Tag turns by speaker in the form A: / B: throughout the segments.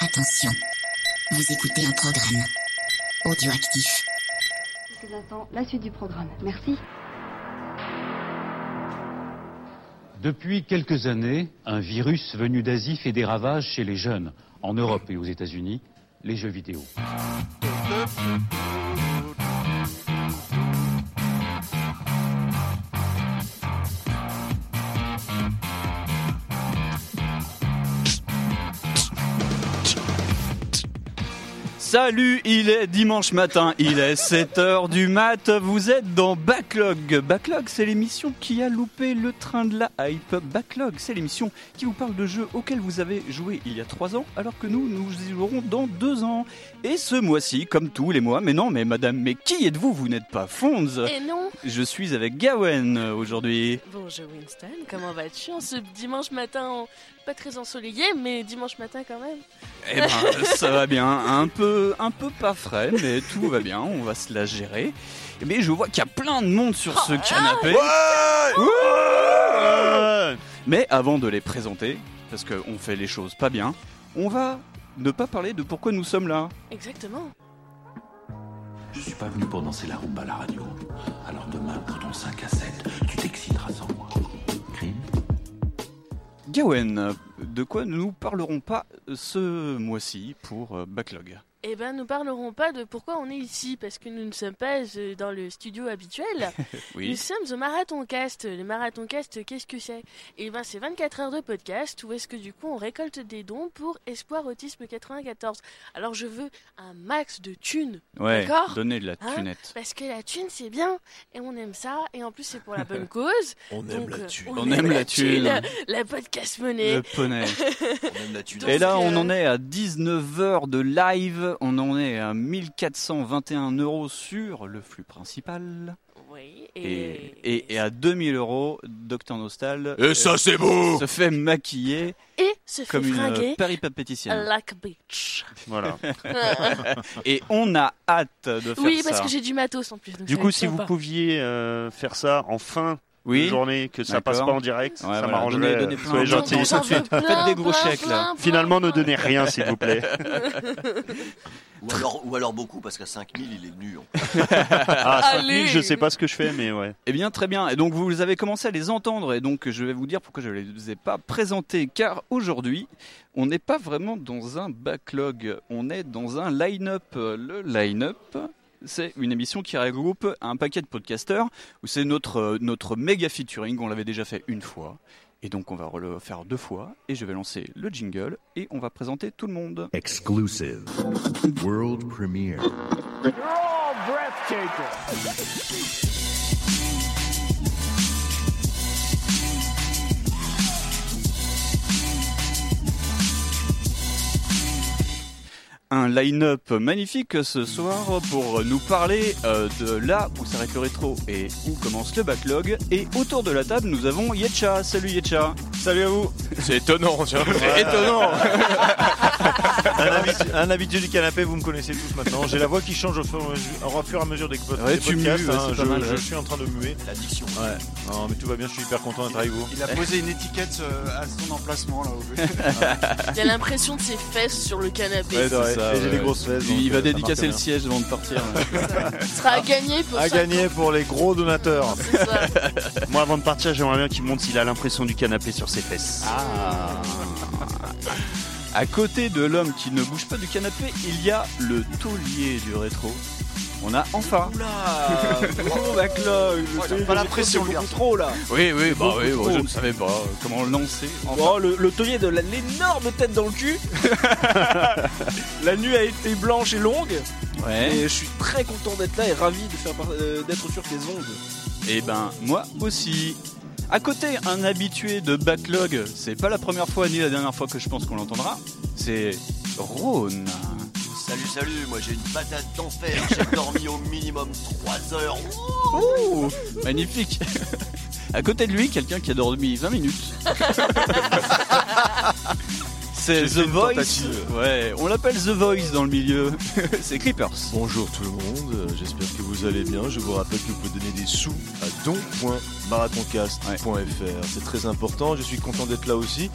A: Attention, vous écoutez un programme audioactif.
B: Quelques instants, la suite du programme. Merci.
C: Depuis quelques années, un virus venu d'Asie fait des ravages chez les jeunes, en Europe et aux États-Unis, les jeux vidéo.
D: Salut, il est dimanche matin, il est 7h du mat, vous êtes dans Backlog. Backlog, c'est l'émission qui a loupé le train de la hype. Backlog, c'est l'émission qui vous parle de jeux auxquels vous avez joué il y a 3 ans, alors que nous, nous y jouerons dans 2 ans. Et ce mois-ci, comme tous les mois, mais non, mais madame, mais qui êtes-vous Vous n'êtes pas Fonz
E: Et non
D: Je suis avec Gawen euh, aujourd'hui.
E: Bonjour Winston, comment vas-tu en ce dimanche matin en- Pas très ensoleillé, mais dimanche matin quand même.
D: Eh ben, ça va bien, un peu, un peu pas frais, mais tout va bien, on va se la gérer. Mais je vois qu'il y a plein de monde sur ce canapé. Ouais Mais avant de les présenter, parce qu'on fait les choses pas bien, on va ne pas parler de pourquoi nous sommes là.
E: Exactement.
F: Je suis pas venu pour danser la rumba à la radio. Alors demain, pour ton 5 à 7, tu t'exciteras sans moi. Crime
D: Gawen, de quoi nous ne parlerons pas ce mois-ci pour euh, Backlog
E: Eh ben, nous parlerons pas de pourquoi on est ici, parce que nous ne sommes pas euh, dans le studio habituel. Nous sommes au Marathon Cast. Le Marathon Cast, qu'est-ce que c'est Eh ben, c'est 24 heures de podcast où est-ce que du coup on récolte des dons pour Espoir Autisme 94. Alors je veux un max de thunes,
D: Ouais,
E: D'accord.
D: donnez de la
E: Hein
D: tunette.
E: parce que la thune c'est bien, et on aime ça, et en plus c'est pour la bonne cause.
G: On
E: Donc, euh,
D: On aime la thune.
E: La podcast
D: Le
E: monnaie.
D: poney.
G: On aime la thune.
E: Donc,
D: Et là, on
E: euh,
D: en est à 19 heures de live, on en est à 1421 euros sur le flux principal
E: Oui.
D: et, et- et à 2000 euros Docteur Nostal
G: Et
D: euh,
G: ça, c'est beau
D: se fait maquiller
E: et se fait
D: comme une euh,
E: fringuer à
D: péripapéticienne.
E: like a bitch.
H: Voilà.
D: Et on a hâte de faire
E: oui,
D: ça.
E: parce que j'ai du matos en plus. donc
H: Du
E: ça
H: coup,
E: va
H: si
E: être
H: vous
E: sympa.
H: pouviez euh, faire ça en fin de
D: oui,
H: journée, que ça passe pas
D: D'accord.
H: en direct,
D: Ouais,
H: ça
D: voilà,
H: m'arrangerait.
D: donnez- donnez
H: euh,
D: plein
H: Soyez
D: de gens.
H: gentils.
E: J'en- j'en veux plein,
D: Faites des gros
E: plein,
D: chèques, là.
E: plein, plein,
H: Finalement, ne
E: plein.
H: donnez rien, s'il vous plaît.
G: ou alors, ou alors beaucoup, parce qu'à 5000, il est nul.
H: Ah, cinq
E: Allez.
H: mille, je sais pas ce que je fais, mais ouais.
D: Eh bien, très bien. Et donc, vous avez commencé à les entendre. Et donc, je vais vous dire pourquoi je ne les ai pas présentés. Car aujourd'hui, on n'est pas vraiment dans un backlog. On est dans un line-up. Le line-up. C'est une émission qui regroupe un paquet de podcasteurs où c'est notre, euh, notre méga featuring. On l'avait déjà fait une fois. Et donc, on va le faire deux fois. Et je vais lancer le jingle et on va présenter tout le monde.
I: Exclusive. World premiere.
D: Un line-up magnifique ce soir pour nous parler euh, de là où s'arrête le rétro et où commence le backlog. Et autour de la table, nous avons Yetcha. Salut Yetcha. Salut à vous.
G: C'est étonnant, tiens.
D: C'est étonnant.
J: Un, habitu- un habitué du canapé, vous me connaissez tous maintenant. J'ai la voix qui change au fur, et à mesure- au fur et à mesure des, po-
D: Ouais,
J: des
D: tu
J: podcasts.
D: mues, ouais,
J: hein.
D: c'est pas
J: je,
D: mal,
J: je
D: ouais.
J: suis en train de muer.
G: L'addiction.
J: Non, mais tout va bien, je suis hyper content d'être avec vous.
K: Il a posé une étiquette euh, à son emplacement là au
E: Il a l'impression de ses fesses sur le canapé.
J: Ouais, ouais,
D: ça,
J: et J'ai
D: Ah ouais.
J: des grosses fesses. donc,
D: Il va
J: euh, ça marche
D: dédicacer le
J: bien.
D: siège avant de partir.
E: Ce sera à gagner pour
J: À
E: ça.
J: gagner pour les gros donateurs.
E: C'est ça.
H: Moi, avant de partir, j'aimerais bien qu'il monte s'il a l'impression du canapé sur ses fesses.
D: Ah. À côté de l'homme qui ne bouge pas du canapé, il y a le taulier du rétro. On a enfin. Gros backlog.
K: Ah, Pas la pression, le garçon.
D: trop là.
G: Oui, oui, bah oui, bon,
D: beaucoup
G: je
D: trop.
G: ne savais pas.
D: Comment lancer
J: Oh, le, taulier de l'énorme tête dans le cul. la nuit a été blanche et longue.
D: Ouais.
J: je suis très content d'être là et ravi euh, d'être sur tes ondes.
D: Eh ben, moi aussi. À côté, un habitué de backlog, c'est pas la première fois ni la dernière fois que je pense qu'on l'entendra, c'est Rhône.
G: Salut, salut, moi j'ai une patate d'enfer. J'ai dormi au minimum 3 heures.
D: Oh, magnifique. À côté de lui, quelqu'un qui a dormi 20 minutes. c'est The Voice. Ouais, on l'appelle The Voice dans le milieu. c'est Creepers.
J: Bonjour tout le monde, euh, j'espère que vous allez bien. Je vous rappelle que vous pouvez donner des sous à don.marathoncast.fr. C'est très important, je suis content d'être là aussi.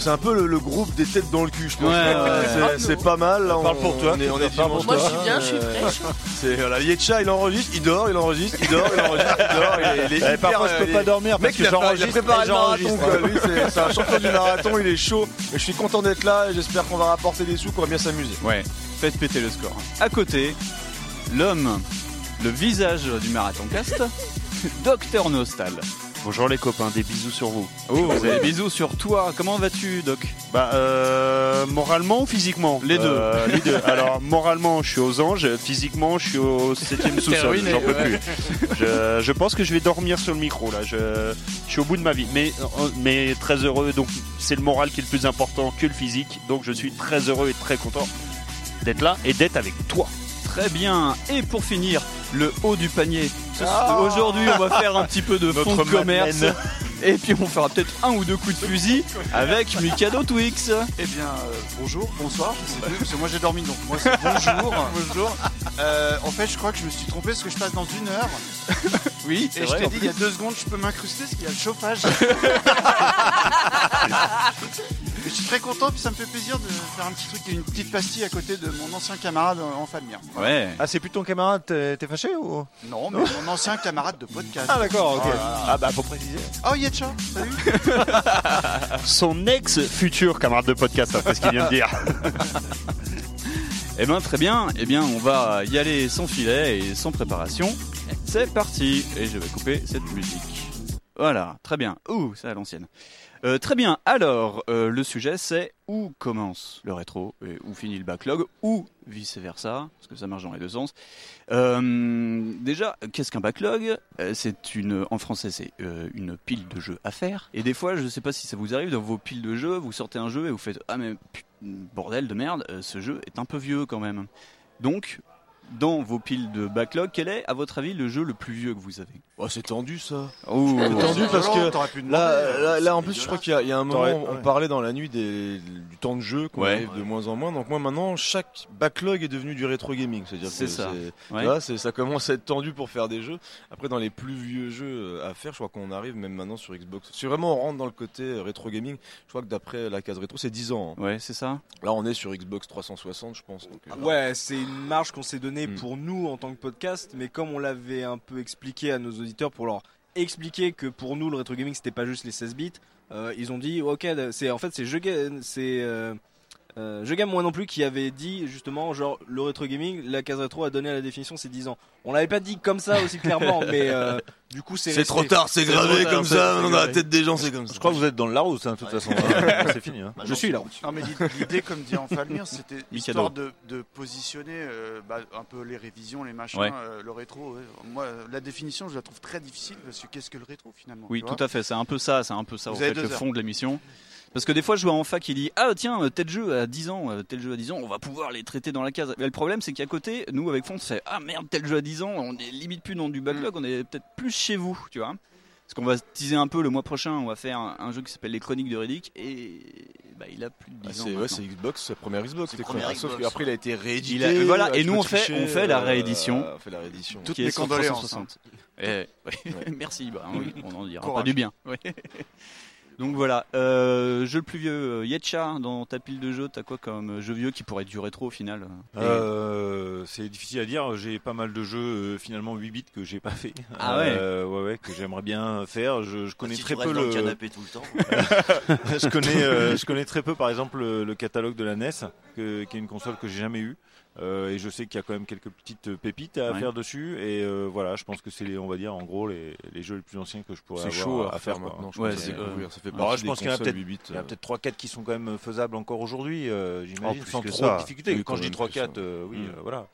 L: C'est un peu le, le groupe des têtes dans le cul, je pense.
J: Ouais, ouais.
L: C'est-
J: Grave,
L: C'est
J: nous.
L: pas mal. Là,
J: On parle pour toi,
L: On est, on
J: tu
L: est
J: parles pour
L: dimanche
J: toi.
L: soir,
J: Moi, je suis bien, je suis
L: euh,
J: fraîche.
L: C'est voilà, Yetcha, il enregistre, il dort, il enregistre, il dort, il enregistre, il dort. Il est, il est
J: Eh, parfois,
L: hyper,
J: je peux
L: euh,
J: pas dormir
L: mec,
J: parce que
L: il a- il a
J: j'enregistre
L: préparé
J: et
L: le marathon.
J: j'enregistre.
L: quoi. Lui, c'est- c'est un champion du marathon, il est chaud. Mais je suis content d'être là. et J'espère qu'on va rapporter des sous, qu'on va bien s'amuser.
D: Ouais, faites péter le score. À côté, l'homme, le visage du marathon cast, Docteur Nostal.
H: Bonjour les copains, des bisous sur vous.
D: Oh, des bisous sur toi. Comment vas-tu, Doc
H: Bah, euh, moralement ou physiquement
D: Les deux.
H: Euh, les deux. Alors, moralement, je suis aux anges. Physiquement, je suis au 7ème
J: T'es
H: sous-sol.
J: ruiné,
H: J'en peux
J: ouais.
H: plus. Je, je pense que je vais dormir sur le micro, là. Je, je suis au bout de ma vie. Mais, euh, mais très heureux. Donc, c'est le moral qui est le plus important que le physique. Donc, je suis très heureux et très content d'être là et d'être avec toi.
D: Très bien. Et pour finir, le haut du panier. Ce-
J: Ah
D: Aujourd'hui, on va faire un petit peu de fond de
J: Notre
D: commerce.
J: Madeleine.
D: Et puis, on
J: euh.
D: fera peut-être un ou deux coups de fusil avec Mikado Twix.
K: Eh bien, euh, bonjour, bonsoir, je sais plus, parce que moi j'ai dormi donc moi c'est bonjour. bonjour. Euh, en fait, je crois que je me suis trompé parce que je passe dans une heure.
D: Oui,
K: Et je t'ai dit il y a deux secondes, je peux m'incruster parce qu'il y a le chauffage. Et je suis très content, puis ça me fait plaisir de faire un petit truc, une petite pastille à côté de mon ancien camarade euh, en Falmire.
D: Ouais.
J: Ah, c'est plus ton camarade, t'es t'es fâché ou
K: Non, mais mon ancien camarade de podcast.
J: Ah, d'accord, ok.
K: Oh là là.
J: Ah, bah, faut préciser.
K: Oh Yetcha, salut
H: Son ex futur camarade de podcast, après ce qu'il vient de dire.
D: Eh bien, très bien. Eh bien, on va y aller sans filet et sans préparation. C'est parti. Et je vais couper cette musique. Voilà, très bien. Ouh, c'est à l'ancienne. Euh, très bien. Alors, euh, le sujet, c'est où commence le rétro et où finit le backlog, ou vice versa, parce que ça marche dans les deux sens. Euh, déjà, qu'est-ce qu'un backlog Euh, C'est une, en français, c'est euh, une pile de jeux à faire. Et des fois, je ne sais pas si ça vous arrive dans vos piles de jeux, vous sortez un jeu et vous faites ah mais putain, bordel de merde, euh, ce jeu est un peu vieux quand même. Donc, dans vos piles de backlog, quel est, à votre avis, le jeu le plus vieux que vous avez
L: Oh, c'est tendu ça.
D: Oh.
L: C'est tendu parce que
D: hein.
L: là, là, là, en plus, je crois qu'il y, a- il y a un moment,
J: T'aurais-
L: on
J: ouais.
L: parlait dans la nuit des- du temps de jeu qu'on
D: Ouais.
L: arrive de moins en moins. Donc moi, maintenant, chaque backlog est devenu du rétro gaming, c'est-à-dire
D: C'est
L: que
D: ça.
L: c'est-
D: Ouais.
L: tu vois, c'est- ça commence à être tendu pour faire des jeux. Après, dans les plus vieux jeux euh, à faire, je crois qu'on arrive même maintenant sur Xbox. Si vraiment on rentre dans le côté euh, rétro gaming, je crois que d'après la case rétro, c'est 10 ans. hein.
D: Ouais, c'est ça.
L: Là, on est sur Xbox 360, je pense. donc, euh,
M: Ah
L: Hmm.
M: Ouais, c'est une marge qu'on s'est donnée pour nous en tant que podcast, mais comme on l'avait un peu expliqué à nos auditeurs pour leur expliquer que pour nous le rétro gaming c'était pas juste les 16 bits, euh, ils ont dit ok, c'est en fait c'est je Ga- c'est euh, euh, je gamme moi non plus qui avait dit justement genre le rétro gaming, la case rétro a donné à la définition c'est 10 ans. On l'avait pas dit comme ça aussi clairement, mais euh, du coup c'est
L: C'est
M: resté.
L: trop tard, c'est gravé
M: trop tard,
L: comme
M: c'est-
L: ça,
M: c'est
L: dans la
M: gravé.
L: tête des gens, c'est comme ça.
J: Je crois que vous êtes dans le Larousse, hein, de toute façon. c'est fini. hein.
M: Je suis là.
K: Bah, Non, mais l'id- l'idée, comme dit Enfalmir, c'était
J: Mikado.
K: histoire de, de positionner euh, bah, un peu les révisions, les machins,
D: Ouais.
K: euh, le rétro. ouais. Moi, euh, la définition, je la trouve très difficile parce que qu'est-ce que le rétro finalement
D: Oui,
K: tu vois
D: tout à fait. C'est un peu ça, c'est un peu ça,
K: Vous
D: au
K: avez
D: fait,
K: deux
D: le
K: heures.
D: fond de l'émission. Parce que des fois, je vois en fac qui dit Ah, tiens, euh, tel jeu à 10 ans, euh, tel jeu à 10 ans, on va pouvoir les traiter dans la case. Mais le problème, c'est qu'à côté, nous, avec Fond, c'est Ah merde, tel jeu à 10 ans, on est limite plus dans du backlog,
K: Mm.
D: on est peut-être plus chez vous, tu vois. Parce qu'on va teaser un peu le mois prochain, on va faire un, un jeu qui s'appelle Les Chroniques de Riddick, et bah, il a plus de 10
L: Ah,
D: ans.
L: c'est ouais,
D: maintenant.
L: c'est Xbox, c'est la première Xbox. c'était
D: première
L: quoi. Sauf
D: Xbox.
L: qu'après il a été réédité.
D: Il a- euh, voilà, et
L: tu
D: nous,
L: peux
D: on fait-
L: tricher,
D: on fait la
L: euh,
D: réédition.
L: on fait la réédition.
D: Toutes Qui mes est sur condoléances, hein. 360. Eh, ouais. Merci, bah, oui, on en dira pas
L: Courage.
D: du bien. Ouais. Donc voilà, euh, jeu le plus vieux, euh, Yetcha, dans ta pile de jeux, t'as quoi comme euh, jeu vieux qui pourrait être du rétro au final euh,
J: Euh, c'est difficile à dire, j'ai pas mal de jeux euh, finalement 8 bits que j'ai pas fait.
D: Ah
J: Euh, ouais ouais, que j'aimerais bien faire, je, je connais
G: si tu
J: très peu
G: restes dans le
J: le
G: canapé tout le temps.
J: je connais euh, je connais très peu par exemple le, le catalogue de la NES que- qui est une console que j'ai jamais eue. Euh, et je sais qu'il y a quand même quelques petites pépites à
D: Ouais.
J: faire dessus et euh, voilà, je pense que c'est les- on va dire en gros les, les jeux les plus anciens que je pourrais
L: C'est
J: avoir
L: chaud
J: à,
L: à
J: faire
L: faire maintenant, je
J: quoi.
L: pense, à découvrir. Ça fait
J: euh, Alors,
L: partie
J: je
L: des
J: pense qu'il y en a
L: consoles 8
J: peut-être
L: bits,
J: il y a
L: euh.
J: peut-être 3 4 qui sont quand même faisables encore aujourd'hui, euh, j'imagine
L: Oh, plus
J: sans
L: que
J: trop
L: ça.
J: de difficultés.
L: Oui,
J: quand
L: quand
J: je dis
L: même
J: 3
L: plus que
J: 4
L: ça.
J: oui,
L: Mm.
J: euh, voilà.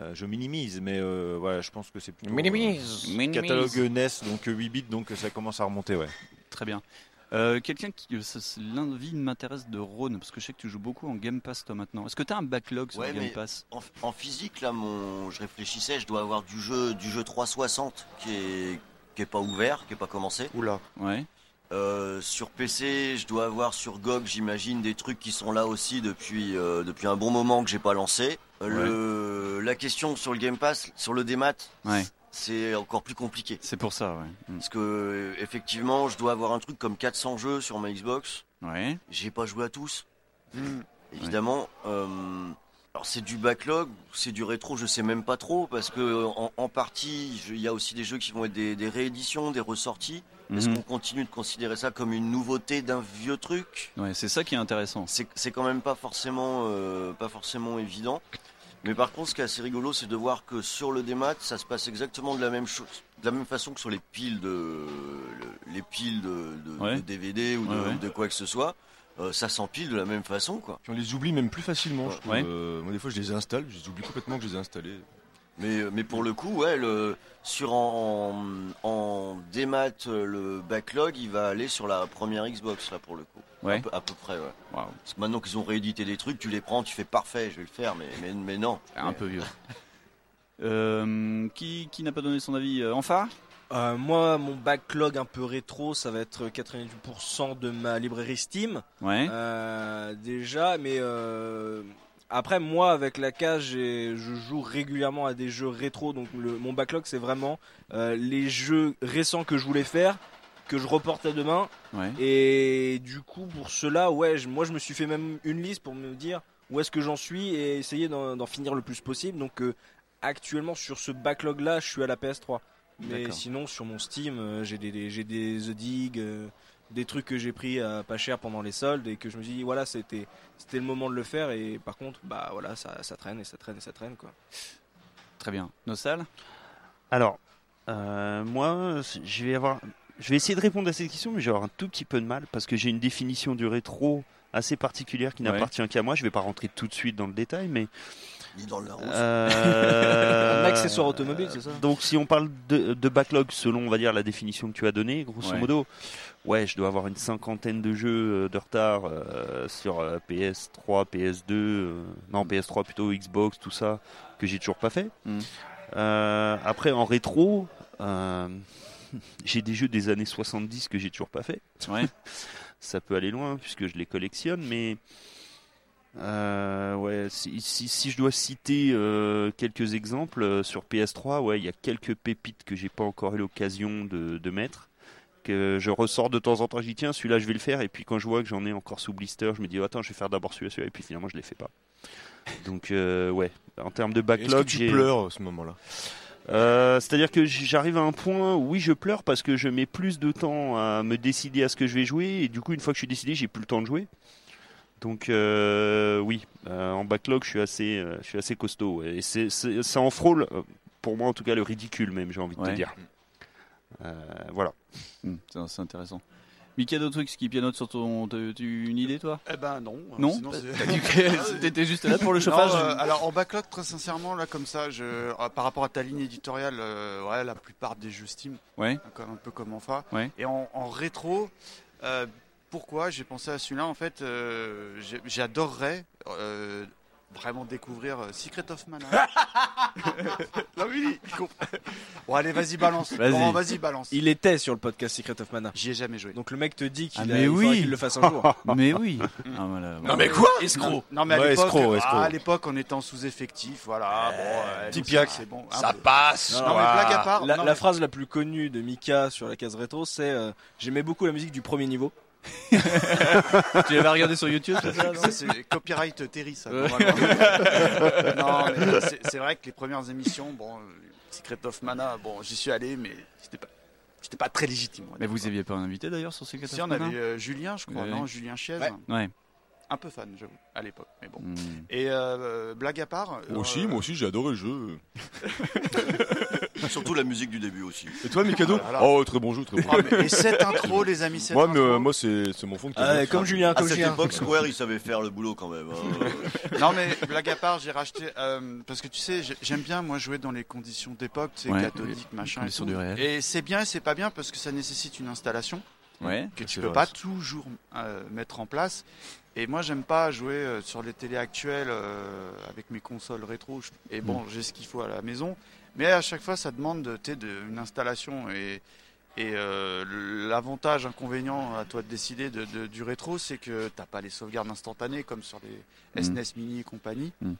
J: Euh, je minimise, mais euh, voilà, je pense que c'est plutôt.
D: Minimise.
J: euh,
D: Minimise.
J: Catalogue NES, donc euh, 8 bits, donc euh, ça commence à remonter, ouais.
D: Très bien. Euh, Quelqu'un qui. euh, ça, c'est- L'envie m'intéresse de Rhône, parce que je sais que tu joues beaucoup en Game Pass toi maintenant. Est-ce que t'as un backlog sur
G: Ouais,
D: Game
G: mais
D: Pass
G: en, en physique, là, mon, je réfléchissais, je dois avoir du jeu, du jeu 360 qui est, qui est pas ouvert, qui est pas commencé. Euh,
K: Oula.
D: Ouais.
G: sur PC, je dois avoir sur GOG, j'imagine, des trucs qui sont là aussi depuis, euh, depuis un bon moment que j'ai pas lancé. Euh, Le, la question sur le Game Pass, sur le démat,
D: Ouais.
G: c'est encore plus compliqué.
D: C'est pour ça, ouais. Mm.
G: Parce que, euh, effectivement, je dois avoir un truc comme 400 jeux sur ma Xbox.
D: Ouais.
G: J'ai pas joué à tous. Évidemment. euh, alors c'est du backlog, c'est du rétro, je sais même pas trop parce que euh, en, en partie je- il y a aussi des jeux qui vont être des, des rééditions, des ressorties. Est-ce
D: Mhm.
G: qu'on continue de considérer ça comme une nouveauté d'un vieux truc
D: Ouais, c'est ça qui est intéressant.
G: C'est c'est quand même pas forcément euh, pas forcément évident. Mais par contre, ce qui est assez rigolo, c'est de voir que sur le démat, ça se passe exactement de la même chose, de la même façon que sur les piles de le- les piles de, de-
L: Ouais.
G: de DVD ou de,
L: Ouais, ouais.
G: de quoi que ce soit. Euh, ça s'empile de la même façon, quoi.
L: Puis on les oublie même plus facilement. je trouve.
G: Ouais.
L: Euh, moi, des fois, je les installe, je les oublie complètement que je les ai installés.
G: Mais, euh, mais pour le coup, ouais, le, sur en, en démat, euh, le backlog, il va aller sur la première Xbox, là, pour le coup.
D: Ouais.
G: À, peu, à peu près, ouais. Parce que maintenant qu'ils ont réédité des trucs, tu les prends, tu fais parfait, je vais le faire, mais, mais, mais non.
D: Un peu vieux. Euh, qui qui n'a pas donné son avis euh, Enfa
M: Euh, moi, mon backlog un peu rétro, ça va être 98% de ma librairie Steam.
D: Ouais.
M: Euh, déjà, mais euh, après, moi, avec la cage, j'ai- je joue régulièrement à des jeux rétro. Donc, le- mon backlog, c'est vraiment euh, les jeux récents que je voulais faire, que je reporte à demain.
D: Ouais.
M: Et du coup, pour cela, ouais, je- moi, je me suis fait même une liste pour me dire où est-ce que j'en suis et essayer d'en d'en finir le plus possible. Donc, euh, actuellement, sur ce backlog-là, je suis à la PS3. Mais
D: D'accord.
M: sinon, sur mon Steam, euh, j'ai des, des- j'ai des The Dig, euh, des trucs que j'ai pris à pas cher pendant les soldes et que je me suis dit, voilà, c'était c'était le moment de le faire. Et par contre, bah voilà, ça, ça traîne et ça traîne et ça traîne, quoi.
D: Très bien. Nos salles
N: Alors, euh, moi, je vais avoir, je vais essayer de répondre à cette question, mais je vais avoir un tout petit peu de mal parce que j'ai une définition du rétro assez particulière qui
D: Ouais.
N: n'appartient qu'à moi. Je vais pas rentrer tout de suite dans le détail, mais
G: Ni dans le Larousse.
N: Euh,
M: Un accessoire automobile, c'est ça
N: Donc, si on parle de, de backlog selon, on va dire, la définition que tu as donnée, grosso
M: Ouais.
N: modo, ouais, je dois avoir une cinquantaine de jeux euh, de retard euh, sur euh, PS3, PS2, euh, non, PS3 plutôt, Xbox, tout ça, que j'ai toujours pas fait.
D: Mm.
N: Euh, après, en rétro, euh, j'ai des jeux des années 70 que j'ai toujours pas fait. ça peut aller loin hein, puisque je les collectionne, mais. Euh, ouais, si, si- si je dois citer euh, quelques exemples euh, sur PS3, ouais, il y a quelques pépites que j'ai pas encore eu l'occasion de, de mettre, que je ressors de temps en temps, je dis tiens, celui-là je vais le faire, et puis quand je vois que j'en ai encore sous blister, je me dis oh, attends, je vais faire d'abord celui-là, celui-là, et puis finalement je les fais pas. Donc euh, ouais, en termes de
L: Est-ce
N: backlog,
L: que tu
N: j'ai-
L: pleures à ce moment-là
N: euh, c'est-à-dire que j- j'arrive à un point où oui, je pleure parce que je mets plus de temps à me décider à ce que je vais jouer et du coup, une fois que je suis décidé, j'ai plus le temps de jouer. Donc euh, oui, euh, en backlog, je suis assez, euh, je suis assez costaud ouais. et c'est, c'est- ça en frôle euh, pour moi en tout cas le ridicule même, j'ai envie de
D: Ouais. Hmm,
N: te dire. Euh, voilà.
D: C'est intéressant. Mikado Twix qui pianote sur ton. t'as- t'as eu une idée toi
K: Eh ben non. euh,
D: Non
K: sinon, c'est- Ah,
D: T'as dit que T'étais juste là pour le
K: Non,
D: chauffage
K: euh, alors en backlog, très sincèrement, là comme ça, je, euh, par rapport à ta ligne éditoriale, euh, ouais, la plupart des jeux Steam,
D: Ouais.
K: comme, un peu comme Enfa.
D: Ouais.
K: Et en, en rétro, euh, pourquoi j'ai pensé à celui-là En fait, euh, j'ai- j'adorerais euh, vraiment découvrir euh, Secret of Mana. non mais il- il comprend. Bon allez, vas-y balance.
M: Vas-y.
K: Bon, vas-y balance.
M: Il était sur le podcast Secret of Mana.
K: J'y ai jamais joué.
M: Donc le mec te dit qu'il
D: Ah,
M: a-
D: mais
M: il faudrait
D: oui.
M: qu'il le fasse un jour.
D: Mais oui. Ah, voilà.
K: Non, Non mais
L: Ouais,
K: à l'époque,
L: escroc, escroc.
K: ah,
L: Eh,
K: à l'époque, en étant sous-effectif, voilà. bon, euh,
L: petit
K: donc,
L: piac.
K: c'est bon,
L: Ça
K: un peu.
L: passe,
K: Non, mais blague à part.
M: La,
K: non,
M: la
K: mais-
M: phrase la plus connue de Mika sur la case rétro, c'est euh, J'aimais beaucoup la musique du premier niveau.
D: tu l'avais regardé sur YouTube, c'est ça, non
K: Ça, c'est copyright Terry, ça.
D: Ouais.
K: vraiment. non, mais c'est- c'est vrai que les premières émissions, bon, euh, Secret of Mana, bon, j'y suis allé, mais c'était pas, c'était pas très légitime. on va
D: Mais
K: dire.
D: vous aviez pas un invité d'ailleurs sur ces
K: Si on avait euh, Julien, je crois,
D: Ouais.
K: non, Julien Chiez.
D: Ouais. Ouais.
K: Un peu fan, j'avoue, à l'époque, mais bon.
D: Hmm.
K: Et euh, blague à part.
L: Moi aussi,
K: euh,
L: moi aussi, j'ai adoré le jeu.
G: Surtout la musique du début aussi.
L: Et toi, Mikado
G: Ah, Voilà.
L: Oh, très bon jeu, très bon
G: Ah,
L: jeu.
G: mais- et cette intro, les amis, cette
L: moi, mais, euh, moi, c'est c'est mon fond qui
M: Ah,
L: m'a-
M: comme Julien, comme
G: à cette
M: Julien.
G: époque, Square, il savait faire le boulot quand même. hein.
K: Non mais blague à part, j'ai racheté euh, parce que tu sais, j'ai- j'aime bien moi jouer dans les conditions d'époque, c'est
D: Ouais,
K: cathodique,
D: les
K: machin. Et,
D: conditions
K: tout.
D: du réel.
K: Et c'est bien et c'est pas bien parce que ça nécessite une installation
D: Ouais.
K: que tu
D: C'est
K: peux
D: vrai,
K: pas
D: ça.
K: toujours euh, mettre en place. Et moi j'aime pas jouer euh, sur les télés actuelles euh, avec mes consoles rétro. Je- Et bon,
D: Mm.
K: j'ai ce qu'il faut à la maison, mais à chaque fois ça demande de, tu sais, de- une installation et et euh, l'avantage, inconvénient à toi de décider de- de- du rétro, c'est que t'as pas les sauvegardes instantanées comme sur les
D: Mm.
K: SNES Mini et compagnie.
D: Mm.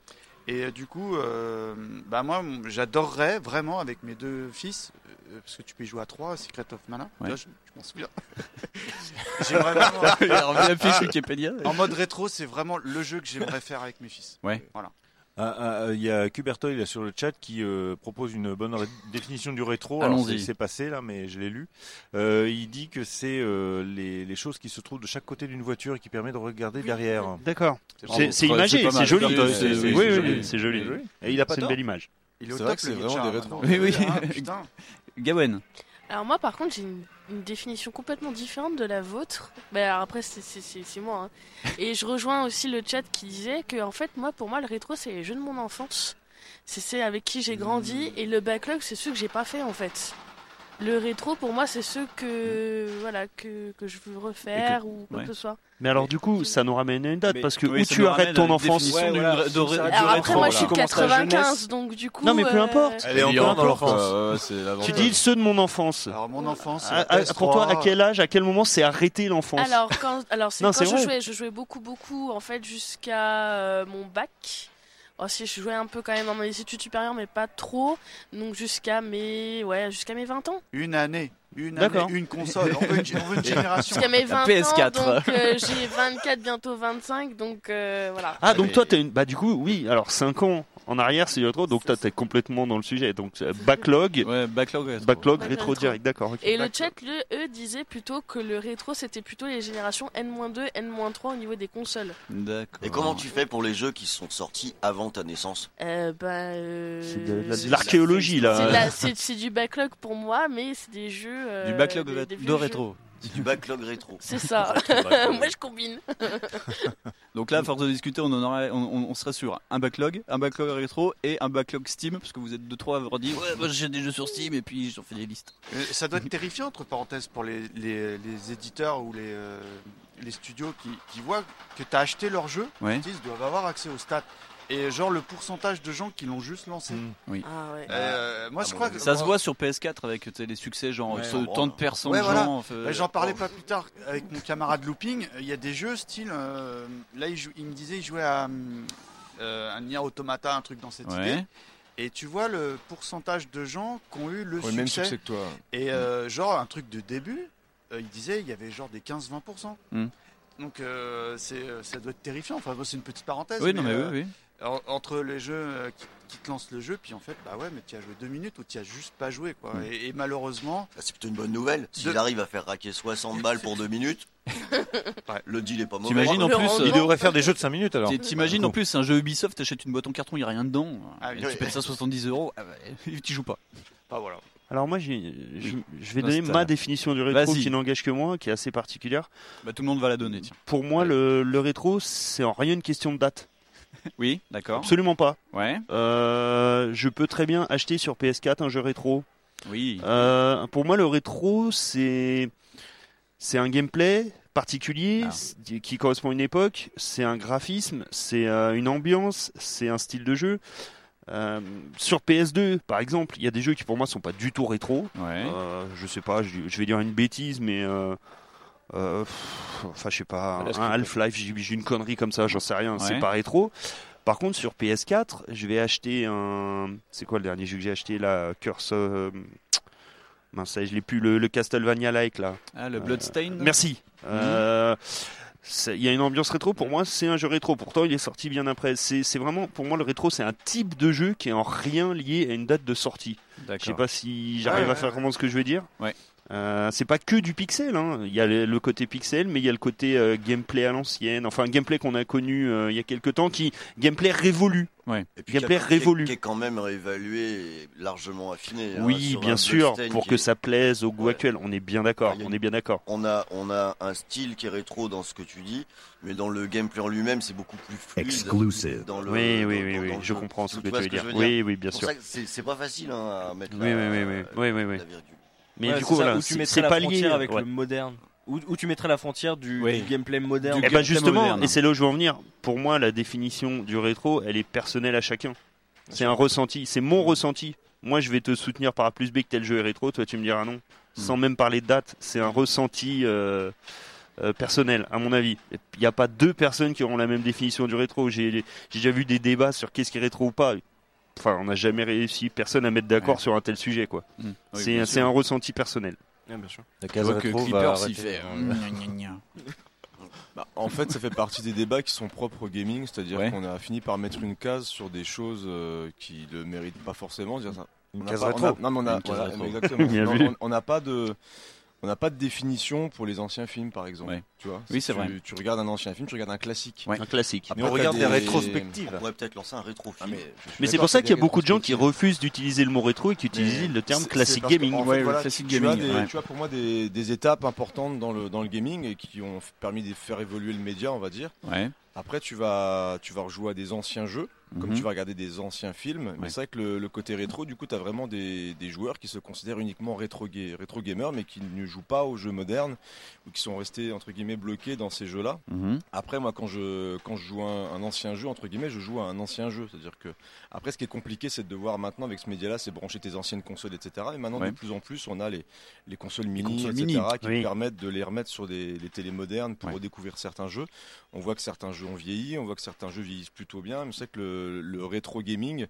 K: Et euh, du coup, euh, bah moi, m- j'adorerais vraiment avec mes deux fils euh, euh, parce que tu peux y jouer à 3, Secret of Mana.
D: Ouais.
K: Là, je je m'en souviens. j'aimerais vraiment.
D: Il a revenu appuyer sur Wikipédia.
K: En mode rétro, c'est vraiment le jeu que j'aimerais faire avec mes fils. Euh, Voilà.
J: Ah, ah, ah, Il y a Cuberto, il est sur le chat qui euh, propose une bonne ré- définition du rétro. Alors,
D: Allons-y.
J: c'est- C'est passé là, mais je l'ai lu. Euh, il dit que c'est euh, les, les choses qui se trouvent de chaque côté d'une voiture et qui permet de regarder derrière.
N: D'accord. C'est- c'est imagé, c'est joli. C'est- c'est- oui, oui, oui, c'est joli.
J: Et il a pas
N: C'est une
J: tort.
N: belle image.
K: Il
L: C'est vrai que c'est vraiment des rétros.
D: Oui, oui.
K: Ah,
D: Gawen.
E: Alors moi par contre j'ai une, une définition complètement différente de la vôtre. Bah, alors après c'est- c'est c'est- c'est moi. hein. Et je rejoins aussi le chat qui disait que en fait moi pour moi le rétro c'est les jeux de mon enfance. C'est c'est avec qui j'ai grandi et le backlog c'est ceux que j'ai pas fait en fait. Le rétro pour moi c'est ceux que voilà que, que je veux refaire ou quoi
N: ouais.
E: que ce soit.
N: Mais alors du coup, ça nous ramène à une date
M: Mais-
N: parce que
M: oui,
N: où
M: ça
N: tu
M: nous ramène à
N: arrêtes ton
M: une
N: enfance
M: définition Ouais, du- voilà, de- si de- ça arrête du
E: Alors après
M: rétro,
E: moi je suis
M: là.
E: de
M: Commence ta
E: 95
M: jeunesse.
E: donc du coup
N: Non mais peu
E: euh,
N: importe.
E: Elle est
N: Peu
E: encore
N: importe.
E: dans l'enfance.
L: Ouais, ouais, c'est l'avantage.
N: tu dis ceux de mon enfance.
K: Alors mon enfance.
N: Ah, ah, pour toi, à quel âge, à quel moment c'est arrêté l'enfance
E: Alors, quand, alors c'est
N: Non,
E: quand
N: c'est
E: je
N: vrai.
E: jouais, je jouais beaucoup, beaucoup, en fait, jusqu'à euh, mon bac. Oh, si, je jouais un peu quand même dans mes études supérieures, mais pas trop. Donc, jusqu'à mes, ouais, jusqu'à mes 20 ans.
K: Une année. Une
N: D'accord.
K: année, une console. On veut une, on veut une génération.
E: Jusqu'à mes 20
N: PS4.
E: ans, donc euh, j'ai 24, bientôt 25, donc euh, voilà.
N: Ah donc toi t'as une bah du coup oui alors 5 ans en arrière c'est rétro donc toi t'es complètement dans le sujet donc euh, backlog
D: backlog rétro,
E: Backlog
N: rétro
E: rétro.
N: direct d'accord ok.
E: Et le chat, le, eux, disait plutôt que le rétro, c'était plutôt les générations N-2, N-3 au niveau des consoles.
G: Et comment tu fais pour les jeux qui sont sortis avant ta naissance
E: Euh, bah, euh,
N: C'est de la- de l'archéologie
E: C'est de
N: là.
E: la- C'est c'est du backlog pour moi, mais c'est des jeux. euh, des- des vieux jeux.
G: Du backlog rétro.
E: C'est ça. moi je combine.
D: Donc là, à force de discuter, on, en aurait- on, on- on serait sur un backlog, un backlog rétro et un backlog Steam, parce que vous êtes deux trois à avoir dit ouais, moi j'ai des jeux sur Steam et puis j'en fais des listes.
K: Euh, ça doit être terrifiant, entre parenthèses, pour les, les- les éditeurs ou les, euh, les studios qui, qui voient que tu as acheté leur jeu.
D: Ouais.
K: Ils disent doivent avoir accès aux stats. Et genre le pourcentage de gens qui l'ont juste lancé.
D: Oui.
E: Ah ouais.
K: Euh, moi, je crois que
D: ça se voit sur PS4 avec tu sais, les succès genre
K: Ouais,
D: ce
K: bon,
D: tant de personnes.
K: Ouais,
D: de
K: voilà.
D: gens, enfin, euh,
K: Bah, J'en parlais pas plus tard avec mon camarade Looping. Il y a des jeux style. euh, là, il, jou- il me disait il jouait à hum, euh, un Nier Automata, un truc dans cette
D: Ouais.
K: idée. Et tu vois le pourcentage de gens qui ont eu le
L: Ouais,
K: succès.
L: même succès que toi. Mm.
K: Et euh, genre, un truc de début, euh, il disait il y avait genre des 15-20%.
D: Mm.
K: Donc euh, c'est, euh, ça doit être terrifiant. Enfin, bon, c'est une petite parenthèse. euh,
D: Oui, non, mais oui, oui.
K: en- Entre les jeux euh, qui, qui te lancent le jeu, puis en fait, bah ouais, mais tu as joué deux minutes ou tu as juste pas joué, quoi.
G: Mm.
K: Et, et malheureusement.
G: Bah, c'est plutôt une bonne nouvelle. S'il arrive à faire raquer 60 balles pour 2 minutes, le deal est pas mauvais.
D: T'imagines en plus.
G: Il devrait
J: faire des jeux de 5 minutes alors.
D: T'i- T'imagines en plus un jeu Ubisoft, t'achètes une boîte en carton, il n'y a rien dedans.
K: Ah,
D: Et
K: oui.
D: tu pètes ça 70 euros, ah, bah, tu joues pas.
K: Bah voilà.
N: Alors moi j'ai- je, je
D: Nostal.
N: vais donner ma définition du rétro
D: Vas-y.
N: qui n'engage que moi qui est assez particulière.
D: Bah, tout le monde va la donner, tiens.
N: Pour moi le, le rétro c'est en rien une question de date.
D: Oui, d'accord.
N: Absolument pas.
D: Ouais.
N: Euh, je peux très bien acheter sur PS4 un jeu rétro.
D: Oui.
N: Euh, pour moi, le rétro, c'est c'est un gameplay particulier c'est- qui correspond à une époque. C'est un graphisme, c'est euh, une ambiance, c'est un style de jeu. Euh, sur PS2, par exemple, il y a des jeux qui pour moi sont pas du tout rétro. Euh, je sais pas, je, je vais dire une bêtise, mais euh, euh, pff, enfin, je sais pas,
D: Voilà, ce
N: un
D: qui-
N: Half-Life, j'ai j'ai une connerie comme ça, j'en sais rien,
D: Ouais.
N: c'est pas rétro. Par contre, sur PS4, je vais acheter un. C'est quoi le dernier jeu que j'ai acheté là Curse. euh, Mince, ça y est, je l'ai plus, le, le Castlevania-like là.
D: Ah, le Bloodstained
N: Merci. Euh, c'est- Il y a une ambiance rétro, pour moi c'est un jeu rétro, pourtant il est sorti bien après. C'est c'est vraiment, pour moi le rétro c'est un type de jeu qui est en rien lié à une date de sortie. Je sais pas si j'arrive
D: Ouais,
N: à faire
D: ouais.
N: vraiment ce que je veux dire. Euh, c'est pas que du pixel, hein. il y a le, le côté pixel, mais il y a le côté euh, gameplay à l'ancienne, enfin gameplay qu'on a connu euh, il y a quelques temps, qui gameplay révolu. gameplay
G: qui a- qui est-
N: révolu.
G: Qui est quand même réévalué et largement affiné. hein,
N: Oui,
G: sur un
N: bien sûr,
G: Bloodstained
N: pour
G: qui
N: que
G: est-
N: ça plaise au goût actuel, on est bien d'accord, on est bien d'accord.
G: On a, on a un style qui est rétro dans ce que tu dis, mais dans le gameplay en lui-même, c'est beaucoup plus fluide.
I: Exclusive.
G: Dans le,
N: Oui,
G: dans-
N: oui,
G: dans-
N: oui,
G: dans
N: oui,
G: le
N: je
G: jeu.
N: comprends ce
G: Tu
N: que
G: vois
N: tu veux
G: que je
N: dire. Oui, oui, bien
G: C'est
N: sûr.
G: pour ça que C'est c'est pas facile hein, à mettre
N: Oui,
G: la-
N: oui, oui, oui, oui, oui, oui. Mais
M: Ouais,
N: du
M: c'est
N: coup,
M: ça,
N: voilà,
M: où tu
N: c'est-
M: mettrais
N: c'est
M: la
N: pas
M: frontière
N: lié
M: avec
N: ouais.
M: le moderne. Où, où tu mettrais la frontière du, du gameplay moderne.
N: Eh ben justement, et c'est là où je veux en venir. Pour moi, la définition du rétro, elle est personnelle à chacun. C'est un ressenti, c'est mon ressenti. Moi, je vais te soutenir par A plus B que tel jeu est rétro, toi tu me diras non.
L: Hmm.
N: Sans même parler de date, c'est un ressenti euh, euh, personnel, à mon avis. Il n'y a pas deux personnes qui auront la même définition du rétro. J'ai j'ai déjà vu des débats sur qu'est-ce qui est rétro ou pas. enfin, on n'a jamais réussi personne à mettre d'accord sur un tel sujet, quoi.
L: Mm. Oui,
N: c'est
L: bien
N: c'est
L: sûr.
N: un ressenti personnel.
L: Ah, bien sûr.
N: Je
L: Je vois
N: vois
L: que Clipper s'y fait. hein. Bah, en fait, ça fait partie des débats qui sont propres au gaming, c'est-à-dire
J: Ouais.
L: qu'on a fini par mettre une case sur des choses euh, qui ne méritent pas forcément. Dire ça.
J: Une
L: On a
J: case
L: pas- on a-
J: rétro.
L: non, mais on a-
J: Une case
L: voilà,
J: rétro.
L: exactement.
J: Bien
L: Non,
J: vu.
L: on- On n'a pas de. On n'a pas de définition pour les anciens films, par exemple. Tu vois
D: Oui, c'est
L: tu,
D: vrai.
L: Tu regardes un ancien film, tu regardes un classique.
N: Un classique.
L: Après,
N: Mais
L: t'as
N: on regarde des rétrospectives.
G: On pourrait peut-être lancer un rétrofilm.
N: Mais c'est pour ça qu'il y a beaucoup de gens qui refusent d'utiliser le mot rétro et qui utilisent le terme
L: C'est- c'est
N: classique
L: parce que,
N: gaming.
L: en fait, voilà, tu, as des- tu as pour moi des, des étapes importantes dans le, dans le gaming et qui ont permis de faire évoluer le média, on va dire.
D: Ouais.
L: Après, tu vas, tu vas rejouer à des anciens jeux, comme
D: Mhm.
L: tu vas regarder des anciens films. Mais
D: Ouais.
L: c'est vrai que le, le côté rétro, du coup, tu as vraiment des, des joueurs qui se considèrent uniquement rétro, ga- rétro gamers, mais qui ne jouent pas aux jeux modernes ou qui sont restés, entre guillemets, bloqués dans ces jeux-là.
D: Mhm.
L: Après, moi, quand je, quand je joue à un, un ancien jeu, entre guillemets, je joue à un ancien jeu. C'est-à-dire que, après, ce qui est compliqué, c'est de devoir maintenant, avec ce média-là, c'est brancher tes anciennes consoles, etc. Et maintenant,
D: Ouais.
L: de plus en plus, on a les, les consoles mini,
D: consoles
L: etc.,
D: mini,
L: qui
D: oui.
L: permettent de les remettre sur des, les télés modernes pour redécouvrir certains jeux. On voit que certains jeux ont vieilli, on voit que certains jeux vieillissent plutôt bien. Mais c'est vrai que le, le rétro gaming,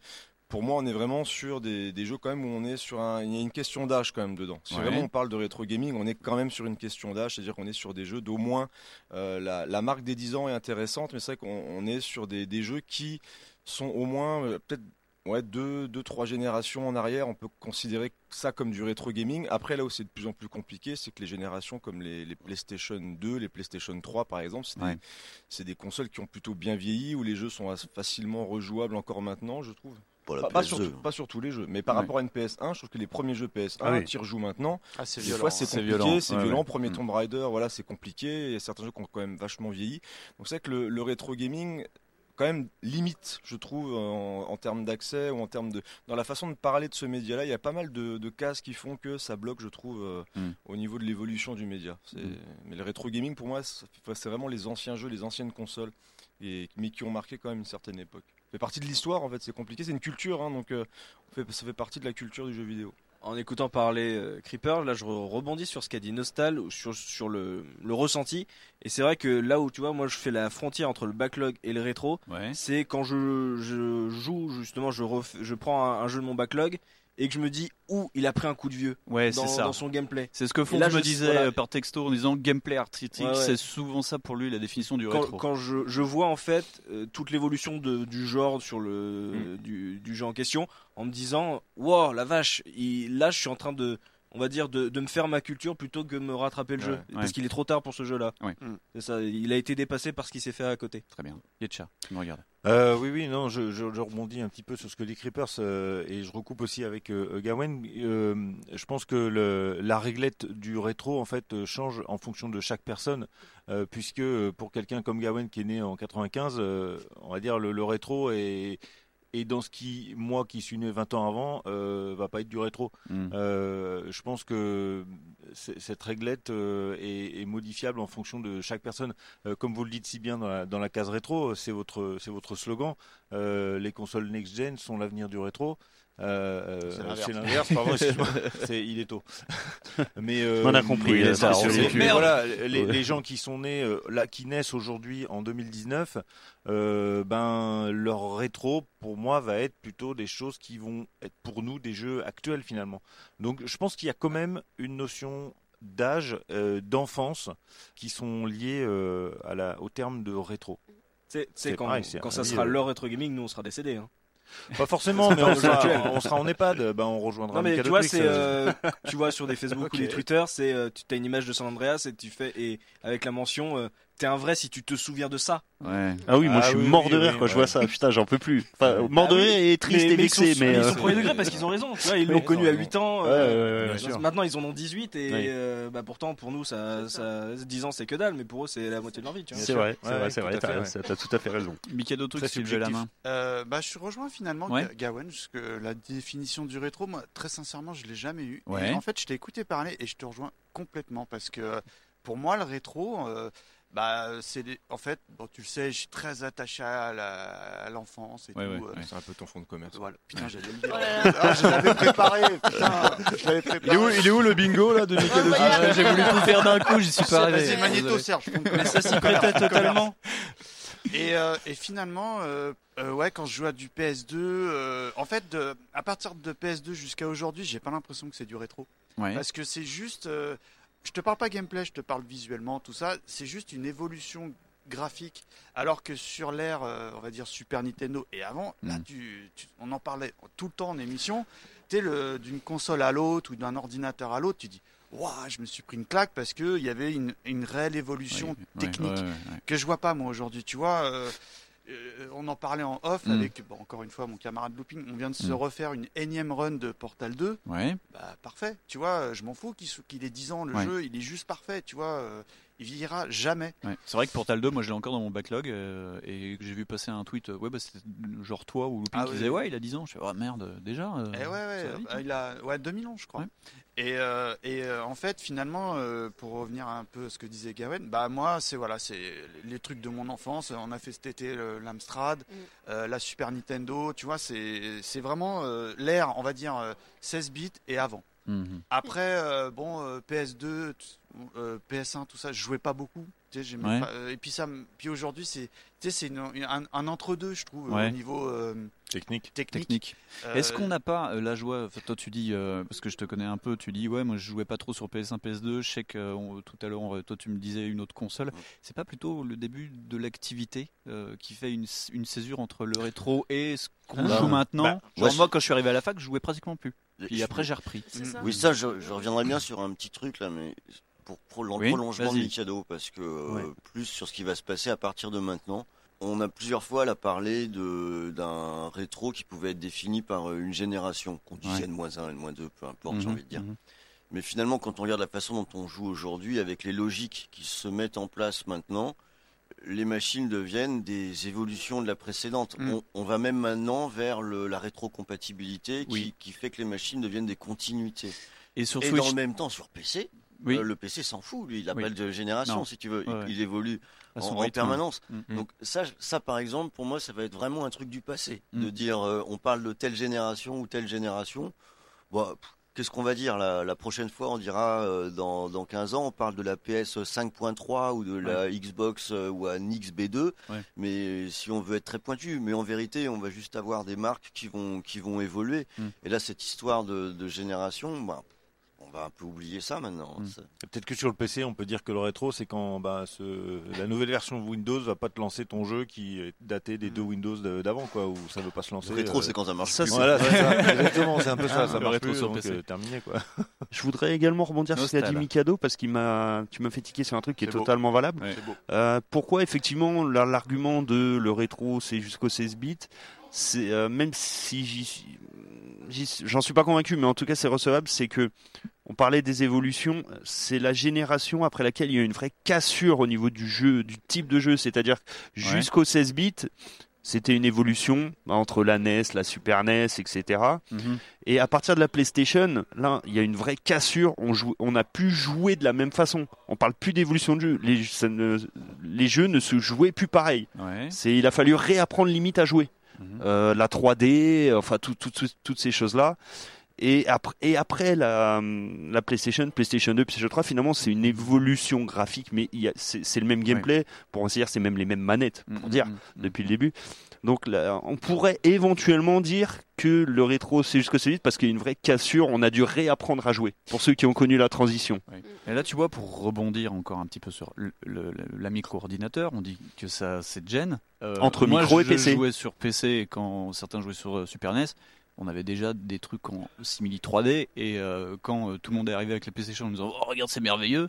L: pour moi, on est vraiment sur des, des jeux quand même où on est sur un, il y a une question d'âge quand même dedans. Si
J: Ouais.
L: vraiment on parle de rétro gaming, on est quand même sur une question d'âge, c'est-à-dire qu'on est sur des jeux d'au moins euh, la, la marque des 10 ans est intéressante, mais c'est vrai qu'on on est sur des, des jeux qui sont au moins euh, peut-être ouais, deux, deux, trois générations en arrière. On peut considérer ça comme du rétro gaming. Après, là où c'est de plus en plus compliqué, c'est que les générations comme les, les PlayStation 2, les PlayStation 3 par exemple, c'est des-
D: Ouais.
L: c'est des consoles qui ont plutôt bien vieilli, où les jeux sont assez facilement rejouables encore maintenant, je trouve.
G: Pas la
L: pas, pas
G: PS2.
L: sur, tout- pas sur tous les jeux, mais par
G: hein. Ouais.
L: rapport à une PS1, je trouve que les premiers jeux PS1
G: Ah oui.
L: qui rejouent maintenant,
K: Ah, c'est
L: des
K: violent,
L: fois
K: hein.
L: c'est
K: C'est
L: compliqué,
K: violent,
L: c'est
K: ouais,
L: violent.
K: ouais.
L: Premier
K: Mm.
L: Tomb Raider, voilà, c'est compliqué. Il y a certains jeux qui ont quand même vachement vieilli. Donc c'est vrai que le, le rétro gaming quand même limite, je trouve, en, en termes d'accès ou en termes de dans la façon de parler de ce média-là. Il y a pas mal de, de cases qui font que ça bloque, je trouve, euh,
D: Mm.
L: au niveau de l'évolution du média. C'est-
K: Mm.
L: Mais le rétro gaming, pour moi, c'est c'est vraiment les anciens jeux, les anciennes consoles, et, mais qui ont marqué quand même une certaine époque. Ça fait partie de l'histoire, en fait. C'est compliqué, c'est une culture, hein, donc euh, on fait- ça fait partie de la culture du jeu vidéo.
M: En écoutant parler euh, Creeper, là je re- rebondis sur ce qu'a dit Nostal, ou sur, sur le, le ressenti. Et c'est vrai que là où tu vois, moi je fais la frontière entre le backlog et le rétro, c'est quand je, je joue, justement, je, ref- je prends un, un jeu de mon backlog et que je me dis, ouh, il a pris un coup de vieux
D: Ouais,
M: dans,
D: c'est ça.
M: dans son gameplay.
D: C'est ce que
M: Et
D: Fons
M: là,
D: me
M: je-
D: disait
M: voilà.
D: euh, par texto en disant gameplay artistique,
M: Ouais, ouais.
D: c'est souvent ça pour lui la définition du
M: quand,
D: rétro.
M: quand je, je vois en fait euh, toute l'évolution de- du genre sur
D: Mm.
M: le du, du jeu en question en me disant wow la vache il- là je suis en train de on va dire de, de me faire ma culture plutôt que de me rattraper le
D: Ouais.
M: jeu parce
D: Ouais.
M: qu'il est trop tard pour ce jeu là
D: Ouais.
M: c'est ça il a été dépassé par ce qui s'est fait à côté
D: très bien Yetcha tu me regardes
J: Euh, oui, oui, non, je, je- je rebondis un petit peu sur ce que dit Creepers euh, et je recoupe aussi avec euh, Gawain. Euh, je pense que le- la réglette du rétro en fait euh, change en fonction de chaque personne, euh, puisque euh, pour quelqu'un comme Gawain qui est né en 95, euh, on va dire le, le rétro est et dans ce qui, moi qui suis né 20 ans avant, euh, va pas être du rétro.
N: Hmm.
D: Mm.
J: Euh, je pense que c- cette réglette euh, est, est modifiable en fonction de chaque personne. Euh, comme vous le dites si bien dans la, dans la case rétro, euh, c'est votre, c'est votre slogan. Euh, les consoles next-gen sont l'avenir du rétro. Euh,
L: C'est
J: euh,
L: l'inverse.
J: c'est l'inverse, pardon, excuse-moi. C'est- il est tôt. Mais, euh,
N: On a compris,
J: oui,
N: euh,
J: ça,
N: sur
J: on-
N: les
J: mais
N: culs.
J: voilà, les,
N: Ouais.
J: les gens qui sont nés, euh, là, qui naissent aujourd'hui en 2019, euh, ben leur rétro pour moi va être plutôt des choses qui vont être pour nous des jeux actuels finalement. Donc je pense qu'il y a quand même une notion d'âge, euh, d'enfance qui sont liées euh, à la, au terme de rétro.
M: c'est c'est quand,
J: pareil, c'est
M: quand ça
J: un-
N: euh,
J: euh,
M: sera leur rétro gaming nous on sera décédés hein.
J: Pas forcément, mais on sera, on sera en EHPAD, ben on rejoindra.
M: Non mais
J: Michael
M: tu vois,
J: Oakley,
M: c'est
J: ça-
M: euh, tu vois sur des Facebook
J: Ok.
M: ou des Twitter, c'est euh, tu as une image de San Andreas et tu fais et avec la mention euh, t'es un vrai si tu te souviens de ça.
N: Ah oui, moi
M: Ah
N: je suis
M: oui,
N: mort
M: oui,
N: de
M: oui,
N: rire quand je
M: ouais.
N: vois ça. Putain, j'en peux plus. Enfin, mort de
M: Ah oui,
N: rire et
M: mais-
N: triste et
M: mais ils
N: vexé,
M: sont-
N: mais.
M: Ils
N: euh,
M: sont au premier degré parce qu'ils ont raison. Tu vois, ils
N: Oui,
M: l'ont
N: ils
M: connu
N: ont
M: à
N: raison.
M: 8 ans.
N: Ouais,
M: euh,
N: ouais, ouais, bien sûr.
M: Maintenant, ils en ont 18 et
N: Oui.
M: euh, bah, pourtant, pour nous, ça, ça, 10 ans, c'est que dalle, mais pour eux, c'est la moitié de leur vie. tu vois.
N: C'est vrai, c'est
M: Ouais,
N: vrai, c'est
M: tout
N: vrai.
M: à fait,
N: T'as
M: ouais.
N: t'as- t'as tout à fait raison.
D: Mikado Truc,
N: Très
D: s'il levait la
N: subjectif.
D: main.
K: Euh, bah, je rejoins finalement
D: Ouais.
K: Ga- Gawen, parce que la définition du rétro, moi, très sincèrement, je l'ai jamais eu. Et
D: Ouais.
K: en fait, je t'ai écouté parler et je te rejoins complètement parce que pour moi, le rétro, euh, bah, c'est des- en fait, bon, tu le sais, je suis très attaché à la- à l'enfance et
L: Ouais,
K: tout.
L: ouais,
K: euh,
L: ouais. C'est un peu ton fond de commerce.
K: Voilà. Putain,
L: Ouais.
K: j'allais le dire.
L: Oh là là.
K: Ah, je l'avais préparé. Putain, je l'avais préparé.
L: Il est où- il est où le bingo, là, de Mickey Dozier
K: Ah, ouais,
D: J'ai voulu tout faire d'un coup, j'y suis
K: Je sais,
D: pas arrivé.
K: Vas-y, Magnéto,
D: Désolé.
K: Serge.
D: Mais ça s'y prêtait totalement.
K: Et, euh, et finalement, euh, euh, ouais, quand je joue à du PS2, euh, en fait, de- à partir de PS2 jusqu'à aujourd'hui, j'ai pas l'impression que c'est du rétro.
D: Ouais.
K: Parce que c'est juste, euh, je te parle pas gameplay, je te parle visuellement, tout ça. C'est juste une évolution graphique. Alors que sur l'ère, euh, on va dire Super Nintendo et avant, là,
D: Mm.
K: tu- tu- on en parlait tout le temps en émission. Tu sais, le- d'une console à l'autre ou d'un ordinateur à l'autre, tu dis. Waouh, je me suis pris une claque parce qu'il y avait une, une réelle évolution technique
D: ouais, ouais, ouais.
K: que je vois pas moi aujourd'hui. Tu vois, euh, euh, on en parlait en off
D: Mm.
K: avec, bon, encore une fois, mon camarade Looping. On vient de se
D: Mm.
K: refaire une énième run de Portal 2.
D: Ouais.
K: Bah, parfait, tu vois, euh, je m'en fous qu'il sou- qu'il ait 10 ans, le
D: Ouais.
K: jeu, il est juste parfait, tu vois, euh, il vieillira jamais.
D: Ouais. C'est vrai que Portal 2, moi je l'ai encore dans mon backlog euh, et que j'ai vu passer un tweet. euh, ouais, bah c'était genre toi ou Looping
K: Ah
D: qui
K: ouais.
D: disait ouais, il a 10 ans. Je fais oh merde, euh, déjà. euh,
K: Eh ouais, ouais,
D: ça va
K: euh,
D: vite,
K: bah,
D: hein.
K: il a ouais, 2011, je crois. Et, euh, et, euh, en fait, finalement, euh, pour revenir un peu à ce que disait Gawen, bah moi, c'est voilà, c'est les trucs de mon enfance. On a fait cet été le- l'Amstrad, euh, la Super Nintendo, tu vois, c'est c'est vraiment euh, l'ère, on va dire, euh, 16 bits et avant.
C: Mhm.
K: Après, euh, bon, euh, PS2, t- euh, PS1, tout ça, je jouais pas beaucoup. Tu sais, j'aimais
C: Ouais.
K: pas- euh, et puis ça, me- puis aujourd'hui, c'est, tu sais, c'est une- un, un entre-deux, je trouve,
D: Ouais.
K: au niveau euh,
J: technique.
K: Technique.
D: Est-ce
K: Euh,
D: qu'on n'a pas euh, la joie enfin, Toi, tu dis euh, parce que je te connais un peu. Tu dis ouais, moi je jouais pas trop sur PS1, PS2. Je sais que euh, on- tout à l'heure, on- toi, tu me disais une autre console. C'est pas plutôt le début de l'activité euh, qui fait une, s- une césure entre le rétro et ce qu'on
G: Bah,
D: joue maintenant
G: bah,
D: Genre,
G: ouais,
D: moi, quand je suis arrivé à la fac, je jouais pratiquement plus. Puis
G: Je- Mm.
D: après, j'ai repris.
G: Oui, ça, je, je reviendrai bien sur un petit truc là, mais pour pro- le
D: Oui,
G: prolongement de
D: vas-y.
G: Mikado, parce que euh,
D: Ouais.
G: plus sur ce qui va se passer à partir de maintenant. On a plusieurs fois là parlé de d'un rétro qui pouvait être défini par euh, une génération, qu'on disait
D: Ouais.
G: N-1, N-2, peu importe, j'ai
D: Mhm,
G: envie de dire.
D: mhm.
G: Mais finalement, quand on regarde la façon dont on joue aujourd'hui, avec les logiques qui se mettent en place maintenant, les machines deviennent des évolutions de la précédente.
D: Mm.
G: On, on va même maintenant vers le- la rétrocompatibilité qui,
D: Oui.
G: qui fait que les machines deviennent des continuités.
D: Et sur
G: dans
D: Switch-
G: le même temps, sur PC,
D: Oui.
G: euh, le PC s'en fout, lui, il n'a
D: Oui.
G: pas de génération,
D: Non.
G: si tu veux. Il,
D: Ouais.
G: il évolue
D: À
G: en,
D: son
G: en
D: rythme.
G: permanence.
D: Mm.
G: Donc ça, ça, par exemple, pour moi, ça va être vraiment un truc du passé.
D: Mm.
G: De dire, euh, on parle de telle génération ou telle génération. Bah, pff, Qu'est-ce qu'on va dire la, la prochaine fois On dira euh, dans, dans 15 ans, on parle de la PS 5.3 ou de la Xbox euh, One XB2.
D: Ouais.
G: Mais si on veut être très pointu, mais en vérité, on va juste avoir des marques qui vont, qui vont évoluer.
D: Mm.
G: Et là, cette histoire de, de génération, bah, on va un peu oublier ça maintenant. Ça-
J: Et Peut-être que sur le PC, on peut dire que le rétro, c'est quand bah, ce- la nouvelle version de Windows va pas te lancer ton jeu qui est daté des deux Windows de- d'avant, quoi, ou ça veut pas se lancer. euh,
G: Le rétro, c'est quand ça marche
J: Ça,
G: plus.
J: c'est- Voilà, c'est ça.
G: Ouais.
J: Exactement, c'est un peu
G: Ah,
J: ça. Ça
G: le
J: marche
G: rétro
J: plus,
G: sur
J: donc,
G: PC.
J: euh, terminé, quoi.
N: Je voudrais également rebondir sur ce qu'a dit
J: Nostal.
N: Mikado parce qu'il m'a, tu m'as fait tiquer sur un truc qui est,
J: C'est beau.
N: totalement valable.
J: Ouais. C'est beau.
N: Euh, pourquoi effectivement la- l'argument de le rétro c'est jusqu'au 16 bits, c'est euh, même si j'y suis- j'y suis- j'en suis pas convaincu, mais en tout cas c'est recevable, c'est que on parlait des évolutions, c'est la génération après laquelle il y a une vraie cassure au niveau du jeu, du type de jeu, c'est-à-dire jusqu'au 16 bits. C'était une évolution bah, entre la NES, la Super E NES, etc.
D: Mhm.
N: Et à partir de la PlayStation, là, il y a une vraie cassure. On joue, on a pu jouer de la même façon. On parle plus d'évolution de jeu. Les, ça ne- les jeux ne se jouaient plus pareil. C'est, il a fallu réapprendre limite à jouer. Euh, la 3D, enfin tout- tout- tout- toutes ces choses-là. Et après, et après la, la PlayStation, PlayStation 2, PlayStation 3, finalement, c'est une évolution graphique, mais il y a- c'est c'est le même gameplay. Pour ainsi dire, c'est même les mêmes manettes, pour dire, depuis le début. Donc là, on pourrait éventuellement dire que le rétro, c'est jusqu'au solide parce qu'il y a une vraie cassure. On a dû réapprendre à jouer, pour ceux qui ont connu la transition.
D: Et là, tu vois, pour rebondir encore un petit peu sur le- le- l'ami coordinateur, on dit que ça, c'est de gêne. Euh,
N: Entre
D: moi,
N: micro et
D: je
N: PC.
D: jouais sur PC et quand certains jouaient sur euh, Super NES. On avait déjà des trucs en simili 3D et euh, quand euh, tout le monde est arrivé avec la PlayStation en disant oh regarde c'est merveilleux,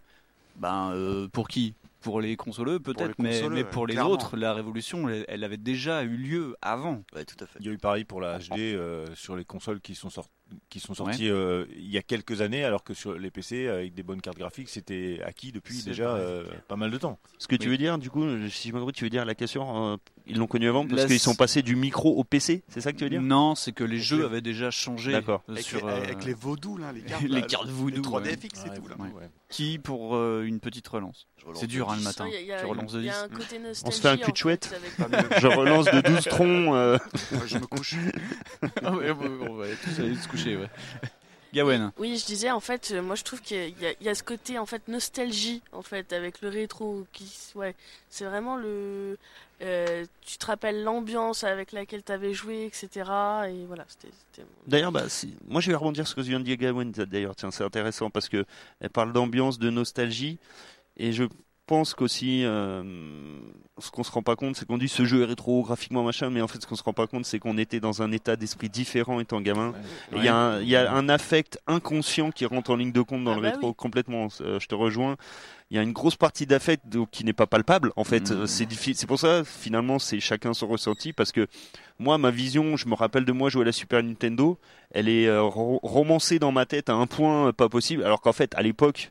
D: ben euh, pour qui Pour les consoleux peut-être,
J: les
D: mais,
J: consoleux,
D: mais pour
J: ouais,
D: les
J: clairement.
D: autres la révolution elle, elle avait déjà eu lieu avant.
J: Il y a eu pareil pour la HD euh, sur les consoles qui sont, sorties qui sont sorties
D: Ouais.
J: euh, il y a quelques années, alors que sur les PC, avec des bonnes cartes graphiques, c'était acquis depuis
N: C'est
J: déjà
N: vrai.
J: euh, pas mal de temps.
N: Ce que tu veux dire, du coup, euh, si je me trompe, tu veux dire la cassure, euh, ils l'ont connu avant parce
D: La-
N: qu'ils sont passés du micro au PC, c'est ça que tu veux dire
D: Non, c'est que les jeux avaient déjà changé.
N: D'accord.
D: euh,
K: Avec,
D: sur,
K: les,
D: euh,
K: avec les vaudous, là, les cartes,
D: les
K: là,
D: cartes
K: les
D: voodoo,
K: 3D
D: ouais.
K: fixe et tout, là.
D: Ouais.
K: Ouais.
D: Qui pour euh, une petite relance.
K: relance
D: C'est dur hein, le
K: de
D: matin.
E: Il y a- il y a-
D: tu relances de
E: il y a
D: 10.
E: un côté
N: On se fait un
E: nostalgie,
N: cul
E: en
N: de chouette.
E: fait, ça va
N: Je relance de 12 troncs. euh.
D: Ah ouais, on va- on va tous aller se coucher, ouais. Gawen.
E: Oui, je disais en fait, euh, moi je trouve qu'il y a- il y, a- il y a ce côté en fait nostalgie en fait avec le rétro qui, s- ouais, c'est vraiment le, euh, tu te rappelles l'ambiance avec laquelle t'avais joué, etc. Et voilà, c'était. c'était-
N: D'ailleurs, bah, si- moi je vais rebondir sur ce que vient de dire Gawain. D'ailleurs, tiens, c'est intéressant parce que elle parle d'ambiance, de nostalgie, et je pense qu'aussi, euh, ce qu'on se rend pas compte, c'est qu'on dit ce jeu est rétro, graphiquement machin, mais en fait, ce qu'on se rend pas compte, c'est qu'on était dans un état d'esprit différent étant gamin. Et Il y, a un- il y a un affect inconscient qui rentre en ligne de compte dans
E: Ah
N: le
E: bah
N: rétro
E: oui.
N: complètement. euh, je te rejoins. Il y a une grosse partie d'affect donc, qui n'est pas palpable. En fait, Euh, c'est diffi- C'est pour ça finalement, c'est chacun son ressenti parce que moi, ma vision, je me rappelle de moi jouer à la Super Nintendo. Elle est euh, ro- romancée dans ma tête à un point euh, pas possible. Alors qu'en fait, à l'époque.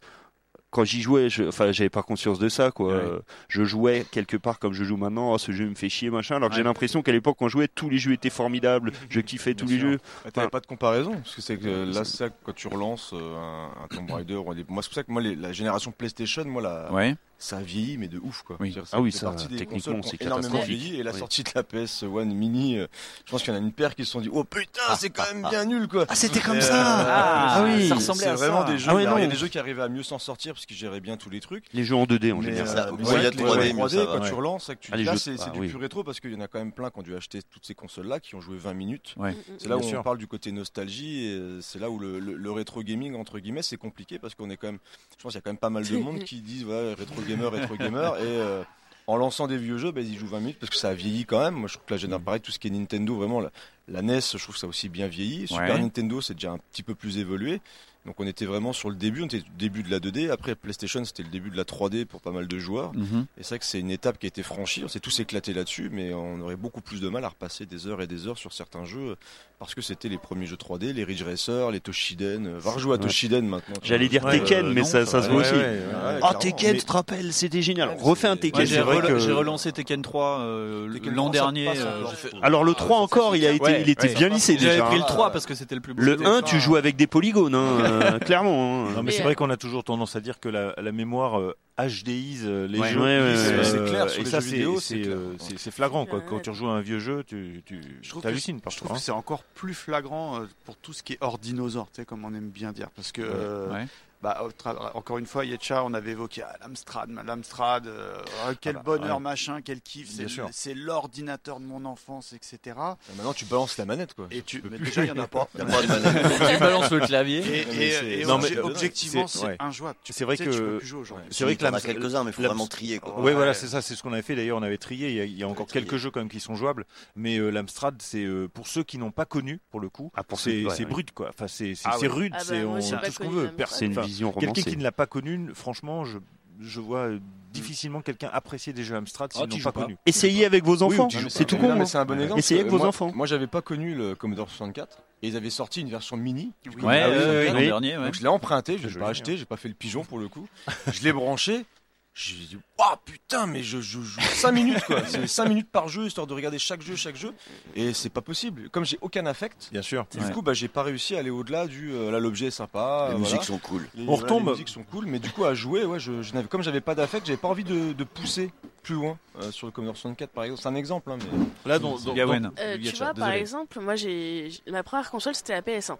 N: Quand j'y jouais, je, enfin, j'avais pas conscience de ça, quoi. Euh, Je jouais quelque part comme je joue maintenant. Oh, ce jeu me fait chier, machin. Alors que j'ai
L: Ouais.
N: l'impression qu'à l'époque, quand je jouais, tous les jeux étaient formidables. Je kiffais tous les jeux.
L: Bah, T'avais
N: Enfin,
L: pas de comparaison, parce que c'est que euh, là, ça, quand tu relances euh, un, un Tomb Raider, ou un des- moi c'est pour ça que moi les- la génération PlayStation, moi la,
D: Ouais.
L: ça vieillit mais de ouf quoi. C'est-à-dire,
N: Ah oui,
L: fait
N: ça,
L: partie des
N: techniquement,
L: consoles qui ont
N: c'est
L: énormément
N: catastrophique.
L: vieilli, et la
N: Oui.
L: sortie de la PS 1 Mini, euh, je pense qu'il y en a une paire qui se sont dit oh putain c'est quand même bien nul quoi.
N: Ah, c'était comme
L: Et,
N: ça Ah,
L: ouais,
N: oui.
L: c'est-
N: ça ressemblait
L: c'est
N: à ça.
L: vraiment des jeux.
N: Ah ouais,
L: alors, il y a
N: non.
L: des jeux qui arrivaient à mieux s'en sortir parce qu'ils géraient bien tous les trucs.
N: Les jeux en 2D en
L: Mais,
N: général.
L: euh,
N: Ouais,
L: ouais, il y a
N: les
L: 3D,
N: jeux en 3D,
L: quand
N: ouais.
L: tu relances, là, que tu
N: Ah,
L: dis,
N: les
L: là
N: jeux-
L: c'est c'est
N: ah,
L: du
N: oui.
L: pur rétro parce qu'il y en a quand même plein qui ont dû acheter toutes ces consoles là qui ont joué 20 minutes.
N: Ouais.
L: C'est là où
N: Bien sûr.
L: on parle du côté nostalgie et euh, c'est là où le, le- le rétro gaming entre guillemets c'est compliqué parce qu'on est quand même, je pense qu'il y a quand même pas mal de monde qui disent ouais, rétro gamer, rétro gamer et euh, en lançant des vieux jeux, ben, ils y jouent 20 minutes parce que ça a vieilli quand même. Moi, je trouve que la
N: Mm.
L: génération, pareil, tout ce qui est Nintendo, vraiment, la, la NES, je trouve que ça a aussi bien vieilli. Super
D: Ouais.
L: Nintendo, c'est déjà un petit peu plus évolué. Donc, on était vraiment sur le début, on était au début de la 2D. Après, PlayStation, c'était le début de la 3D pour pas mal de joueurs.
D: Mhm.
L: Et c'est vrai que c'est une étape qui a été franchie. On s'est tous éclatés là-dessus, mais on aurait beaucoup plus de mal à repasser des heures et des heures sur certains jeux euh, parce que c'était les premiers jeux 3D, les Ridge Racer, les Toshiden. Euh, Va rejouer à
N: Ouais.
L: Toshiden maintenant.
N: J'allais dire
L: Ouais,
N: Tekken,
L: euh,
N: mais
L: non,
N: ça, ça se voit
L: ouais,
N: aussi.
L: ouais, ouais,
N: oh,
L: clairement.
N: Tekken,
L: Mais-
N: tu te rappelles, c'était génial. Refais un Tekken.
D: Ouais, j'ai
N: C'est vrai
D: rela-
N: que-
D: j'ai relancé Tekken 3 euh, l'an dernier. euh, j'ai fait-
N: Alors le 3 encore, il a été,
D: Ouais,
N: il était
D: ouais.
N: bien lissé déjà.
D: J'avais pris le
N: hein.
D: 3 parce que c'était le plus beau.
N: Le 1, tu joues avec des polygones, hein, euh, clairement. hein.
J: Non, mais c'est vrai qu'on a toujours tendance à dire que la, la mémoire euh, HDise euh, les
N: Ouais,
J: jeux.
N: ouais, ouais,
J: euh,
N: ouais.
J: c'est clair, sur
N: Et
J: les
N: ça,
J: jeux
N: c'est-
J: vidéo,
N: c'est
J: c'est
N: clair.
J: euh, c'est- c'est flagrant. Quoi. Quand tu rejoues à un vieux jeu, tu, tu,
K: Je trouve que
J: hallucines
K: c'est- je trouve que c'est encore plus flagrant euh, pour tout ce qui est hors dinosaure, tu sais, comme on aime bien dire. Parce que,
J: Ouais.
K: euh,
J: Ouais.
K: bah, au tra- encore une fois, Yetcha, on avait évoqué ah, l'Amstrad, ma- l'Amstrad, euh, ah, quel
L: Ah bah,
K: bonheur,
L: ouais.
K: machin, quel kiff, c'est
L: Bien sûr.
K: le- c'est l'ordinateur de mon enfance, etc.
L: Et Bah, Maintenant, tu balances la manette, quoi.
K: Et tu,
L: peux
K: mais
L: plus.
K: déjà, il n'y en a pas.
L: Il y a pas de manette.
K: Tu balances le clavier. Et-
L: Non,
K: et-
L: mais
K: et
L: c'est-
K: obje-
L: non, mais-
K: objectivement, c'est
J: euh, ouais.
K: injouable. Tu-
J: C'est vrai
K: tu
J: que
K: sais, tu peux plus jouer aujourd'hui.
J: C'est vrai que
K: Il y en a
J: la-
K: quelques-uns, mais faut
J: la-
K: vraiment trier, quoi.
J: Ouais, voilà,
K: Ouais.
J: c'est ça, c'est ce qu'on avait fait d'ailleurs. On avait trié. Il y a, il y a encore quelques jeux quand même qui sont jouables, mais euh, l'Amstrad, c'est euh, pour ceux qui n'ont pas connu pour le coup. c'est
N: Ah, ceux- ouais,
J: c'est
N: ouais.
J: brut quoi. Enfin, c'est c'est
N: Ah
J: c'est
N: ouais.
J: rude,
N: Ah bah,
J: c'est
N: moi,
J: on-
N: j'ai pas
J: tout ce qu'on
N: connu
J: veut.
N: l'Amstrad.
J: Personne-
N: C'est une
J: enfin,
N: vision
J: Quelqu'un
N: romancée.
J: qui ne l'a pas connu, franchement, je je vois euh, difficilement quelqu'un apprécier des jeux Amstrad s'ils
N: Ah, t'y
J: n'ont
N: joues
J: pas
N: pas.
J: connu.
N: Essayez avec vos enfants,
L: tu joues
N: c'est
L: pas.
N: tout
L: Ah, Mais
N: con,
L: non, mais
N: hein.
L: c'est un bon
N: Ouais.
L: exemple.
N: Essayez
L: Euh,
N: avec vos
L: moi-
N: enfants.
L: Moi, j'avais pas connu le Commodore 64 et ils avaient sorti une version mini. du
N: Ouais,
L: Commodore.
N: ouais,
L: Ah
N: ouais,
L: l'an
N: oui.
L: dernier, ouais. Ah, hein. Donc, je l'ai emprunté, je l'ai pas
N: joli,
L: acheté, j'ai pas fait le pigeon pour le coup. Je l'ai branché. J'ai dit, waouh putain, mais je je joue 5 minutes quoi. C'est 5 minutes par jeu histoire de regarder chaque jeu, chaque jeu. Et c'est pas possible. Comme j'ai aucun affect,
J: bien sûr.
L: Du
J: Ouais.
L: coup, bah, j'ai pas réussi à aller au-delà du euh, là, l'objet est sympa.
J: Les
L: euh,
J: musiques
L: voilà.
J: sont cool.
L: Les-
J: On
L: voilà,
J: retombe.
L: Les musiques sont cool, mais du coup, à jouer, ouais, je, je n'avais, comme j'avais pas d'affect, j'avais pas envie de, de pousser plus loin euh, sur le Commodore 64 par exemple. C'est un exemple, hein, mais.
J: Là, dans- dans- Gawen. dans-
E: Euh, tu vois, par exemple, moi, j'ai j'- ma première console, c'était la PS1.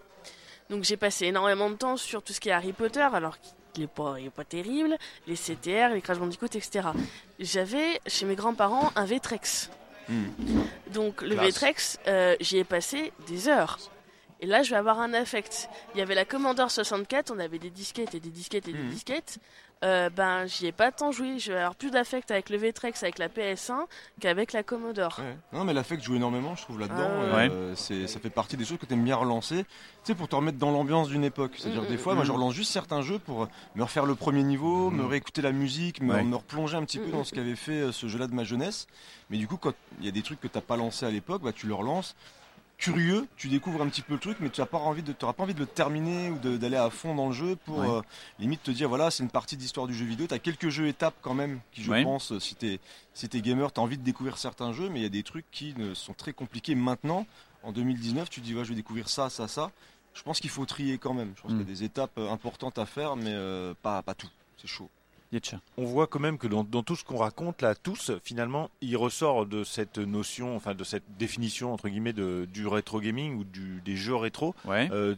E: Donc j'ai passé énormément de temps sur tout ce qui est Harry Potter, alors qu'il est pas, il est pas terrible, les CTR, les Crash Bandicoot, etc. J'avais chez mes grands-parents un Vtrex. E Donc le
B: Classe.
E: Vtrex, euh, j'y ai passé des heures. Et là, je vais avoir un affect. Il y avait la Commodore 64, on avait des disquettes et des disquettes et des
B: Mhm.
E: disquettes. Euh, ben, j'y ai pas tant joué. Je vais avoir plus d'affect avec le Vtrex, E avec la PS1, qu'avec la Commodore.
L: Non, mais l'affect joue énormément, je trouve, là-dedans.
E: Ah ouais.
L: Euh, c'est- ça fait partie des choses que t'aimes bien relancer, tu sais, pour te remettre dans l'ambiance d'une époque. C'est-à-dire,
E: Mm,
L: des
E: mm,
L: fois, moi,
E: mm.
L: je relance juste certains jeux pour me refaire le premier niveau, me réécouter la musique, me,
J: Ouais.
L: me replonger un petit peu
J: Mm,
L: dans
J: mm.
L: ce qu'avait fait euh, ce jeu-là de ma jeunesse. Mais du coup, quand il y a des trucs que t'as pas lancé à l'époque, bah, tu le relances. Curieux, tu découvres un petit peu le truc, mais tu n'auras pas envie de, t'auras pas envie de le terminer ou de- d'aller à fond dans le jeu pour
J: Ouais.
L: euh, limite te dire voilà, c'est une partie d'histoire du jeu vidéo. T'as quelques jeux étapes quand même qui, je
J: Ouais.
L: pense, euh, si t'es si t'es gamer, t'as envie de découvrir certains jeux, mais il y a des trucs qui ne sont très compliqués maintenant. En 2019, tu te dis ouais, je vais découvrir ça, ça, ça. Je pense qu'il faut trier quand même. Je pense
J: Mm.
L: qu'il y a des étapes euh, importantes à faire, mais euh, pas pas tout. C'est chaud.
J: on voit quand même que dans, dans tout ce qu'on raconte là, tous, finalement, il ressort de cette notion, enfin de cette définition entre guillemets de, du rétro gaming ou du, des jeux rétro, euh,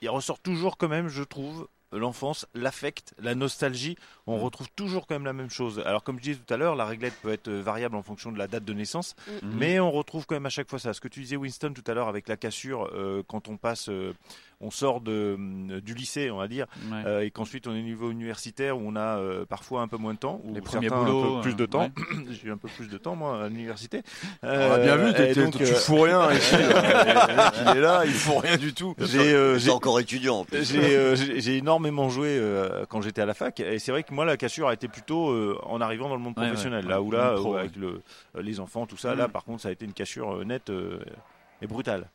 J: il ressort toujours quand même, je trouve, l'enfance, l'affect, la nostalgie. On retrouve toujours quand même la même chose. Alors comme je disais tout à l'heure, la réglette peut être variable en fonction de la date de naissance,
L: Mm.
J: mais on retrouve quand même à chaque fois ça. Ce que tu disais Winston tout à l'heure avec la cassure, euh, quand on passe, euh, on sort de, euh, du lycée, on va dire,
D: Ouais.
J: euh, et qu'ensuite on est au niveau universitaire où on a euh, parfois un peu moins de temps, ou
D: Les premiers
J: certains un
D: boulots,
J: peu plus de
D: euh,
J: temps.
D: ouais.
J: J'ai eu un peu plus de temps moi à l'université. Euh,
L: On l'a bien vu, t'étais- tu fous rien, ici, là. Le mec, il est là, il fout rien du tout.
J: J'ai euh,
L: T'es
J: j'ai-
L: encore étudiant, en plus.
J: J'ai euh, j'ai- j'ai énormément joué euh, quand j'étais à la fac, et c'est vrai que moi la cassure a été plutôt euh, en arrivant dans le monde
L: Ouais,
J: professionnel,
L: ouais.
J: là où là
L: Le pro,
J: où
L: ouais. Mm.
J: avec le- euh, les enfants tout ça, là par contre ça a été une cassure euh, nette euh, et brutale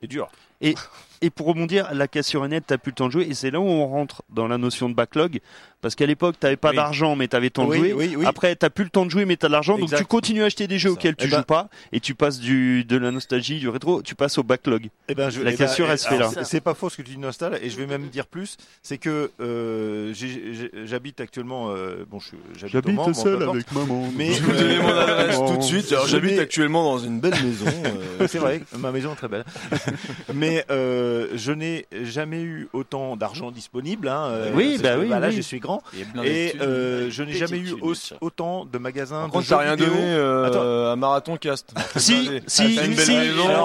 J: et dure.
N: Et, et pour rebondir, la cassure est nette, t'as plus le temps de jouer, et c'est là où on rentre dans la notion de backlog, parce qu'à l'époque, t'avais pas
J: Oui.
N: d'argent, mais t'avais le temps
J: Oui,
N: de jouer.
J: oui, oui.
N: Après, t'as plus le temps de jouer, mais t'as de l'argent, donc
J: Exact.
N: tu continues à acheter des jeux auxquels tu
J: Eh
N: joues
J: ben-
N: pas, et tu passes du, de la nostalgie, du rétro, tu passes au backlog.
J: Eh ben, je-
N: la
J: eh ben,
N: cassure,
J: eh,
N: elle se fait
J: alors,
N: là.
J: c'est- C'est pas faux ce que tu dis, Nostal, et je vais même dire plus. C'est que euh, j'ai- j'ai- j'habite actuellement. euh, bon, je suis- j'habite au
L: J'habite
J: Mans, bon,
L: seul
J: peu importe.
L: avec maman.
J: Mais
L: Je vais vous donner mon adresse
N: euh,
L: tout de suite. Alors,
J: Je
L: j'habite
J: n'ai-
L: actuellement dans une belle maison, euh,
J: c'est vrai, ma maison est très belle. mais euh, je n'ai jamais eu autant d'argent disponible. hein, euh,
N: Oui,
J: parce
N: bah
J: que,
N: oui,
J: Là,
N: oui.
J: je suis grand
N: Il est blindé de
J: et
N: thunes.
J: euh, je n'ai jamais eu
L: Petite
J: aussi- autant de magasins.
L: Par
J: de
L: contre,
J: jeux
L: t'as rien
J: vidéo.
L: donné euh,
J: Attends,
L: à Marathon Cast.
N: Si,
L: Allez.
N: si,
L: Ah, t'as une belle
N: si.
L: raison.
N: Ah,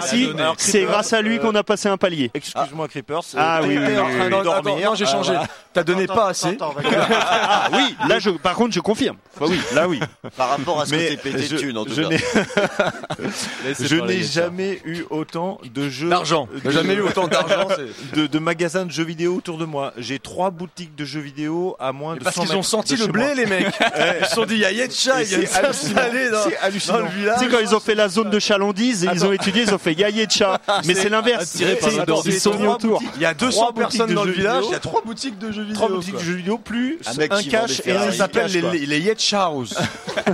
L: Donné,
N: si,
L: donné. Alors,
N: c'est
L: Creepers,
N: grâce à lui
L: euh,
N: qu'on a passé un palier.
J: Excuse-moi, Creepers.
N: Ah
L: euh,
N: oui, oui,
L: t'étais en
N: oui,
L: train
N: oui.
L: de Attends, dormir. non, j'ai Ah, changé. voilà. T'as donné Attends, pas assez. attends, on va-
N: ah oui, là, je, par contre, je confirme. Bah oui, là, oui.
G: Par rapport à ce
J: Mais
G: que t'es pété
J: je-
G: de thunes, en tout
J: je
G: cas.
J: n'ai-
G: Laissez
J: je
G: parler,
J: n'ai
G: Gaëtan.
J: jamais eu autant de jeux.
L: D'argent.
J: de-
L: Jamais eu autant d'argent, c'est-
J: De, de magasins de jeux vidéo autour de moi. J'ai trois boutiques de jeux vidéo à moins de
L: parce
J: 100
L: qu'ils ont
J: mètres
L: senti
J: de
L: le
J: chez
L: blé,
J: moi.
L: les mecs.
J: Ouais.
L: Eh, Ils se sont dit, il y a Yetcha,
J: Et
L: il vient
J: c'est
L: de s'installer
J: hallucinant.
L: dans-
J: C'est hallucinant.
L: dans le village.
N: Tu sais, quand ils ont fait la zone de chalandise, ils ont étudié, ils ont fait Yaya de chat. Mais c'est l'inverse.
L: Ah, Attiré par
N: C'est-
L: l'odeur
N: Ils
L: des
N: sont
L: trois
N: mis autour.
L: boutiques. Il y a 200 personnes dans le village, il y a 3 boutiques de jeux vidéo.
J: Trois boutiques de jeux vidéo, plus un, cash, et
L: ça
J: ça
L: s'appelle les, les, les Yetcha House.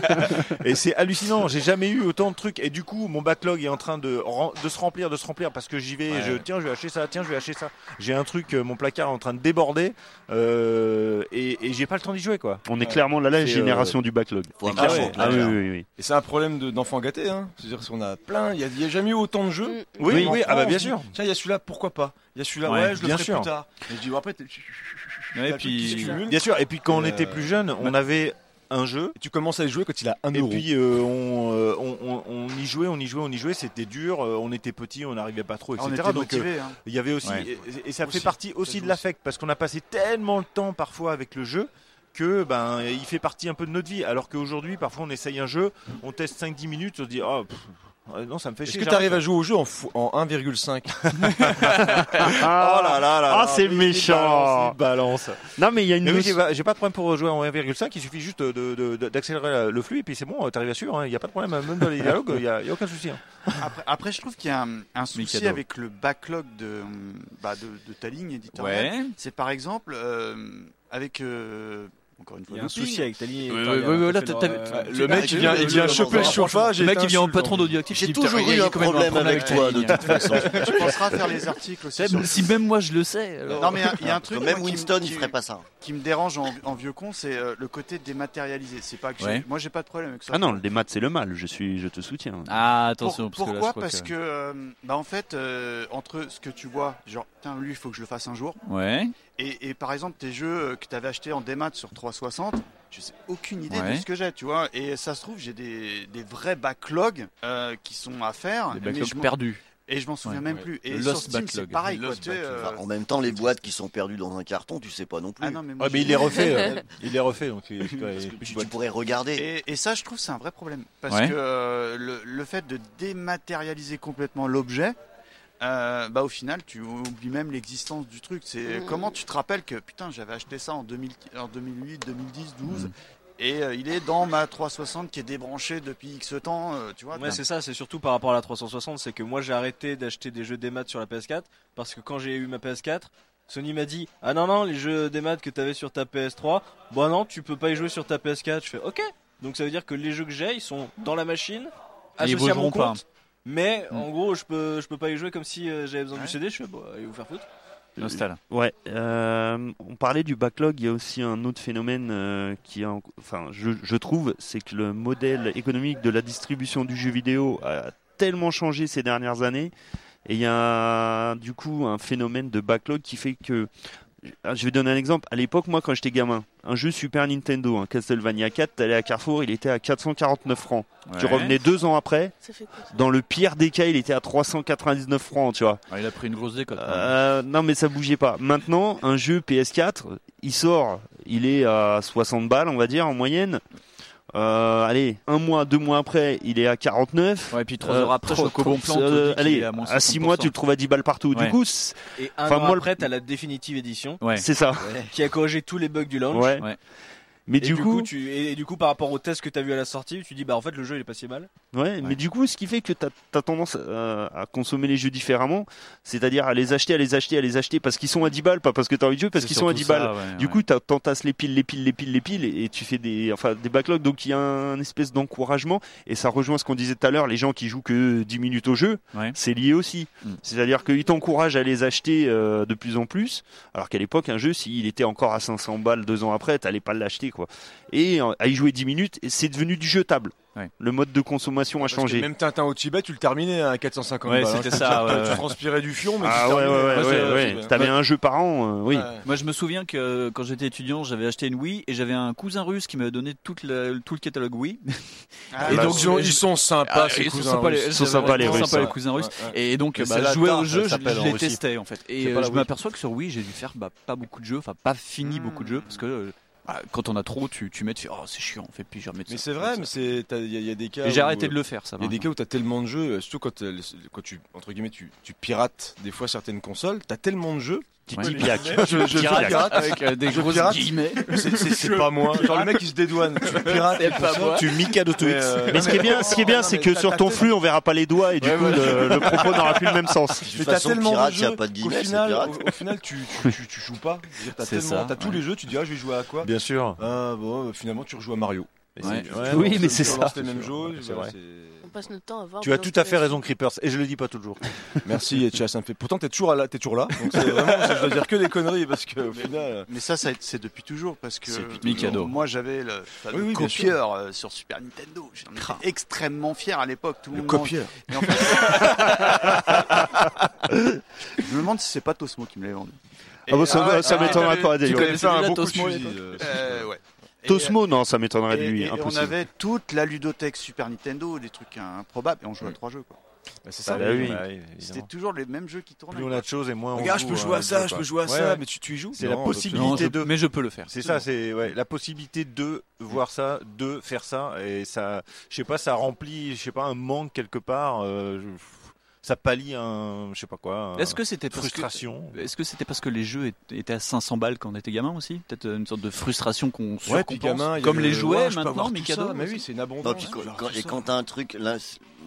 J: et c'est hallucinant. J'ai jamais eu autant de trucs. Et du coup, mon backlog est en train de, ren- de se remplir, de se remplir parce que j'y vais.
L: Ouais.
J: Je, tiens, je vais acheter ça. Tiens, je vais acheter ça. J'ai un truc, euh, mon placard est en train de déborder euh, et, et j'ai pas le temps d'y jouer quoi.
N: On est clairement là, la
J: C'est, euh,
N: génération du backlog.
J: faut avoir
N: Ah
J: un
N: ouais.
J: plan,
N: Ah oui,
J: clair.
N: oui, oui.
L: Et c'est un problème de- d'enfant gâté, hein. C'est-à-dire qu'on a plein, il n'y a, jamais eu autant de jeux.
N: Oui,
L: On en
N: oui,
L: prend,
N: ah bah,
L: on
N: bien
L: se
N: sûr.
L: dit, Tiens, il y a celui-là, pourquoi pas Il y a celui-là,
J: Ouais,
L: ouais, je le
J: bien
L: ferai
J: sûr.
L: plus tard. Et je dis, bon, après, t'es-
D: Ouais,
L: t'as le truc qui
D: puis-
L: se cumule.
J: Bien sûr. Et puis quand on
L: Et,
J: était
L: euh,
J: plus jeune, on avait un jeu.
L: tu commences à y jouer quand il a 1
J: Et
L: euro.
J: puis euh, on, euh, on, on- on y jouait, on y jouait, on y jouait. C'était dur. euh, on était petit, on n'arrivait pas trop,
L: Ah,
J: etc.
L: on était
J: Donc euh,
L: motivés, hein.
J: il y avait aussi
L: Ouais.
J: et, et ça
L: Aussi,
J: fait partie aussi
L: ça
J: de
L: joue
J: l'affect parce qu'on a passé tellement de temps parfois avec le jeu que ben il fait partie un peu de notre vie. Alors qu'aujourd'hui parfois on essaye un jeu, on teste 5-10 minutes, on se dit ah pff, euh, non ça me fait
L: Est-ce
J: chier.
L: que tu
J: j'arrête.
L: arrives à jouer au jeu en, fou- en 1,5
J: Oh là là là là.
N: Ah, c'est
J: Il
N: méchant.
J: Balance.
N: Non, mais il y a une
J: Mais oui,
N: notion-
J: j'ai pas- j'ai pas de problème pour jouer en 1,5, il suffit juste de- de- de- d'accélérer la- le flux et puis c'est bon, euh, t'arrives à suivre, hein, il n'y a pas de problème, même dans les dialogues, il n'y a, y a aucun souci. hein.
K: Après, après, je trouve qu'il y a un, un souci
J: Mikado.
K: avec le backlog de, hum, bah, de, de ta ligne éditoriale.
J: Ouais.
K: C'est par exemple euh, avec. euh, encore une fois,
M: Il y a un
K: looping.
M: souci avec ta ligne
K: Ouais,
M: éditoriale.
K: ouais, ouais, ouais, là,
M: Tu
K: t'as-
M: fais
K: t'as-
M: genre,
K: tu-
M: euh,
K: tu-
M: le mec,
K: tu-
M: il vient-
K: tu-
M: il vient
K: tu-
M: choper le
K: tu-
M: chauffage et
K: Le mec, il
M: t'insultes,
K: vient au patron
M: donc.
K: d'audioactif.
M: J'ai toujours eu un problème avec toi, de toute façon.
K: Tu penseras faire les articles aussi. sur-
D: Si même moi je le sais. alors.
K: Non mais il y a- il y, a un truc.
G: Même
K: moi, qui me-
G: Winston,
K: qui-
G: il ferait pas ça.
K: Qui me dérange en, en vieux con, c'est euh, le côté dématérialisé. C'est pas que j'ai-
N: Ouais.
K: moi j'ai pas de problème avec ça.
N: Ah non, les maths, c'est le mal. Je suis, je te soutiens.
D: Ah,
K: Pour- pourquoi Parce que, euh, bah, en fait, euh, entre ce que tu vois, genre, tiens, lui, il faut que je le fasse un jour.
D: Ouais.
K: Et, et par exemple, tes jeux euh, que tu avais achetés en démat sur 360, je sais aucune idée
D: Ouais.
K: de ce que j'ai, tu vois. Et ça se trouve, j'ai des, des vrais backlogs euh, qui sont à faire.
D: Des
K: mais
D: backlogs
K: je m'en-
D: perdus.
K: Et je m'en souviens
D: Ouais.
K: même
D: Ouais.
K: plus.
D: Le
K: Et
D: lost
K: sur Steam, c'est
D: backlog.
K: pareil.
D: Le
K: quoi,
D: lost
K: tu sais, euh,
G: Enfin, en même temps, les boîtes qui sont perdues dans un carton, tu sais pas non plus.
K: Ah non, mais moi,
L: Ouais, mais il
K: j'ai-
L: les refait, euh, il les refait, donc il-
K: Parce
L: il doit- il y a
K: que
L: plus de
K: tu, tu
L: boîtes.
G: pourrais regarder.
K: Et, et ça, je trouve, c'est un vrai problème. Parce
L: Ouais.
K: que euh, le, le fait de dématérialiser complètement l'objet, euh, bah, au final, tu oublies même l'existence du truc. C'est
L: Mmh.
K: comment tu te rappelles que putain, j'avais acheté ça en, 2000 en 2008, 2010,
M: Mmh.
K: 12. Et euh, il est dans ma 360 qui est débranchée depuis X temps, euh, tu vois.
M: Ouais, c'est ça, c'est surtout par rapport à la 360, c'est que moi j'ai arrêté d'acheter des jeux des maths sur la PS4 parce que quand j'ai eu ma PS4, Sony m'a dit "Ah non non, les jeux des maths que t'avais sur ta PS3, bah non, tu peux pas y jouer sur ta PS4." Je fais "OK." Donc ça veut dire que les jeux que j'ai, ils sont dans la machine
D: Et ils
M: associés à mon
D: bougeront pas.
M: compte. Mais
D: Mm.
M: en gros, je peux je peux pas y jouer comme si euh, j'avais besoin du CD, je fais bah, allez vous faire foutre."
D: Nostal.
N: Ouais, euh, on parlait du backlog, il y a aussi un autre phénomène euh, qui est en- enfin, je, je trouve, c'est que le modèle économique de la distribution du jeu vidéo a tellement changé ces dernières années Et il y a du coup un phénomène de backlog qui fait que. ah, Je vais donner un exemple. À l'époque, moi, quand j'étais gamin, un jeu Super Nintendo, un Castlevania 4, t'allais à Carrefour, il était à 449 francs. Tu
K: Ouais.
N: revenais deux ans après.
E: Ça fait quoi, ça
N: Dans le pire des cas, il était à 399 francs, tu vois.
K: Ah, il a pris une grosse décote.
N: Euh, non, mais ça bougeait pas. Maintenant, un jeu PS4, il sort, il est à 60 balles, on va dire, en moyenne. Euh, allez, un mois, deux mois après, il est à 49.
K: Ouais, et puis trois heures après, je
N: trois-
K: crois qu'au bon plan, on te
N: euh,
K: dit qu'il
N: allez,
K: est à moins
N: à 6 mois,
K: 60%.
N: tu le trouves à 10 balles partout.
K: Ouais.
N: Du coup, c'est-
M: Et un
N: enfin,
M: an
N: moi, le-
M: après, t'as la définitive édition.
N: Ouais. C'est ça. Ouais.
M: Qui a corrigé tous les bugs du launch.
N: Ouais. Ouais. Mais
M: Et
N: du coup-
M: tu, et, et du coup, par rapport au test que t'as vu à la sortie, tu dis, bah en fait, le jeu il est pas si mal.
N: Ouais, mais du coup, ce qui fait que tu as, tendance euh, à consommer les jeux différemment, c'est-à-dire à les acheter, à les acheter, à les acheter parce qu'ils sont à 10 balles, pas parce que tu as envie de jeu, parce
K: C'est
N: qu'ils sont à 10
K: surtout ça,
N: balles.
K: ouais,
N: du coup, tu entasses les piles, les piles, les piles, les piles et tu fais des, enfin, des backlogs. Donc, il y a un espèce d'encouragement et ça rejoint ce qu'on disait tout à l'heure les gens qui jouent que 10 minutes au jeu, c'est lié aussi.
K: Mm.
N: C'est-à-dire qu'ils t'encouragent à les acheter euh, de plus en plus, alors qu'à l'époque, un jeu, s'il était encore à 500 balles deux ans après, t'allais pas l'acheter quoi. Et euh, à y jouer 10 minutes, et c'est devenu du jetable. Le mode de consommation a
L: Parce que
N: changé.
L: Même Tintin au Tibet, tu le terminais à 450
N: Ouais,
L: balles, hein,
N: c'était
L: je peux
N: ça,
L: te dire que
N: ouais, ouais.
L: Tu transpirais du fion, mais
N: Ah
L: tu
N: ouais, ouais,
L: terminais.
N: ouais,
L: c'est-
N: ouais, ouais.
L: c'est-
N: T'avais un jeu par an, euh, oui.
O: Moi, je me souviens que euh, quand j'étais étudiant, j'avais acheté une Wii et j'avais un cousin russe qui m'avait donné toute la- tout le catalogue Wii.
L: Ah, là, ils sont- ils sont sympas, ces
O: ils sont
L: cousins
O: sympas,
L: russes.
O: les-
L: Ah, Ils sont
O: j'avais
L: sympas,
O: vraiment
L: les
O: sympas, les
L: Russes,
O: cousins
L: ouais.
O: russes.
L: Ouais, ouais.
O: Et donc,
L: Mais
O: bah,
L: c'est la
O: je jouais
L: tarte,
O: au jeu,
L: ça
O: je,
L: s'appelle
O: je
L: en
O: les
L: Russie.
O: testais en fait.
L: C'est
O: Et
L: pas
O: euh,
L: la
O: je
L: Wii. Hmm.
O: m'aperçois que sur Wii, j'ai dû faire bah, pas beaucoup de jeux, enfin pas fini beaucoup de jeux, parce que euh, voilà, quand on a trop, tu, tu mets, tu fais oh c'est chiant, on fait puis je remets
L: Mais c'est vrai, mais c'est t'as- il y, a- il y a des cas.
O: Et j'ai
L: où,
O: arrêté de
L: euh,
O: le faire, ça
L: Il y a
O: va.
L: des cas où t'as tellement de jeux, euh, surtout quand, euh, les- quand tu entre guillemets tu, tu pirates des fois certaines consoles, t'as tellement de jeux.
N: Tu
L: Ouais,
N: dis
L: les-
N: piac.
L: Je, je
N: Pirate
L: pirate
N: avec, euh, des
L: Je
N: grosses
L: pirate.
N: guillemets.
L: C'est c'est- c'est
N: Je
L: pas moi. Genre
N: pirate.
L: le mec il se dédouane. Tu pirates.
N: C'est
L: les
N: pas
L: consoles.
N: moi. Tu Mikado
L: Mais,
N: Twix.
L: euh,
N: Mais ce qui est bien,
L: non,
N: ce qui est
L: non,
N: bien,
L: non,
N: c'est
L: mais
N: que
L: t'as-
N: sur ton flux, on verra pas les doigts et du
L: Ouais,
N: coup,
L: voilà.
N: le, le propos n'aura plus le même sens.
L: Mais t'as tellement de jeux qu'au final, au- au final, tu, tu, tu, tu joues pas. Je veux dire, T'as
N: C'est
L: tellement,
N: ça,
L: t'as tous
N: ouais.
L: les jeux, tu dis ah je vais jouer à quoi
J: Bien sûr.
L: Ah bon, euh, finalement tu rejoues à Mario. Et
J: Ouais.
L: c'est-
J: Ouais,
L: on
J: oui,
L: se-
J: mais c'est
L: on
J: ça.
L: lance les mêmes
J: C'est
L: jeux,
J: vrai.
L: voilà,
J: C'est
L: c'est-
E: On passe notre temps à voir.
L: Tu as
E: des
L: tout à fait
E: inspirations.
L: raison,
J: Creepers, et je le dis pas toujours.
L: Merci Etcha, ça me fait. Pourtant t'es toujours là, t'es toujours là. Donc c'est vraiment, je dois dire que des conneries parce que au
J: euh,
L: final.
K: Mais ça, ça c'est depuis toujours parce que euh,
L: C'est depuis toujours. Mikado.
K: moi j'avais le fameux
L: Oui, oui, bien
K: copieur euh, sur Super Nintendo. J'en étais extrêmement fier à l'époque. Tout le, monde
L: copieur.
K: Et en fait- Je me demande si c'est pas Tosmo qui me l'avait vendu.
N: Ah bon, ça-
K: ouais,
N: ça m'étonnerait
K: t'avais-
N: pas,
K: tu
N: d'ailleurs.
K: connaissais
N: Tu connais
K: déjà
N: beaucoup de
K: Tosmo,
N: fusil,
K: toi
N: euh,
K: Euh, ouais. Et,
N: Tosmo, non, ça m'étonnerait de
K: et-
N: lui.
L: hein,
K: et on
N: impossible.
K: avait toute la ludothèque Super Nintendo, des trucs improbables, et on jouait à trois jeux. quoi.
L: Mm. c'est
J: ça, Bah oui, oui. bah oui, évidemment.
K: C'était toujours les mêmes jeux qui tournaient.
J: Plus on a de choses et moins on
L: Regarde, je
J: joue,
L: peux
J: hein,
L: jouer à ça, je
J: pas.
L: peux jouer à
J: Ouais,
L: ça,
J: ouais.
L: mais tu- tu y joues
J: C'est
L: Non,
J: la
L: on peut- Non,
J: possibilité
L: je-
J: de.
L: mais je peux le faire,
J: C'est
L: c'est
J: ça,
L: bon.
J: c'est ouais, la possibilité de voir ça, de faire ça, et ça, je sais pas, ça remplit, je sais pas, un manque quelque part. euh, je- Ça pallie un, je sais pas quoi. un-
O: Est-ce que c'était parce
J: frustration
O: que est-ce que c'était parce que les jeux é- étaient à 500 balles quand on était gamin aussi Peut-être euh, une sorte de frustration qu'on
L: Ouais, puis
O: surcompense
L: gamin, il y a
O: comme
L: le-
O: les jouets
L: ouais, je peux
O: maintenant,
L: avoir tout
O: Mikado.
L: ça, mais oui, c'est une abondance. hein,
G: Non, puis quand-
L: Ouais,
G: quand-
L: tout
G: et
L: ça.
G: quand t'as un truc, l'in-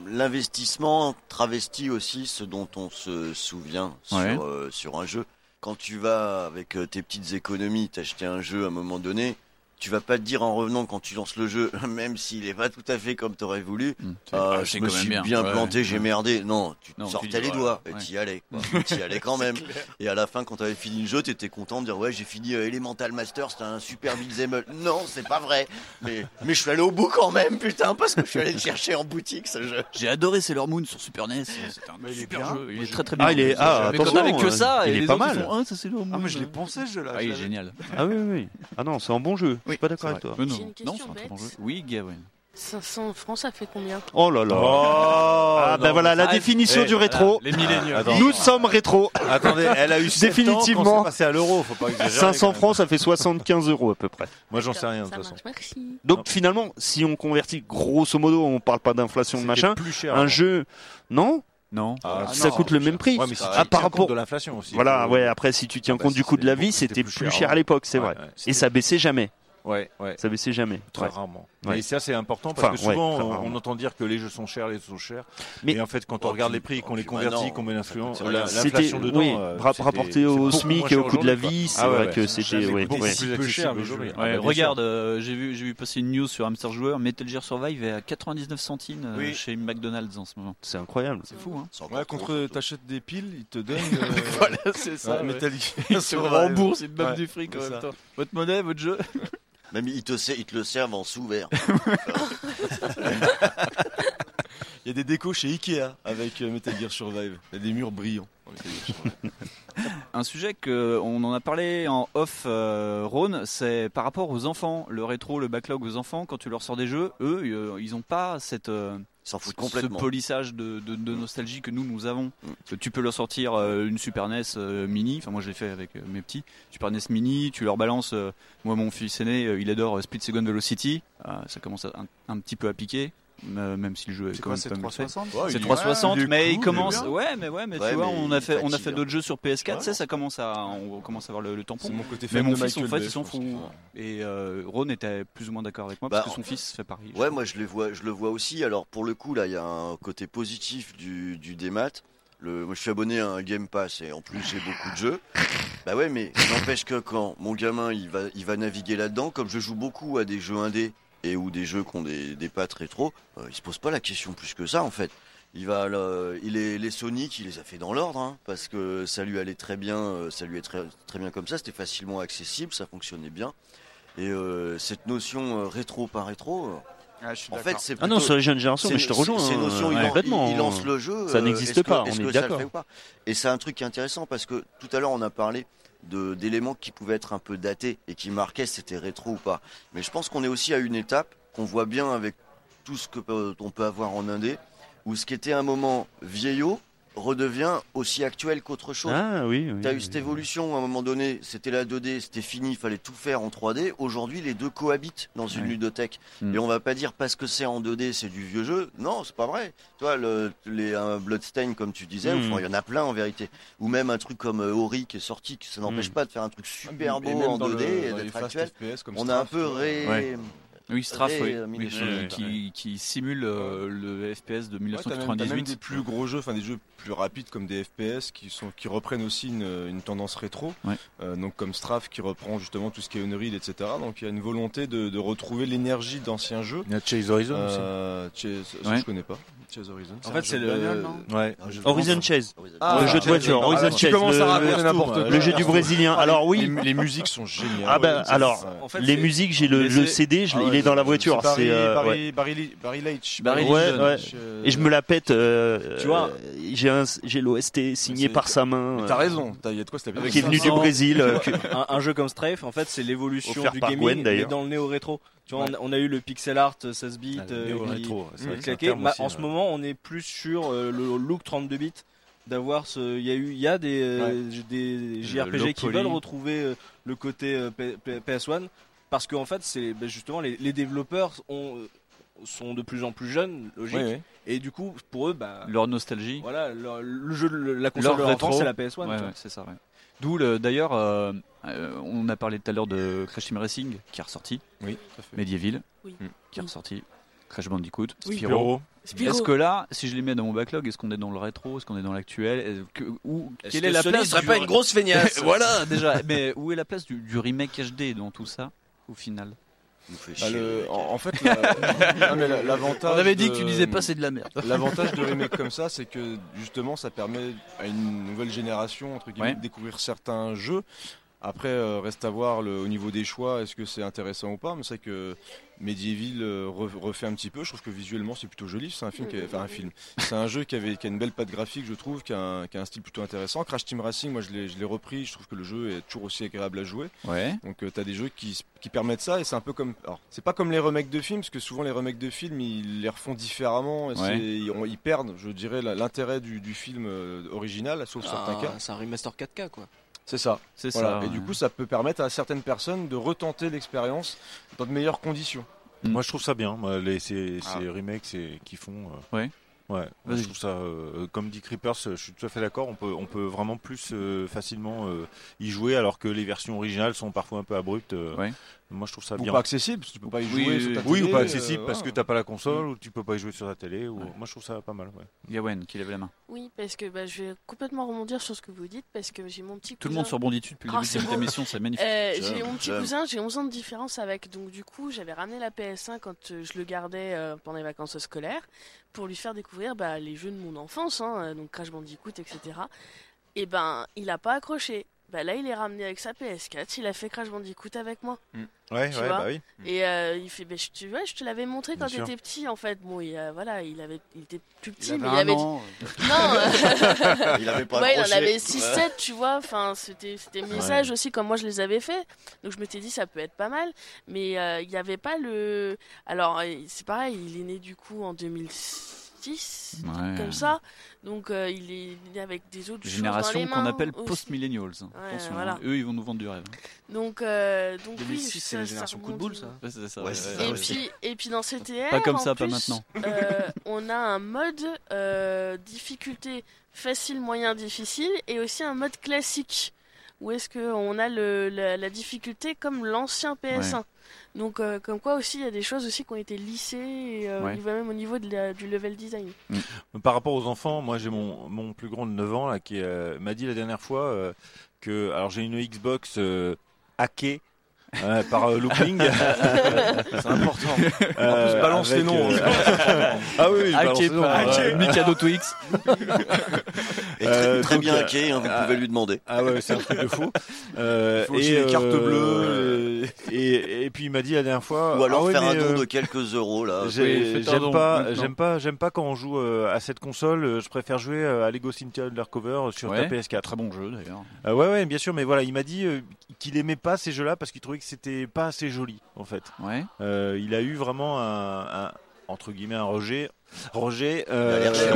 G: l'investissement travestit aussi ce dont on se souvient
O: Ouais.
G: sur, euh, sur un jeu. Quand tu vas avec euh, tes petites économies t'acheter un jeu à un moment donné, tu vas pas te dire en revenant quand tu lances le jeu, même s'il est pas tout à fait comme t'aurais voulu, ah,
O: Ah, c'est
G: je me
O: quand même
G: suis
O: bien.
G: bien,
O: Ouais,
G: planté,
O: ouais.
G: j'ai merdé. Non, tu te
O: Non, tu
G: sortais
O: dis,
G: les
O: ouais,
G: doigts et
O: ouais.
G: t'y allais. quoi. t'y allais quand même. Et à la fin, quand t'avais fini le jeu, t'étais content de dire ouais, j'ai fini euh, Elemental Master, c'était un super beat'em up. Non, c'est pas vrai. Mais, mais je suis allé au bout quand même, putain, parce que je suis allé le chercher en boutique ce jeu.
O: J'ai adoré Sailor Moon sur Super NES. C'était un super jeu. Il est très très bien.
N: Ah, il est- ah,
O: Mais quand on
N: attention,
O: avait que ça,
N: il
O: et
N: est
O: les
N: pas
O: autres,
N: mal.
O: ils font, Ah, ça, Sailor Moon.
K: Ah, mais je l'ai pensé ce jeu-là.
O: Ah,
K: je
O: il est
K: l'avais.
O: génial.
N: Ah oui, oui, oui. Ah non, c'est un bon jeu. Je suis pas d'accord avec toi.
O: Mais non,
E: J'ai une
O: non,
E: question
O: c'est un très
E: bête.
O: bon jeu. Oui, Gawain.
E: 500 francs, ça fait combien
N: Oh là là. ah ben
J: non,
N: voilà, la
J: ça-
N: définition
J: Eh,
N: du rétro.
J: voilà, les milléniaux. Attends.
N: Nous sommes rétro.
J: Oh, Attendez, elle a eu sept ans quand
N: définitivement.
J: c'est passé à l'euro, faut pas exagérer,
N: 500
J: quand même.
N: francs, ça fait 75 euros à peu près.
J: Moi, j'en sais rien, de
E: Ça
J: toute façon.
E: marche, merci.
N: Donc finalement, si on convertit grosso modo, on parle pas d'inflation de machin.
J: plus cher
N: un
J: avant.
N: jeu, non
O: Non.
J: Ah,
N: ça
J: non,
N: coûte le même prix.
J: Ouais, mais si tu
N: Ah,
J: tiens
N: par
J: compte
N: rapport
J: de l'inflation aussi.
N: Voilà,
J: faut-
N: ouais. Après, si tu tiens
J: bah,
N: compte du coût de la vie,
J: c'était
N: c'était
J: plus
N: plus,
J: cher
N: cher à
J: avant.
N: l'époque, c'est
J: Ouais,
N: vrai.
J: ouais,
N: Et ça baissait jamais.
J: Ouais, ouais.
N: Ça baissait jamais.
J: Très
N: Ouais.
J: rarement.
N: Ouais.
J: Et ça, c'est important parce
N: Enfin,
J: que
N: ouais,
J: souvent,
N: très
J: on-
N: rarement.
J: on entend dire que les jeux sont chers, les jeux sont chers.
N: Mais-
J: Mais en fait, quand on
N: Oh,
J: regarde
N: puis-
J: les prix,
N: oh,
J: qu'on les
N: puis maintenant,
J: convertit, qu'on met l'influence-
N: c'est-
J: la-
N: c'était-
J: l'inflation dedans,
N: oui,
J: euh,
N: rap-
J: c'était-
N: rapporté au
J: c'est beaucoup
N: SMIC
J: moins
N: et au
J: cher
N: coût de la
J: aujourd'hui,
N: vie,
J: quoi.
N: c'est
J: Ah ouais,
N: vrai
J: ouais.
N: que c'était
J: Jamais
N: ouais,
J: beaucoup
N: ouais.
J: plus accessible aujourd'hui. Ah,
O: Ouais,
J: bien sûr.
O: regarde, euh, j'ai vu, j'ai vu passer une news sur Hamster Joueur. Metal Gear Survive est à 99 centimes euh,
L: Oui.
O: chez McDonald's en ce moment.
N: C'est incroyable.
O: C'est fou, hein.
L: Ouais, contre t'achètes des piles, ils te donnent.
O: Voilà, c'est ça. ouais. Ils te remboursent, ils te donnent du fric en même temps. Votre monnaie, votre jeu.
L: euh,
G: Même ils te, ser- ils te le servent en sous-vert.
L: Il y a des décos chez Ikea avec euh, Metal Gear Survive. Il y a des murs brillants. dans Metal Gear Survive.
D: Un sujet qu'on en a parlé en off, euh, Rhône, c'est par rapport aux enfants. Le rétro, le backlog aux enfants, quand tu leur sors des jeux, eux, euh, ils n'ont pas cette. euh,
G: foutent
D: ce-
G: complètement.
D: Ce polissage de, de- de nostalgie que nous, nous avons. Parce que Tu peux leur sortir euh, une Super NES euh, mini, enfin moi je l'ai fait avec euh, mes petits, Super NES mini, tu leur balances, euh, moi mon fils aîné, euh, il adore euh, Split Second Velocity, Euh, ça commence à- un, un petit peu à piquer. euh, même si le jeu est,
K: C'est
D: quand
K: quoi,
D: même
K: c'est
D: pas mal fait.
K: 360?
D: C'est
K: Ouais,
D: 360,
K: il est
D: mais
K: cool,
D: il
K: il est
D: commence.
K: bien.
D: Ouais, mais ouais, mais
K: Ouais,
D: tu vois,
K: mais
D: on
K: il
D: a fait, on a
K: fatigue,
D: fait
K: hein.
D: d'autres jeux sur PS4, ça, ça commence à, on commence à avoir le, le tampon.
L: C'est mon côté
D: mais
L: fan
D: mon
L: de
D: fils, en
L: Michael
D: fait,
L: Bay,
D: il s'en
L: je
D: fout. Et euh, Ron était plus ou moins d'accord avec moi parce que son fils fait pareil.
G: Ouais, moi je le vois, je le vois aussi. Alors pour le coup, là, il y a un côté positif du, du démat. Le, moi, je suis abonné à un Game Pass et en plus j'ai beaucoup de jeux. Bah ouais, mais n'empêche que quand mon gamin il va, il va naviguer là-dedans, comme je joue beaucoup à des jeux indés et ou des jeux qui ont des, des pattes rétro, euh, il se pose pas la question plus que ça en fait. Il va, là, il est, les Sonic, il les a fait dans l'ordre, hein, parce que ça lui allait très bien, euh, ça lui est très, très bien comme ça, c'était facilement accessible, ça fonctionnait bien. Et euh, cette notion euh, rétro par rétro, euh, en fait, c'est
N: Ah non,
G: plutôt-
N: sur les jeunes générations,
G: c'est-
N: mais je te rejoins,
G: C'est
N: hein,
G: notion, il,
N: complètement.
G: il- il lance le jeu.
N: Ça
G: euh,
N: n'existe
G: est-ce que-
N: pas, on
G: est-ce
N: est
G: que ça le
N: d'accord.
G: fait ou pas Et c'est un truc qui est intéressant parce que tout à l'heure, on a parlé de- d'éléments qui pouvaient être un peu datés et qui marquaient si c'était rétro ou pas. Mais je pense qu'on est aussi à une étape qu'on voit bien avec tout ce que peut- on peut avoir en indé, où ce qui était un moment vieillot redevient aussi actuel qu'autre chose.
N: Ah oui, oui,
G: T'as eu
N: oui.
G: cette évolution à un moment donné, c'était la 2D, c'était fini, il fallait tout faire en 3D. Aujourd'hui, les deux cohabitent dans une
N: Ouais.
G: ludothèque.
N: Mm.
G: Et on va pas dire parce que c'est en 2D, c'est du vieux jeu. Non, c'est pas vrai. Toi, le, les un Bloodstain, comme tu disais,
N: Mm.
G: enfin, il y en a plein en vérité. Ou même un truc comme euh, Ori qui est sorti, que ça n'empêche pas de faire un truc super
L: Et
G: beau
L: même
G: en
L: dans le-
G: 2D et
L: dans les
G: d'être
L: fast
G: actuel.
L: FPS comme
G: on a un
L: Strafe,
G: peu ré.
D: Ouais. Oui, Straff,
G: ré-
D: oui.
G: euh,
D: Oui,
G: miné-
D: qui, qui- qui simule euh, le FPS
L: Ouais, t'as même- t'as
D: de 1998.
L: même des plus gros jeux, enfin des jeux plus rapides comme des FPS qui sont qui reprennent aussi une, une tendance rétro.
O: Ah,
D: Ouais.
L: Euh, donc comme Strafe qui reprend justement tout ce qui est Unreal, etc. Donc il y a une volonté de, de retrouver l'énergie d'anciens jeux.
J: Il y a Chase Horizon
L: aussi. Chase, ça,
J: Ouais.
L: je connais pas. Chase Horizon.
J: En fait, c'est le-
L: Ouais.
N: Horizon Chase. le jeu de voiture. Horizon
L: Ah, Tu
N: Chase.
L: commences à
N: le-
L: raconter
N: le-
L: n'importe quoi. Ah,
N: Le jeu du Brésilien. Alors oui.
L: Les, les musiques sont géniales.
N: Ah ben
L: Ouais, ça,
N: alors,
L: ça-
N: les musiques, j'ai le,
L: Mais c'est-
N: le CD, je l'ai-
L: Ah
N: il
L: ouais,
N: est dans la
L: c'est
N: voiture.
L: Barry-
N: C'est euh,
L: Barry-
N: ouais.
L: Barry, Barry Leitch.
N: ouais, ouais.
L: euh,
N: Et je me la pète. euh,
L: Tu vois.
N: euh, j'ai un- j'ai l'OST signé par sa main.
L: Mais T'as
N: euh,
L: raison, t'as- il y a de quoi se taper.
N: Qui est venu du Brésil. euh, que-
M: un, un jeu comme Strafe, en fait, c'est l'évolution
N: Offert
M: du
N: par
M: gaming,
N: Gwen,
M: mais
N: d'ailleurs.
M: dans le néo-rétro. Tu vois,
N: Ouais.
M: on, a, on a eu le pixel art euh, 16 bits,
N: Ah, le
M: euh,
N: néo-rétro,
M: qui-
N: c'est vrai que
M: claqué.
N: c'est un terme
M: Ma-
N: aussi,
M: Bah, en
N: ouais.
M: ce moment, on est plus sur euh, le look 32 bits. D'avoir ce, il y a eu, il y a des, euh,
N: Ouais.
M: des
N: Le low
M: JRPG qui
N: poly.
M: veulent retrouver euh, le côté euh, P- P- PS1 parce qu'en fait, c'est ben, justement les, les développeurs ont, euh, sont de plus en plus jeunes, logique.
D: Oui, oui.
M: Et du coup, pour eux, bah,
D: Leur nostalgie.
M: Voilà, leur- le jeu, le- la console de leur enfance, c'est la PS1.
D: Ouais,
M: tu vois.
D: ouais, c'est ça. ouais. D'où le- d'ailleurs, euh, euh, on a parlé tout à l'heure de Crash Team Racing qui est ressorti.
L: Oui, tout à fait.
D: Medieval
E: Oui.
D: qui est ressorti. Crash Bandicoot,
E: Oui.
D: Spyro.
E: Spyro.
D: Est-ce que là, si je les mets dans mon backlog, est-ce qu'on est dans le rétro, est-ce qu'on est dans l'actuel Est-ce que- où-
O: Est-ce
D: Quelle
O: que
D: est la
O: Sony
D: place
O: serait
D: du-
O: pas une grosse feignasse
D: Voilà, déjà. Mais où est la place du, du remake HD dans tout ça, au final
L: Ah, le- en, en fait, la- non, mais la- l'avantage.
D: On avait dit
L: de-
D: que tu disais pas c'est de la merde.
L: L'avantage de remake comme ça, c'est que justement, ça permet à une nouvelle génération entre guillemets
D: Ouais.
L: de découvrir certains jeux. Après, euh, reste à voir le, au niveau des choix, est-ce que c'est intéressant ou pas. Mais c'est vrai que Medieval euh, re- refait un petit peu. Je trouve que visuellement, c'est plutôt joli. C'est un film, qui a- enfin un film. C'est un jeu qui avait qui a une belle patte graphique, je trouve, qui a un, qui a un style plutôt intéressant. Crash Team Racing, moi, je l'ai je l'ai repris. Je trouve que le jeu est toujours aussi agréable à jouer.
D: Ouais.
L: Donc tu as des jeux qui, s- qui permettent ça et c'est un peu comme alors c'est pas comme les remakes de films parce que souvent les remakes de films ils les refont différemment et
O: Ouais.
L: c'est- ils, ont- ils perdent je dirais la- l'intérêt du, du film euh, original sauf certains cas.
M: Ah, C'est un remaster 4K quoi.
L: C'est ça.
D: C'est
L: Voilà. Et
D: ça, ouais.
L: du coup ça peut permettre à certaines personnes de retenter l'expérience dans de meilleures conditions.
J: Moi, je trouve ça bien. moi, les, ces,
L: Ah.
J: ces remakes c'est- qui font. euh,
D: Ouais.
J: Ouais. Moi,
D: Vas-y.
J: je trouve ça. euh, comme dit Creepers, euh, je suis tout à fait d'accord. On peut, on peut vraiment plus euh, facilement euh, y jouer, alors que les versions originales sont parfois un peu abruptes. euh, Moi, je trouve ça
L: Ou
J: bien.
L: pas accessible, parce que tu peux pas y
J: Oui,
L: jouer
J: oui,
L: sur ta
J: oui,
L: télé,
J: ou pas accessible
L: euh,
J: parce que
L: voilà.
J: t'as pas la console,
L: Mm.
J: ou tu peux pas y jouer sur ta télé. Ou... Moi, je trouve ça pas mal. Ouais.
D: Gawen qui lève la main.
E: Oui, parce que bah, je vais complètement rebondir sur ce que vous dites, parce que j'ai mon petit
D: Tout le
E: cousin-
D: monde se rebondit dessus depuis le
E: Ah,
D: début de
E: c'est
D: cette
E: beau.
D: émission, c'est magnifique.
E: Euh,
D: J'aime,
E: j'ai mon petit
D: j'aime.
E: cousin, j'ai 11 ans de différence avec, donc du coup, j'avais ramené la PS1 quand euh, je le gardais euh, pendant les vacances scolaires, pour lui faire découvrir bah, les jeux de mon enfance, hein, euh, donc Crash Bandicoot, etc. Et ben, il a pas accroché. Bah là, il est ramené avec sa PS4, il a fait Crash Bandicoot avec moi.
D: Hmm.
J: Ouais,
E: Tu
J: ouais,
E: vois
J: bah oui.
O: Mm.
E: Et euh, il fait, bah, je, tu vois, je te l'avais montré
J: Bien
E: quand
J: sûr.
E: t'étais petit, en fait. Bon, il, euh, voilà, il, avait, il était plus petit,
J: avait
E: mais
J: un
E: il avait.
J: an.
E: Non, euh,
J: Il avait pas
E: ouais, il en
J: accroché.
E: avait 6,
J: Ouais.
E: 7, tu vois. Enfin, c'était c'était mes
J: Ouais.
E: âges aussi, comme moi je les avais fait. Donc je m'étais dit, ça peut être pas mal. Mais euh, il n'y avait pas le. Alors, euh, c'est pareil, il est né du coup en 2006, un truc
O: Ouais.
E: comme ça. Donc euh, il est né avec des autres choses dans les
O: Génération qu'on
E: mains
O: appelle
E: aussi.
O: post-millennials. hein.
E: Ouais,
O: Attention,
E: voilà.
O: hein. eux ils vont nous vendre du rêve.
E: Donc, euh, donc oui,
O: 2006, c'est la
E: ça- ça
O: génération coup de
E: remonte
O: boule,
E: au-
O: ça Ouais, c'est ça,
E: euh, Et,
O: ouais, c'est ça, ouais.
E: puis, et puis dans CTR,
O: Pas comme
E: en
O: ça, pas
E: plus,
O: maintenant.
E: euh, on a un mode euh, difficulté facile, moyen, difficile, et aussi un mode classique, où est-ce qu'on a le, la, la difficulté comme l'ancien PS1.
O: Ouais.
E: Donc euh, comme quoi aussi, il y a des choses aussi qui ont été lissées, et, euh,
J: Ouais.
E: au niveau- même au niveau de la- du level design.
J: Par rapport aux enfants, moi j'ai mon, mon plus grand de 9 ans là, qui euh, m'a dit la dernière fois euh, que alors j'ai une Xbox euh, hackée. euh, par euh, looping, Euh,
M: C'est important. En plus, balance les noms, hein.
J: ah oui, oui, je
M: Hacké
J: balance les noms.
M: par, euh, Mikado
J: Twix.
G: hein. Et très- très bien hacké, hein, vous pouvez lui demander.
J: Ah ouais, c'est un truc de fou. Euh,
G: Il faut aussi les cartes bleues.
J: Et, et puis il m'a dit la dernière fois.
G: Ou alors
J: ah ouais,
G: faire un
J: mais,
G: don
J: euh,
G: de quelques euros
O: Ah,
G: là.
J: j'ai- J'aime pas, j'aime pas, j'aime pas quand on joue euh, à cette console. euh, je préfère jouer euh, à Lego Cynthia Undercover euh, sur
O: Ouais,
J: ta PS4.
O: Très bon jeu d'ailleurs.
J: Euh, ouais, ouais, bien sûr, mais voilà, il m'a dit euh, qu'il aimait pas ces jeux-là parce qu'il trouvait que c'était pas assez joli, en fait. Euh, il a eu vraiment un, un- entre guillemets un rejet. Roger,
L: Il a l'air chiant.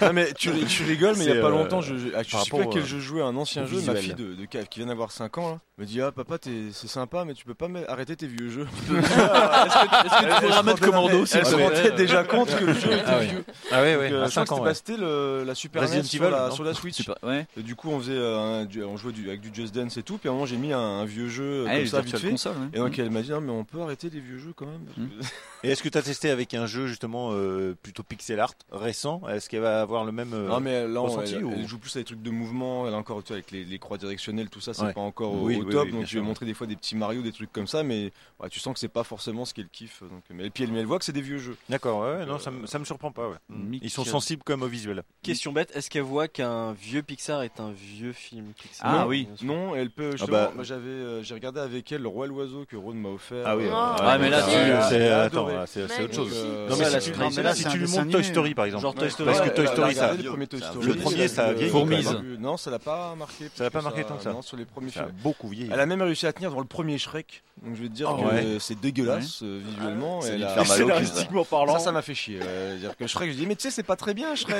L: Non, mais Euh, tu ri- tu rigoles, mais il y a
J: C'est,
L: pas
J: euh,
L: longtemps, je- je- ah, tu
J: par
L: sais pas
J: rapport,
L: quel
J: euh,
L: jeu jouais, un ancien
J: au
L: jeu, ma
J: visuel.
L: fille de, de cave qui vient d'avoir 5 ans, là, me dit Ah, papa, t'es- c'est sympa, mais tu peux pas me- arrêter tes vieux jeux. est-ce
M: que- est-ce que tu pourrais remettre Commando, s'il
L: Elle
M: te
L: se
M: plaît
L: rendait déjà compte que le jeu
M: Ah
L: était
M: ouais.
L: vieux.
M: Ah ouais, ouais,
L: Donc, euh,
M: à
L: je crois que
M: 5 ans,
L: c'était
M: ouais.
L: pas- c'était le- la Super
M: Resident
L: NES sur la,
M: Evil,
L: sur la
M: non
L: Switch.
M: Super, ouais.
L: Et du coup, on faisait euh, un du- on jouait du- avec du Just Dance et tout, puis à un moment, j'ai mis un, un vieux jeu euh,
J: Ah,
L: comme
J: les
L: ça
J: virtual
L: vite fait.
J: consoles, ouais.
L: Et donc
J: Mm.
L: elle m'a dit Non, mais on peut arrêter les vieux jeux quand même. parce que-
J: Et est-ce que tu as testé avec un jeu justement euh, plutôt pixel art récent Est-ce qu'elle va avoir le même euh,
L: Non mais là, on-
J: ressenti
L: elle,
J: ou-
L: elle joue plus à des trucs de mouvement. Elle a encore tu vois, avec les, les croix directionnelles, tout ça, c'est
J: Ouais.
L: pas encore au,
J: Oui,
L: au
J: oui,
L: top.
J: oui, bien
L: donc je
J: sûr.
L: vais montrer des fois des petits Mario, des trucs comme ça, mais ouais, tu sens que c'est pas forcément ce qu'elle kiffe. Donc, mais et puis elle, mais elle voit que c'est des vieux jeux. Euh,
J: D'accord, ouais, ouais, non, ça me, ça me surprend pas. Ouais.
D: Mm.
J: Ils sont sensibles comme au visuel.
M: Question bête, est-ce qu'elle voit qu'un vieux Pixar est un vieux film Pixar
J: Ah
D: Ah
L: Non, Non, elle peut. justement,
M: bah.
L: moi, j'avais, euh, j'ai regardé avec elle le roi et l'oiseau que Ron m'a offert.
J: Ah
L: euh,
J: oui, ouais. Ah, Ah, mais là, tu-
L: elle a
J: c'est-
L: adoré.
J: attends, là, c'est- c'est autre chose.
L: Donc, euh,
J: Non, mais si tu- non, mais là, si tu lui montres Toy Story, par exemple.
L: Genre Toy
J: Ouais.
L: Story,
J: Parce que Toy
L: elle a
J: Story, ça-
L: regardé le premier Toy
J: ça a
L: Story.
J: vieilli. Le premier, ça a vieilli,
L: Fourmise.
J: quand même.
L: Non, ça l'a pas marqué.
J: Ça l'a pas
L: parce que
J: marqué tant que ça.
L: Non, sur les premiers
J: Ça a
L: films.
J: beaucoup vieilli.
L: Elle a même réussi à tenir devant le premier Shrek. Donc je vais te dire
J: Ah
L: que
J: ouais.
L: euh, c'est dégueulasse euh, visuellement.
J: Ah, ça
L: Elle
J: lui
L: a-
J: fait mal au cul,
L: Scénaristiquement
J: ça.
L: parlant. Ça, ça m'a fait chier. euh, dire que Shrek, je dis mais tu sais c'est pas très bien Shrek.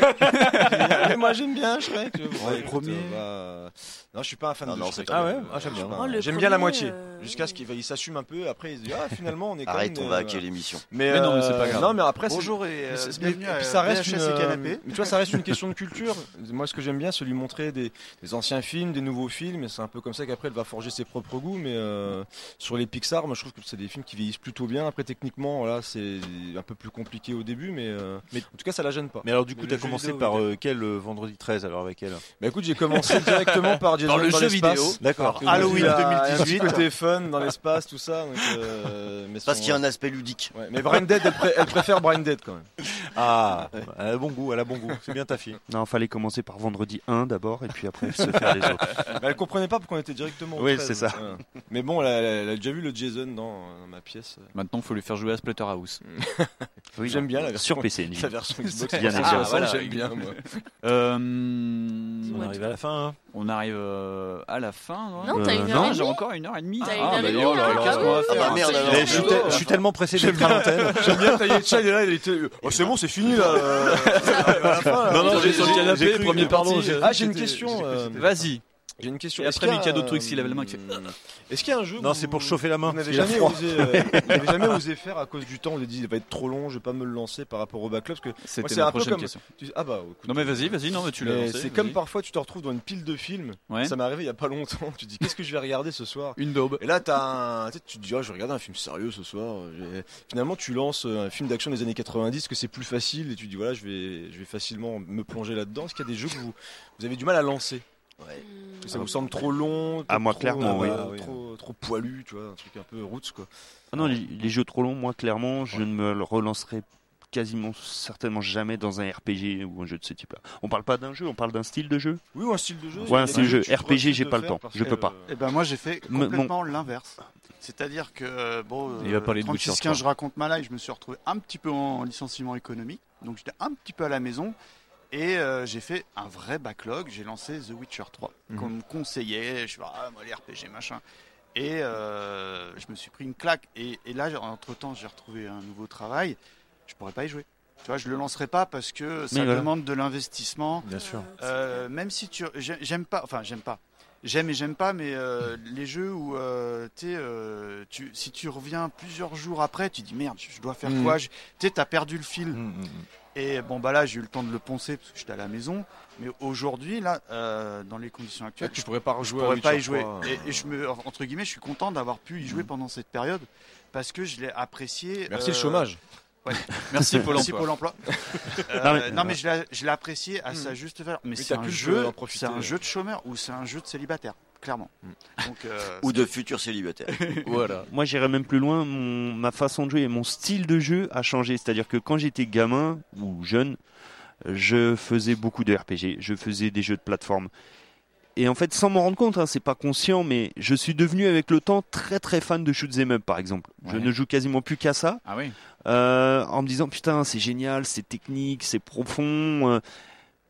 L: Mais moi j'aime bien Shrek. tu vois.
J: Ouais, le
L: Écoute,
J: premier.
L: euh, bah, Non, je suis pas un fan
J: Non,
L: de
J: non,
L: Shrek.
J: c'est pas bien.
L: Euh,
J: Ah, j'aime
L: je suis
J: bien.
L: pas-
J: Oh, le
L: J'aime bien la
J: premier,
L: moitié.
G: euh,
L: Jusqu'à ce qu'il va- il s'assume un peu. Après il se dit ah finalement on est.
G: Arrête,
L: connes,
G: on va
L: euh,
G: hacker l'émission.
L: Mais,
G: Mais non, mais
L: euh,
G: c'est pas grave.
L: Non mais après c'est-
G: Bonjour et,
L: mais
G: euh,
L: c'est-
G: bienvenue
L: mais-
G: à
L: puis ça reste
G: VHS
L: une.
G: et
L: euh,
G: canapé.
L: Mais tu vois ça reste une question de culture. Moi ce que j'aime bien c'est lui montrer des des anciens films, des nouveaux films. Et c'est un peu comme ça qu'après elle va forger ses propres goûts. Mais euh, sur les Pixar, moi je trouve que c'est des films qui vieillissent plutôt bien. Après techniquement voilà c'est un peu plus compliqué au début, mais, euh, en tout cas ça la gêne pas.
J: Mais alors, du coup,
L: le
J: t'as
L: jeu
J: commencé
L: vidéo,
J: par
L: oui.
J: euh, quel euh, vendredi 13 alors avec elle
L: Bah écoute, j'ai commencé directement par Jason
J: Dans le jeu
L: l'espace. euh,
J: vidéo. D'accord.
L: Parce que
J: Halloween
L: il a un petit
J: 2018.
L: côté fun dans l'espace, tout ça. donc, euh, mais
G: Parce
L: son-
G: qu'il y a un aspect ludique.
L: Ouais, mais Brain Dead, elle, pré- elle préfère Brain Dead quand même.
J: Ah, elle a bon goût, elle a bon goût. C'est bien ta fille.
N: Non, fallait commencer par vendredi 1 d'abord et puis après se faire les autres.
L: Mais Bah, elle comprenait pas pourquoi on était directement. au
N: Oui,
L: 13,
N: c'est ça.
L: ouais. euh. Mais bon, elle a, elle a déjà vu le Jason dans, dans ma pièce.
O: Maintenant, faut lui faire jouer à Splatterhouse.
L: Oui, Mm. J'aime bien la version-
N: sur PC,
L: la version Xbox
O: Bien
L: 360,
O: évidemment.
L: voilà, j'aime bien, moi.
O: Euh,
L: On arrive à la
J: fin. hein.
O: On arrive euh, à la fin.
L: Non, t'as une heure
O: Euh, Non,
L: et
O: j'ai
L: demie.
O: encore une heure et demie.
L: T'as une
O: Ah,
L: heure
O: bah,
L: et
O: oh là
L: demie,
O: là,
L: hein,
O: qu'est-ce qu'on va
L: ah bah,
O: faire
L: merde, alors.
J: Eh, je, suis te- je suis tellement pressé
L: J'aime
J: d'être à
L: bien-
J: l'antenne.
L: J'aime bien tailler Chad et là il était. Oh, c'est bon, c'est fini là. euh, à la fin, là.
O: Non, non, j'ai- j'ai- j'ai cru que- pardon, j'ai-
L: Ah, j'ai une
O: j'ai-
L: question.
O: j'ai-
L: euh,
O: Vas-y.
L: J'ai une question.
O: Et
L: Est-ce
O: après,
L: qu'il y a
O: Mikado
L: un-
O: Twix, il avait la main qui fait-
L: Est-ce qu'il y a un jeu
J: Non, c'est pour chauffer la main.
L: Vous n'avez
J: Il a
L: jamais,
J: froid.
L: osé, euh, vous n'avez jamais osé faire à cause du temps. Vous avez dit, il va être trop long, je vais pas me le lancer par rapport au backlog. Parce que
O: C'était
L: moi,
O: ma
L: c'est un peu
O: prochaine
L: comme.
O: question.
L: tu- Ah bah, écoute.
O: Non, mais
D: euh,
O: vas-y, vas-y, non, mais tu l'as
L: Mais
O: lancé,
L: C'est
O: vas-y.
L: comme parfois, tu te retrouves dans une pile de films.
O: Ouais.
L: Ça m'est arrivé il y a pas longtemps. Tu te dis, qu'est-ce que je vais regarder ce soir
O: Une daube.
L: Et là, t'as un... tu sais, tu te dis, ah, je vais regarder un film sérieux ce soir. J'ai- Finalement, tu lances euh, un film d'action des années 90, que c'est plus facile. Et tu te dis, voilà, je vais, je vais facilement me plonger là-dedans. Est-ce qu'il y a des jeux que vous, vous avez du mal à lancer Que Ça vous semble trop long
N: Ah, moi,
L: trop-
N: clairement, oui.
L: voilà, Trop, trop poilu, tu vois, un truc un peu roots, quoi.
N: Ah non, les, les jeux trop longs, moi clairement, je ne me le relancerai quasiment certainement jamais dans un RPG ou un jeu de ce type-là. On parle pas d'un jeu, on parle d'un style de jeu.
J: Oui, ou un style de jeu. ben,
N: Ouais, un style de jeu. RPG, j'ai pas le temps, je peux pas.
J: euh,
K: Eh ben moi j'ai fait
N: Me- mon-
K: complètement l'inverse. C'est-à-dire que euh, bon,
O: Il va parler de Witcher 3.
K: 15, je raconte ma life, je me suis retrouvé un petit peu en licenciement économique, donc j'étais un petit peu à la maison et euh, j'ai fait un vrai backlog. J'ai lancé The Witcher 3
J: Mhm.
K: qu'on me conseillait. Je suis ah moi les RPG machin. Et euh, je me suis pris une claque. Et, et là, entre temps, j'ai retrouvé un nouveau travail. Je pourrais pas y jouer. Tu vois, je le lancerai pas parce que ça
J: Mais voilà.
K: demande de l'investissement.
J: Bien sûr.
K: Euh, même si tu j'ai- j'aime pas enfin j'aime pas j'aime et j'aime pas mais euh, les jeux où euh, t'es, euh, tu si tu reviens plusieurs jours après tu dis merde je je dois faire
J: Mhm.
K: quoi Je- tu sais t'as perdu le fil
J: Mm,
K: et bon bah là j'ai eu le temps de le poncer parce que j'étais à la maison mais aujourd'hui là euh, dans les conditions actuelles
J: Là, Ah, tu pourrais pas rejouer
K: je
J: à
K: pourrais pas y
J: Witcher
K: jouer
J: 3,
K: et, et je me entre guillemets je suis content d'avoir pu y
J: Mm.
K: jouer pendant cette période parce que je l'ai apprécié
L: Merci le chômage.
K: Euh, ouais.
L: Merci Pôle
K: merci
L: emploi.
K: Pôle emploi Euh,
L: Non,
K: non
L: mais-
K: mais, je l'ai- je l'ai apprécié à sa juste valeur mais
L: Mais
K: c'est
L: t'as
K: un
L: pu le
K: jeu
L: en profiter,
K: c'est un
L: euh.
K: jeu de chômeur ou c'est un jeu de célibataire clairement
D: Hmm.
K: Donc, euh,
G: Ou de futurs célibataires.
N: Moi, j'irais même plus loin. Mon- ma façon de jouer et mon style de jeu a changé. C'est-à-dire que quand j'étais gamin ou jeune, je faisais beaucoup de RPG. Je faisais des jeux de plateforme. Et en fait, sans m'en rendre compte, hein, c'est pas conscient, mais je suis devenu avec le temps très très fan de shoot 'em up, par exemple. Je
O: Ouais.
N: ne joue quasiment plus qu'à ça.
O: Ah oui.
N: Euh, en me disant putain, c'est génial, c'est technique, c'est profond. euh,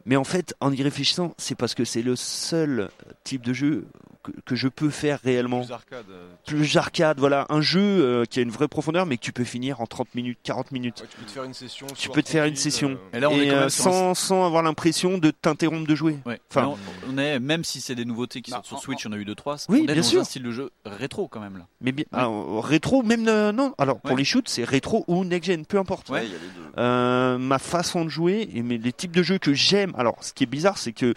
N: mais en fait, en y réfléchissant, c'est parce que c'est le seul type de jeu que, que je peux faire réellement
L: Plus arcade, euh,
N: plus arcade, voilà, un jeu euh, qui a une vraie profondeur mais que tu peux finir en 30 minutes, 40 minutes.
L: Tu peux te faire une session.
N: tu peux te faire une session.
O: Et là, on est quand
N: euh,
O: même sur un-
N: sans, sans avoir l'impression de t'interrompre de jouer.
O: Ouais.
N: Enfin,
O: Mais on, on est, même si c'est des nouveautés qui sortent sur Switch, on a eu deux trois.
N: Oui,
O: on est dans
N: bien sûr.
O: un style de jeu rétro quand même là.
N: mais bien, alors, rétro, même euh, non. Alors pour
O: Ouais.
N: les shoots, c'est rétro ou next gen, peu importe.
O: Ouais, il y a les
N: Euh, ma façon de jouer et mes- les types de jeux que j'aime. Alors, ce qui est bizarre, c'est que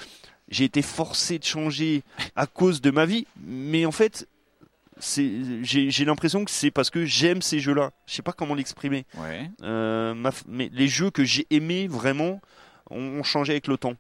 N: j'ai été forcé de changer à cause de ma vie, mais en fait, c'est j'ai j'ai l'impression que c'est parce que j'aime ces jeux-là. Je sais pas comment l'exprimer.
O: Ouais.
N: Euh, ma f- mais les jeux que j'ai aimés vraiment ont, ont changé avec le temps.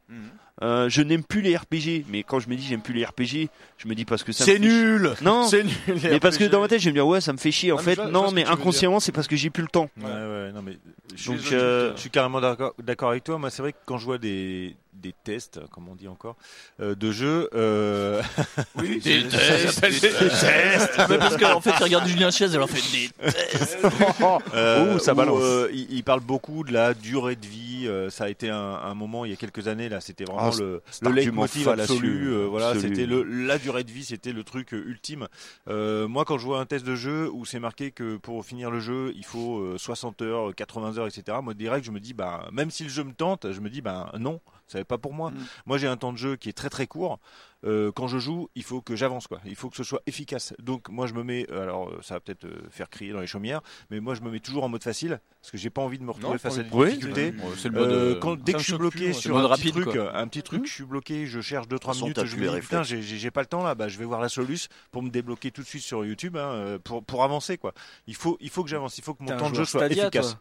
N: Euh, je n'aime plus les RPG, mais quand je me dis j'aime plus les RPG, je me dis parce que ça me
J: C'est
N: fait chi-
J: nul
N: Non,
J: C'est nul, les
N: Mais parce que
J: RPG.
N: dans ma tête, je vais me dire ouais, ça me fait chier. En
J: Non, mais
N: fait,
J: je vois- je vois
N: non,
J: ce
N: mais
J: que tu veux dire.
N: inconsciemment, c'est parce que j'ai plus le temps.
J: Ouais, ouais, non, mais je suis,
N: Donc,
J: désolé,
N: euh,
J: je suis carrément d'accord d'accord avec toi. Moi, c'est vrai que quand je vois des, des tests, comme on dit encore, euh, de jeux. euh,
O: Oui,
J: ça-
O: des
J: ça
O: tests,
J: s'appelle
O: des tests. Mais parce qu'en fait, il regarde Julien Chiez, alors il fait des tests.
J: Euh,
N: Oh, ça
J: où,
N: balance.
J: euh, il, il parle beaucoup de la durée de vie. euh, ça a été un, un moment il y a quelques années là, c'était vraiment
N: Ah,
J: le,
N: cet
J: le
N: argument
J: leitmotiv
N: fallacieux,
J: absolu. euh, voilà,
N: absolu.
J: c'était le, la durée de vie, c'était le truc euh, ultime. Euh, moi, quand je vois un test de jeu où c'est marqué que pour finir le jeu, il faut euh, 60 heures, 80 heures, etc. Moi, direct, je me dis, bah, même si le jeu me tente, je me dis, bah, non, ça n'est pas pour
L: Mm.
J: moi. Moi, j'ai un temps de jeu qui est très très court. Euh, quand je joue, il faut que j'avance, quoi. Il faut que ce soit efficace. Donc, moi, je me mets, alors, euh, ça va peut-être euh, faire crier dans les chaumières, mais moi, je me mets toujours en mode facile parce que j'ai pas envie de me retrouver
L: Non,
J: face à des
L: oui,
J: difficultés.
L: ouais, c'est le mode,
J: Euh,
L: euh,
J: quand,
L: ça
J: dès que
L: me
J: je suis
L: choque
J: bloqué
L: plus, ouais.
J: sur
L: Le
J: un,
L: mode
J: petit
L: rapide,
J: truc, euh,
L: quoi.
J: un petit truc, je suis bloqué, je cherche 2-3
L: De toute façon,
J: minutes,
L: t'as
J: je
L: plus
J: me
L: les
J: dis putain,
L: réflexes.
J: j'ai j'ai- j'ai pas le temps là, bah, je vais voir la soluce pour me débloquer tout de suite sur YouTube hein, euh, pour, pour avancer quoi. Il faut, il faut que j'avance, il faut que
M: T'es
J: mon
M: un
J: temps de jeu
M: joueur
J: soit
M: Stadia,
J: efficace.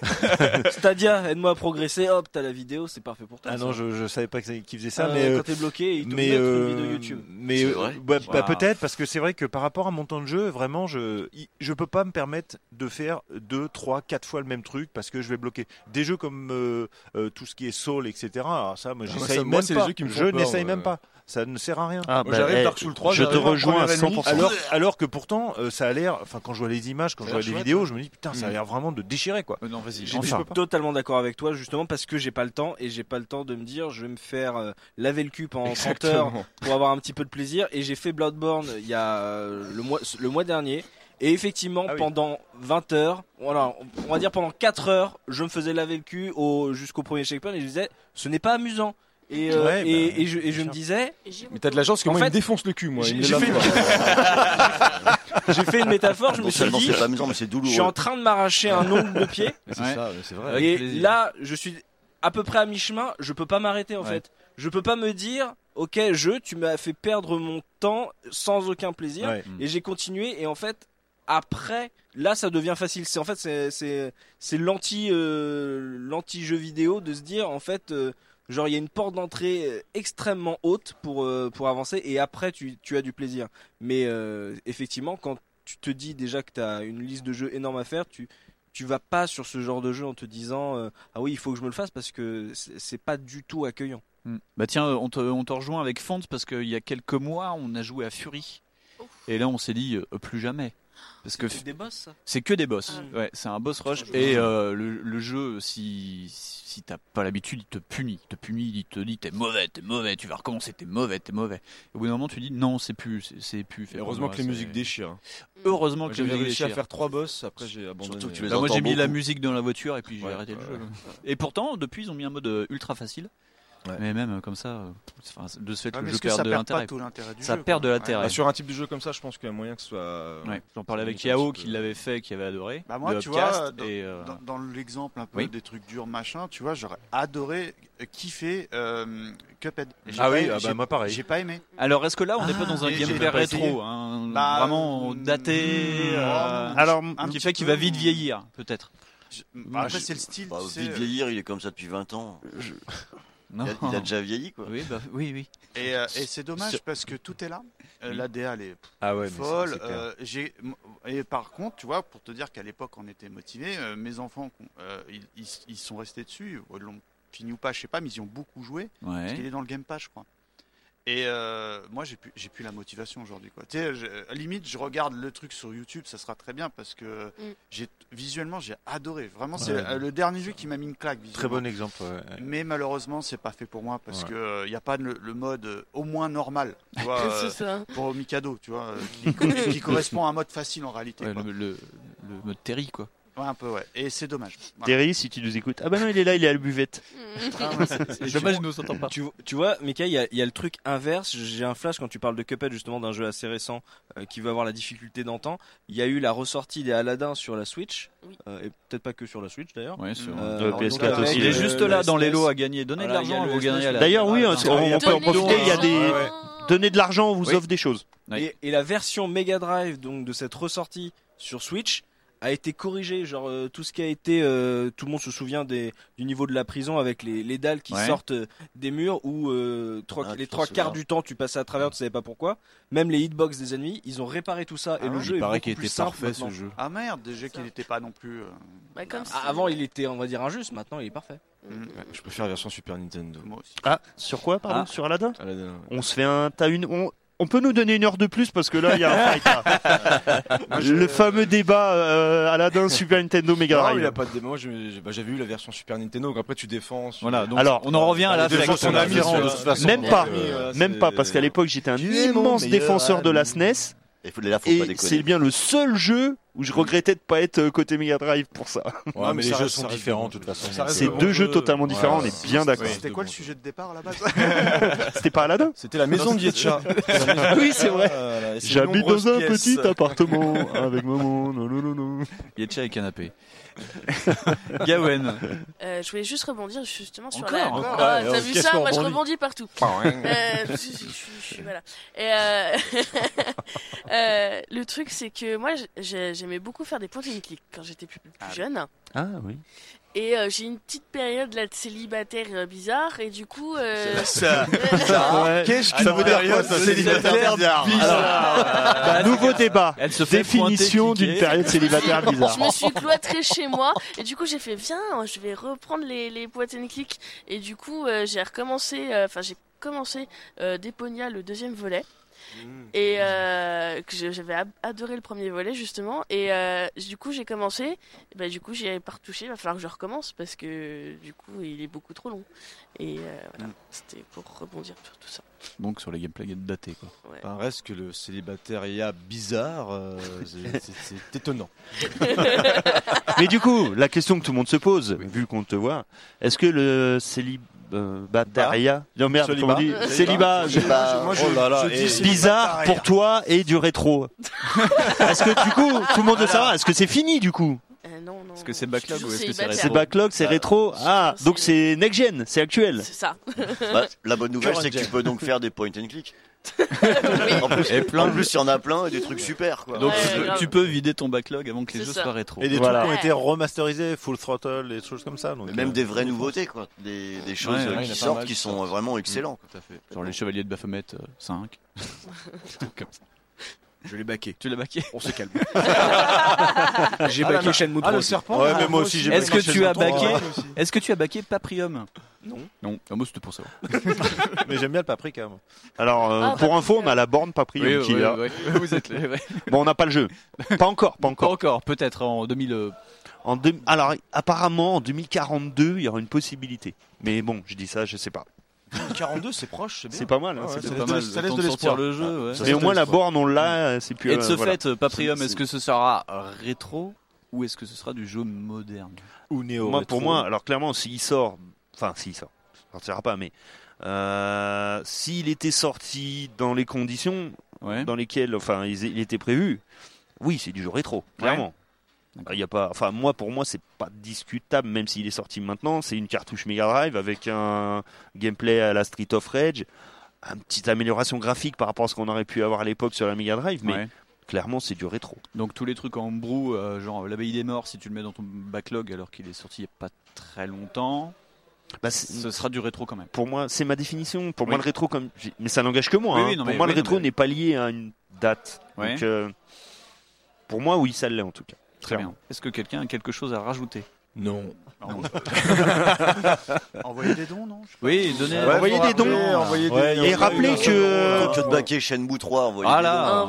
M: toi. Stadia, aide-moi à progresser. Hop, t'as la vidéo, c'est parfait pour toi.
J: Ah non,
M: ça.
J: je, je savais pas que ça-
L: Ah
J: qu'ils faisaient ça,
M: Euh,
J: mais
M: quand
J: euh,
M: t'es bloqué, ils te
J: mais,
M: mettent une
J: euh,
M: vidéo YouTube.
J: Mais
M: C'est
J: euh,
M: vrai
J: bah, bah,
M: Waouh.
J: peut-être parce que c'est vrai que par rapport à mon temps de jeu, vraiment, je i- je peux pas me permettre de faire deux, trois, quatre fois le même truc parce que je vais bloquer. Des jeux comme euh, euh, tout ce qui est Soul, etc. Alors ça, moi,
L: Ah,
J: j'essaye
L: moi, ça-
J: même
L: moi, c'est les
J: pas.
L: jeux qui me font
J: je
L: peur,
J: n'essaye
L: euh.
J: même pas. Ça ne sert à rien.
N: Ah, Moi, bah, j'arrive eh, Dark Souls 3, je j'arrive te pas, rejoins première à ennemie. 100%.
J: Alors, alors que pourtant, euh, ça a l'air. Enfin, quand je vois les images, quand
M: Ça
J: je
M: a
J: vois
M: l'air
J: les
M: chouette,
J: vidéos,
M: ouais.
J: je me dis putain, ça a
M: Mm.
J: l'air vraiment de déchirer quoi.
O: non, vas-y.
J: J'ai-
M: Je
J: je peux
M: suis
J: pas.
M: totalement d'accord avec toi, justement, parce que j'ai pas le temps et j'ai pas le temps de me dire je vais me faire euh, laver le cul pendant 30 heures
L: Exactement.
M: pour avoir un petit peu de plaisir. Et j'ai fait Bloodborne il y a euh, le mois, le mois dernier. Et effectivement,
L: Ah
M: pendant 20 heures, voilà, on- on va dire pendant 4 heures, je me faisais laver le cul au- jusqu'au premier checkpoint et je disais ce n'est pas amusant. Et, euh,
L: Ouais, bah,
M: et, et je, et je me
L: sûr.
M: disais.
L: Mais t'as de la chance parce que
M: En
L: moi, il
M: fait,
L: me défonce le cul, moi. il
M: j'ai-
L: me
M: j'ai
L: lave
M: fait- J'ai fait une métaphore, je me
G: Non
M: suis
G: seulement
M: dit.
G: c'est pas amusant, mais c'est douloureux.
M: Je suis en train de m'arracher un ongle de pied.
L: C'est ça, ouais, c'est vrai.
M: Et
L: Avec plaisir.
M: là, je suis à peu près à mi-chemin, je peux pas m'arrêter en
L: Ouais.
M: fait. Je peux pas me dire, ok, jeu, tu m'as fait perdre mon temps sans aucun plaisir.
J: Ouais.
M: Et j'ai continué, et en fait, après, là, ça devient facile. C'est en fait, c'est- c'est c'est l'anti euh, l'anti jeu vidéo de se dire, en fait. euh, Genre il y a une porte d'entrée euh, extrêmement haute pour, euh, pour avancer et après tu, tu as du plaisir. Mais euh, effectivement quand tu te dis déjà que tu as une liste de jeux énorme à faire, tu, tu vas pas sur ce genre de jeu en te disant euh, ah oui il faut que je me le fasse parce que c'est c'est pas du tout accueillant.
D: Hmm. Bah tiens, euh, on te, on te rejoint avec Font parce qu'il y a quelques mois, on a joué à Fury. Et là, on s'est dit euh, plus jamais. Parce que
M: des boss, ça Ah.
D: C'est que des boss.
K: Hmm.
D: Ouais, c'est un boss rush. Et euh, le, le jeu, si, si t'as pas l'habitude, il te punit. Il te punit, il te dit t'es mauvais, t'es mauvais, tu vas recommencer, t'es mauvais, t'es mauvais. Et au bout d'un moment, tu dis non, c'est plus, c'est- c'est plus. fait pour
L: Heureusement
D: moi,
L: que les
D: c'est-
L: musiques déchirent.
D: Heureusement
L: Moi,
D: que les
L: j'avais
D: musiques
L: réussi à
D: déchirent.
L: faire trois boss, après j'ai abandonné.
D: Surtout que tu les Bah, moi, entends j'ai mis la beaucoup. musique dans la voiture et puis j'ai arrêté le jeu. Et pourtant, depuis, ils ont mis un mode euh, ultra facile. Mais même euh, comme ça, euh, c'est- enfin, de ce fait,
L: Ah,
D: le
L: mais
D: jeu
L: est-ce que
D: perd
L: ça
D: de
L: perd pas
D: l'intérêt.
L: tout l'intérêt du
D: Ça
L: jeu,
D: perd de
L: quoi
D: l'intérêt.
L: Bah, sur un type de jeu comme ça, je pense qu'il y a moyen que ce soit. euh,
D: Ouais. J'en parlais avec
L: Ça limite un
D: Yao
L: petit
D: qui l'avait fait, qui avait adoré.
K: Bah moi,
D: de
K: tu vois,
D: Upcast,
K: dans,
D: et, euh,
K: dans- dans l'exemple un peu
D: oui.
K: des trucs durs, machin, tu vois, j'aurais adoré, euh, kiffé euh, Cuphead. Et j'ai
D: Ah
K: pas-
D: oui, ah bah,
K: j'ai-
D: moi, pareil.
K: J'ai pas aimé.
D: Alors, est-ce que là, on n'est pas dans un
K: Et j'ai pas
D: gameplay rétro,
K: essayé.
D: hein,
K: Bah,
D: vraiment daté, euh,
K: Alors,
D: qui
K: un petit
D: fait qu'il
K: peu,
D: va vite vieillir, peut-être.
K: bah, après, c'est le style,
G: Bah,
K: tu sais,
G: vite
K: euh,
G: vieillir, il est comme ça depuis 20 ans. Il, a, il a déjà vieilli, quoi.
D: Oui, bah, oui, oui.
K: Et, euh, et c'est dommage
G: Sur-
K: parce que tout est là. Euh,
G: Oui.
K: La DA, elle est pff,
G: Ah ouais, mais
K: folle.
G: c'est- c'est clair.
K: Euh, j'ai- m- et par contre, tu vois, pour te dire qu'à l'époque, on était motivés, euh, mes enfants, qu'on- euh, ils, ils- ils sont restés dessus. Ils l'ont fini ou pas, je sais pas, mais ils y ont beaucoup joué.
D: Ouais.
K: Parce qu'il est dans le Game Pass, je crois. Et euh, moi, j'ai plus, j'ai plus la motivation aujourd'hui. Quoi. Tu sais, je- à la limite, je regarde le truc sur YouTube, ça sera très bien parce que j'ai, visuellement, j'ai adoré. Vraiment, c'est
J: Ouais.
K: euh, le dernier jeu qui m'a mis une claque.
J: Très bon
K: visuellement.
J: exemple. ouais.
K: Mais malheureusement, c'est pas fait pour moi parce
J: Ouais.
K: que euh, y a pas le, le mode euh, au moins normal, tu vois, euh,
E: C'est ça.
K: pour Mikado, tu vois, euh, qui, co- qui correspond à un mode facile en réalité.
D: Ouais,
K: quoi.
D: le, le- le mode Terry, quoi.
K: Ouais, un peu ouais. Et c'est dommage. Voilà.
N: Terry, si tu nous écoutes. Ah bah non, il est là, il est à la buvette.
K: Ah ouais, c'est-
N: c'est- Dommage, nous s'entend pas.
M: Tu, tu vois, Mika, il y, a- il y a le truc inverse. J'ai un flash quand tu parles de Cuphead, justement, d'un jeu assez récent euh, qui va avoir la difficulté d'antan. Il y a eu la ressortie des Aladdin sur la Switch, euh, et peut-être pas que sur la Switch d'ailleurs.
D: Ouais, sur-
N: Euh,
M: alors,
N: PS4
M: donc,
N: aussi.
M: avec,
N: Il est
M: euh,
N: juste
M: le
D: là dans les
N: E
M: SNES.
D: lots à gagner. Donnez de
M: Voilà,
D: l'argent,
M: il y a
D: vous
M: le
D: gagnez
M: SNES,
D: à la-
M: le
N: D'ailleurs, oui,
M: Aladdin.
N: on, on peut en profiter. Il y a des. Donnez de l'argent, on vous
M: Oui.
N: offre des choses.
M: Et, et la version Mega Drive donc de cette ressortie sur Switch a été corrigée, genre euh, tout ce qui a été, euh, tout le monde se souvient des, du niveau de la prison avec les, les dalles qui
D: Ouais.
M: sortent euh, des murs où euh, trois- les trois
D: souviens.
M: quarts du temps tu passais à travers, tu savais pas pourquoi. Même les hitbox des ennemis, ils ont réparé tout ça et le
K: ouais
M: jeu
K: Il
M: est
K: paraît
M: beaucoup
K: qu'il
M: plus
K: était
M: simple
K: parfait, ce
M: maintenant.
K: jeu. Ah merde, déjà qu'il n'était pas non plus. euh,
E: Bah, comme
M: Ah, Avant il était, on va dire injuste, maintenant il est parfait.
L: Je préfère la version Super Nintendo.
K: Moi aussi.
N: Ah, sur quoi, pardon
L: Ah.
N: Sur Aladdin
L: Aladdin, ouais.
N: On se fait un. T'as une. On... on peut nous donner une heure de plus parce que là, il y a un fight. là. Le fameux débat euh, Aladdin Super Nintendo Mega
L: Non,
N: Drive.
L: il a pas de démo. je- je- bah, J'avais eu la version Super Nintendo, donc après tu défends.
D: Voilà, donc
N: Alors,
D: on en revient à
L: Bah,
D: la
L: les deux
D: flex,
L: sont
D: on en
L: amis,
D: revient
L: sur-
D: à la
L: de toute
D: flex.
L: façon,
N: même pas,
L: euh,
N: même
L: c'est-
N: pas, parce qu'à l'époque j'étais un
L: Tu es mon
N: immense
L: meilleur
N: défenseur de la SNES.
G: Et faut- là, faut pas
N: Et
G: déconner.
N: c'est bien le seul jeu où
L: Mm.
N: je regrettais de pas être euh, côté Mega Drive pour ça.
J: Ouais, mais les jeux sont différents de toute façon.
N: reste C'est de bons deux jeux jeux. totalement différents, on est
J: c'est-
N: bien
J: c'est-
N: d'accord.
J: C'était quoi
K: le sujet de départ à la base
N: C'était pas Aladdin
L: C'était la maison d'Ietcha.
N: oui, Ah, c'est vrai.
L: Euh, et ses
N: J'habite
L: nombreuses
N: dans un
L: pièces.
N: petit appartement avec maman. Non, non, non, non.
D: Yetcha et canapé. Gawen.
E: Euh, je voulais juste rebondir justement sur
D: Encore,
E: la.
D: encore.
E: Ah,
D: Ouais,
E: T'as
D: euh,
E: vu
D: qu'est-ce
E: ça
D: qu'on
E: Moi, je
D: rebondit
E: rebondis partout.
D: Ah ouais.
E: Euh, je, je- je- je- voilà. Et, euh, euh, le truc, c'est que moi, j'ai- j'aimais beaucoup faire des point and click quand j'étais plus, plus jeune.
N: Ah oui.
E: Et euh, j'ai une petite période là de célibataire euh, bizarre et du coup. euh,
N: Ça- ça- Ah, Ouais. Qu'est-ce que ça veut dire quoi, ça, célibataire bizarre Bah, nouveau débat. Définition d'une période célibataire bizarre.
E: Je me suis cloîtrée chez moi et du coup j'ai fait viens, je vais reprendre les les boîtes and click et du coup euh, j'ai recommencé, euh, enfin j'ai commencé euh, Deponia le deuxième volet. Et euh, que je- j'avais ab- adoré le premier volet justement et euh, du coup j'ai commencé, et bah, du coup j'y avais pas retouché, il va falloir que je recommence parce que du coup il est beaucoup trop long et euh, voilà c'était pour rebondir sur tout ça.
D: Donc sur les gameplays datés, quoi.
L: Ben, reste que le célibataire bizarre, euh, c'est- c'est c'est étonnant.
N: Mais du coup, la question que tout le monde se pose, vu qu'on te voit, est-ce que le célibataria, non merde,
L: Célibat.
N: comment on dit,
L: Célibat.
N: célibat,
L: Célibat. Moi, je-
N: oh là là,
L: je dis
N: et-
L: célibataria.
N: bizarre pour toi et du rétro. est-ce que du coup, tout le monde veut savoir, est-ce que c'est fini du coup
D: Est-ce que c'est backlog ou est-ce que c'est
N: C'est
D: rétro
N: backlog, c'est rétro, ah, donc c'est next gen, c'est actuel.
E: C'est ça.
G: Bah, la bonne nouvelle,
N: Current
G: c'est que
N: gen.
G: tu peux donc faire des point and click. en plus,
D: Et plein
G: en
D: de-
G: plus, il y en a plein et des trucs super. Quoi.
D: Donc tu, peux, tu peux vider ton backlog avant que les
G: C'est
D: jeux
G: ça.
D: soient rétro.
J: Et des
G: Voilà.
J: trucs qui ont été
G: Ouais.
J: remasterisés, Full Throttle, des choses comme ça. Donc,
G: Mais même
J: euh,
G: des vraies nouveautés, quoi. Des, des choses
D: Ouais,
G: euh,
D: ouais, il
G: qui
D: y en a pas
G: sortent
D: mal
G: qui
D: qui
G: sont euh, vraiment excellentes.
D: Genre les Chevaliers de Baphomet euh, 5. Tout comme ça.
M: Je l'ai baqué.
D: Tu l'as baqué
M: On se calme. Ah,
D: J'ai
M: j'ai
D: Ah
M: baqué Shenmue 3 aussi.
D: Est-ce que tu as baqué Est-ce que tu as baqué Paprium
J: Non. ah,
D: Non, un mot c'était pour savoir.
J: Mais j'aime bien le paprika. moi.
N: Alors, euh,
J: Ah,
N: pour
J: bah,
N: info, on a la borne Paprium
D: Oui,
N: qui
D: oui,
N: est là.
D: oui. Vous êtes les- ouais.
N: Bon, on n'a pas le jeu. Pas encore, pas encore.
D: encore, peut-être en euh. 2000.
N: En deux- Alors, apparemment, en 2042, il y aura une possibilité. Mais bon, je dis ça, je sais pas.
L: 42, c'est proche, c'est bien.
N: C'est pas mal, hein,
L: Ah ouais,
N: c'est
L: ça
N: bien.
L: laisse- Ça laisse de l'espoir.
D: le jeu. ouais.
N: Mais au moins, la borne, on l'a. euh, C'est plus,
D: Et de
N: euh,
D: ce
N: voilà.
D: fait, euh, Paprium, est-ce que ce sera rétro ou est-ce que ce sera du jeu moderne
J: Ou néo
N: Moi, pour moi, alors clairement, s'il sort, enfin, s'il sort, ça sortira pas, mais euh, s'il était sorti dans les conditions dans lesquelles, enfin, ils- il, était prévu, oui, c'est du jeu rétro, clairement. Il y a pas, enfin, moi, pour moi, c'est pas discutable, même s'il est sorti maintenant. C'est une cartouche Mega Drive avec un gameplay à la Street of Rage, une petite amélioration graphique par rapport à ce qu'on aurait pu avoir à l'époque sur la Mega Drive, mais
D: Ouais.
N: clairement, c'est du rétro.
D: Donc tous les trucs en brou, euh, genre l'abbaye des morts, si tu le mets dans ton backlog alors qu'il est sorti il n'y a pas très longtemps, ce sera du rétro quand même.
N: pour moi, c'est ma définition. Pour
D: Oui.
N: moi, le rétro, comme j'ai- mais ça n'engage que moi.
D: Oui,
N: hein.
D: oui, non,
N: pour
D: mais-
N: moi,
D: oui,
N: le rétro
D: non, mais-
N: n'est pas lié à une date.
D: Ouais.
N: Donc, euh, pour moi, oui, ça l'est en tout cas.
D: Très bien. Est-ce que quelqu'un a quelque chose à rajouter
N: Non.
D: Non.
K: Envoyez des dons, non Je sais pas.
D: Oui, donnez.
K: Ouais, Envoyez faut des dons. rappeler, envoyez des- Ouais, envoyez
N: Et rappelez
K: des
N: que.
G: Quand tu as baqué Shenmue 3, envoyez
N: Voilà.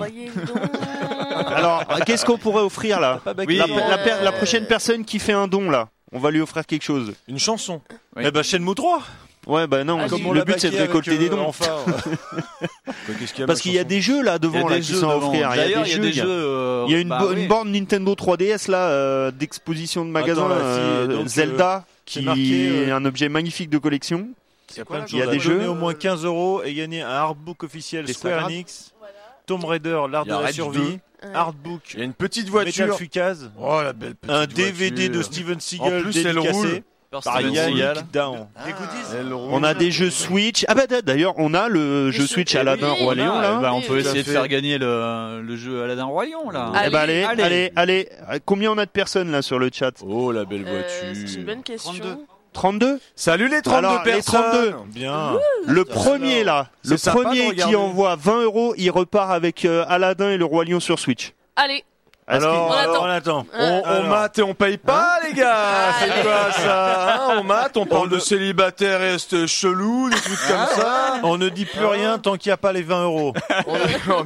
N: Alors, qu'est-ce qu'on pourrait offrir là
G: baqué,
N: la,
G: euh,
N: la per- la prochaine personne qui fait un don là, on va lui offrir quelque chose.
J: Une chanson.
N: Eh ben, Shenmue 3 Ouais, bah non,
J: Ah, comme on
N: le
J: l'a
N: but c'est de
J: baqué avec,
N: récolter des
J: euh,
N: dons.
J: Enfa, ouais. qu'est-ce qu'il y a, ma
N: Parce qu'il y a
J: chanson
N: des jeux là
J: Il y
N: devant
J: a
N: là,
J: des
N: qui
J: jeux
N: sont à
J: devant.
N: offrir.
J: D'ailleurs, il y a des
N: il y a-
J: jeux, euh,
N: Il y a une,
J: bah
N: bo-
J: oui.
N: une borne Nintendo 3DS là, euh, d'exposition de magasin,
J: Attends, là,
N: euh,
J: si, donc,
N: Zelda,
J: euh, c'est
N: qui
J: marqué, euh,
N: est un objet magnifique de collection.
J: Il y a, plein de
N: Il y a
J: choses à
N: des
J: donner,
N: jeux.
J: au moins 15 euros et gagner un artbook officiel
N: Des
J: Square
N: Instagram.
J: Enix, Tomb Raider, l'art
N: Il
J: de
N: y a
J: la
N: Rage
J: survie,
N: 2. Ouais.
J: artbook.
L: Il y a une petite
J: Metal
L: voiture.
J: Fugazi.
L: Oh, la belle petite
J: Un DVD
L: voiture.
J: de Steven Seagal.
L: En plus, elle
J: dédicacé
L: roule.
D: Oh,
J: Par
L: Par
J: Yann
L: Yann. Ah.
J: Yann Down.
N: On a des jeux Switch. Ah bah d'ailleurs, on a le jeu Switch Aladdin
J: Ah,
N: Roi Lion là.
J: eh ben,
D: Bah, on peut essayer de faire gagner le, le jeu Aladdin Roi Lion là.
N: Eh ben, allez, allez, allez, Euh, Combien on a de personnes là sur le chat Oh la belle
C: C'est
N: Euh,
C: une bonne question.
N: 32 Salut
C: les 32
N: Les
C: personnes
N: 32
C: Bien.
N: Le premier là,
C: C'est
N: le
C: sympa de
N: premier qui
C: regarder.
N: envoie 20 euros, il repart avec euh, Aladdin et le Roi Lion sur Switch.
C: Allez.
N: Est-ce qu'il- Hein
L: Alors, alors, on attend. On, on mate et on paye pas, les
N: Ah,
L: gars. C'est quoi ça hein On mate, on parle de célibataire et ce chelou, des trucs comme ça.
J: On ne dit
L: Ah.
J: plus rien tant qu'il n'y a pas les 20 euros.
L: Oh,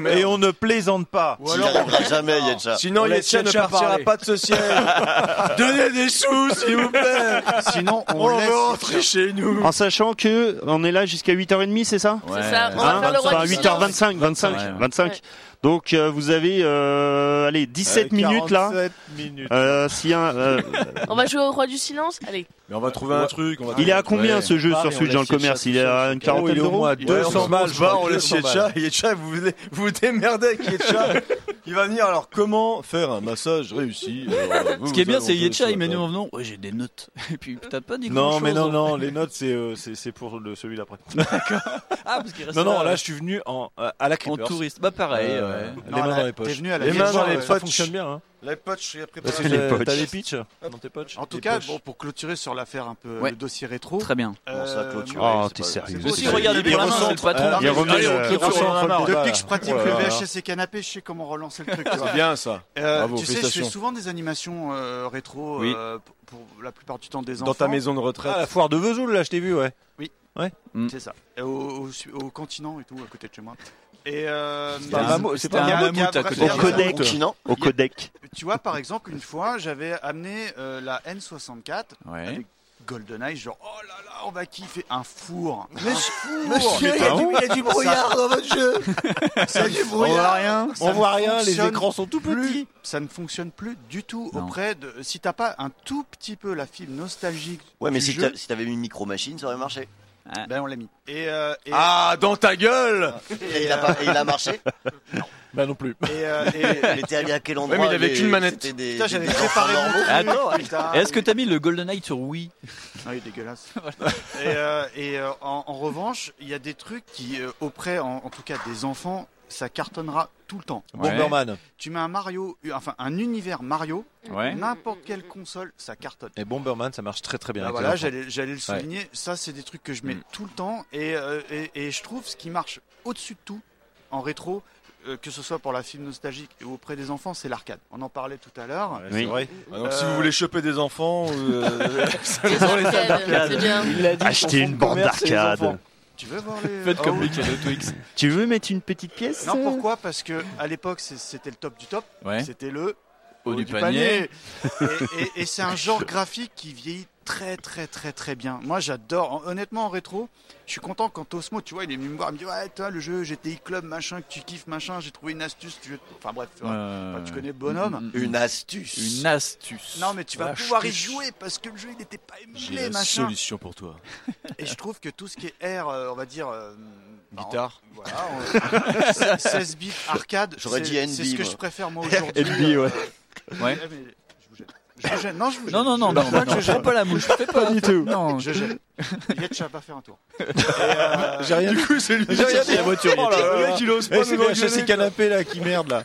J: Et on ne plaisante pas.
G: Ou alors, on verra jamais, Yetcha.
J: Sinon, Yetcha ne partira pas de ce ciel.
L: Donnez des sous, s'il vous plaît.
D: Sinon,
L: on,
N: laisse-
L: veut rentrer chez nous.
N: En sachant que on est là jusqu'à 8h30, c'est ça
L: C'est ça, on va
N: Hein
L: faire le roi
N: Enfin,
L: du
N: 8h25, 25, 25. Donc euh, vous avez euh, allez 17
C: Euh,
N: minutes là.
C: 47
L: minutes.
N: Euh, s'il y a, euh,
C: On va jouer au roi du silence Allez.
L: Mais on va trouver un truc. on va
N: il est à
L: trouver-
N: combien
L: Ouais.
N: ce jeu
L: Pareil,
N: sur
L: on
N: Switch
L: laisse
N: dans le
L: Yetcha
N: commerce
L: sur
N: Il est à
L: Switch.
N: une quarantaine
L: Oh, il est au
N: d'euros
L: moins à 200 balles. Je barre, on laisse
N: 200
L: Yetcha. Yetcha, vous voulez- vous vous démerdez avec Yetcha. Il va venir. Alors, comment faire un massage réussi Alors, vous,
D: Ce qui est
L: vous
D: bien,
L: allez
D: c'est
L: en jouer
D: Yetcha,
L: sur
D: il
L: la
D: met nous
L: table.
D: en venant. Ouais, j'ai des notes. Et puis t'as pas dit
J: Non,
D: grand-chose,
J: mais non,
D: hein.
J: non, les notes, c'est euh, c'est- c'est pour le- celui d'après. D'accord.
D: Ah, parce qu'il reste
J: Non, non,
D: là,
J: là,
D: ouais.
J: je suis venu en, euh, à la Creepers. Euh,
D: touriste. Bah, pareil, ouais.
J: Les
D: Non,
J: mains
D: là,
J: dans les
D: t'es
J: poches.
D: venu à la
J: les mains
D: Creepers,
J: dans
D: ouais.
J: les poches.
D: Ça
J: Ça
D: fonctionne
J: fonctionne bien. Hein.
K: Les poches, j'ai
J: Parce
K: préparé.
J: que t'as- t'as les pitchs dans tes poches.
K: En tout
J: Les
K: cas,
J: poches.
K: bon, pour clôturer sur l'affaire un peu
D: Ouais.
K: le dossier rétro.
D: Très bien.
K: Euh,
D: Bon, ça a clôturé,
K: moi,
N: Oh,
K: c'est
N: t'es
K: pas-
N: sérieux.
K: c'est
N: c'est
K: possible.
N: sérieux.
K: regardez bien la main, c'est le patron.
N: Ah, Il est revenu.
K: Allez, on
N: euh,
K: clôture.
N: Vincent Ramard.
K: Depuis que je pratique
N: Oh là
K: le
N: là.
K: VHS et canapé, je sais comment relancer le truc. tu
L: C'est
K: vois.
L: bien, ça.
K: Euh,
L: Bravo,
K: tu sais, je fais
L: félicitations.
K: souvent des animations euh, rétro
L: Oui.
K: euh, p- pour la plupart du temps des enfants.
L: Dans ta maison de retraite.
K: Ah, la
J: foire de Mm. Vesoul, là, je t'ai vu, ouais.
K: Oui.
J: Ouais.
K: C'est ça. Et Au, au- au continent et tout, à côté de chez moi. Et euh,
J: C'est pas un mammouth, c'est pas un
K: il y a-
J: mammouth
K: il y a-
J: à côté
K: il y a-
N: Au codec.
K: continent.
N: Au codec.
K: Tu vois, par exemple, une fois, j'avais amené euh, la N64
D: Ouais.
K: avec GoldenEye, genre, oh là là, on va kiffer un four.
L: Mais
K: Un
L: je-
K: four.
L: monsieur, il y a
K: Ah
L: du-
K: bon
L: il y a du brouillard
K: Ça-
L: dans votre jeu.
K: Ça-
L: Il y a du
K: On voit
L: brouillard.
K: rien.
L: On
K: Ça
L: voit
K: ne
L: rien, les
K: fonctionne
L: écrans sont tout
K: plus.
L: petits.
K: Ça ne fonctionne plus du tout
D: Non.
K: auprès de. Si t'as pas un tout petit peu la fibre nostalgique.
G: Ouais, mais
K: du
G: si
K: jeu,
G: t'a- si t'avais mis une micro-machine, ça aurait marché.
K: Ben, on l'a mis. Et, euh, et-
L: Ah, dans ta gueule
G: Et il a, pas- et il a marché
L: Bah non plus.
K: Et, euh, et-
G: Il était allé à quel endroit
L: Ouais, mais il avait
G: les-
L: qu'une manette.
G: c'était des-
K: Putain, j'avais
G: des enfants
K: préparé mon
G: normaux.
K: truc.
D: Attends,
K: Putain.
D: est-ce que t'as mis le Golden Knight sur Wii
K: Ah, il est dégueulasse. et euh, et, euh, en, en revanche, il y a des trucs qui, euh, auprès, en, en tout cas des enfants, ça cartonnera tout le temps.
J: Ouais. Bomberman.
K: Tu mets un Mario, euh, enfin un univers Mario,
J: Ouais.
K: n'importe quelle console, ça cartonne.
J: Et Bomberman, ça marche très très bien.
K: Bah
J: avec les
K: voilà,
J: enfants.
K: j'allais j'allais le
J: Ouais.
K: souligner. Ça, c'est des trucs que je mets
J: Mm.
K: tout le temps. Et, euh, et, et je trouve ce qui marche au-dessus de tout en rétro. euh, que ce soit pour la film nostalgique ou auprès des enfants, c'est l'arcade. On en parlait tout à l'heure. Euh,
L: c'est Oui. vrai. Ah, donc, si vous voulez choper des enfants, euh,
K: c'est dans les salles d'arcade.
L: C'est bien.
K: Il a dit,
N: Achetez
K: en fond
N: une
K: de
N: borne
K: commerce, c'est les enfants.
N: d'arcade.
K: Tu veux voir les
N: Faites comme
K: Ah oui.
N: les canaux Twix. Oh. Tu veux mettre une petite pièce
K: Non,
N: euh
K: pourquoi Parce que à l'époque, c'est- c'était le top du top.
N: Ouais.
K: C'était le
N: Haut du panier.
K: et et- et c'est un genre graphique qui vieillit très, très, très, très bien. Moi, j'adore. En- Honnêtement, en rétro, je suis content quand Osmo, tu vois, il est venu me voir, il me dit Ouais, toi, le jeu GTI Club, machin, que tu kiffes, machin, j'ai trouvé une astuce. Tu veux- Enfin, bref, tu, vois. Enfin, tu connais le bonhomme.
G: Une astuce.
D: Une astuce.
K: Non, mais tu vas
G: La
K: pouvoir y
G: ch'tiche.
K: jouer parce que le jeu, il n'était pas
G: J'ai
K: émulé,
G: la
K: machin.
G: solution pour toi.
K: Et je trouve que tout ce qui est R, euh, on va dire. euh, bah,
G: Guitare.
K: on- voilà, on- 16 bits arcade.
G: J'aurais
K: c'est-
G: dit NB,
K: C'est ce que
G: moi.
K: je préfère moi aujourd'hui.
G: NB, ouais.
K: euh,
D: Ouais.
K: eh, mais Je vous jette. Je vous jette. Non, je vous jette.
D: Non, non, non,
K: Je-
D: non, non, non,
K: Bah, je jette.
D: fais pas la mouche, fais pas. Pas du tout. Non,
K: je
D: je-
K: jette. Yetch va pas faire un tour.
L: J'ai rien
K: euh, Du
L: dit.
K: coup, c'est lui
L: J'ai
K: qui a
L: rien
K: sorti
L: dit.
K: la voiture.
L: Oh là là.
K: Le mec, il ose pas
L: Eh,
K: nous
L: C'est bien
K: engueuler,
L: ces
K: quoi.
L: canapés là qui merde là.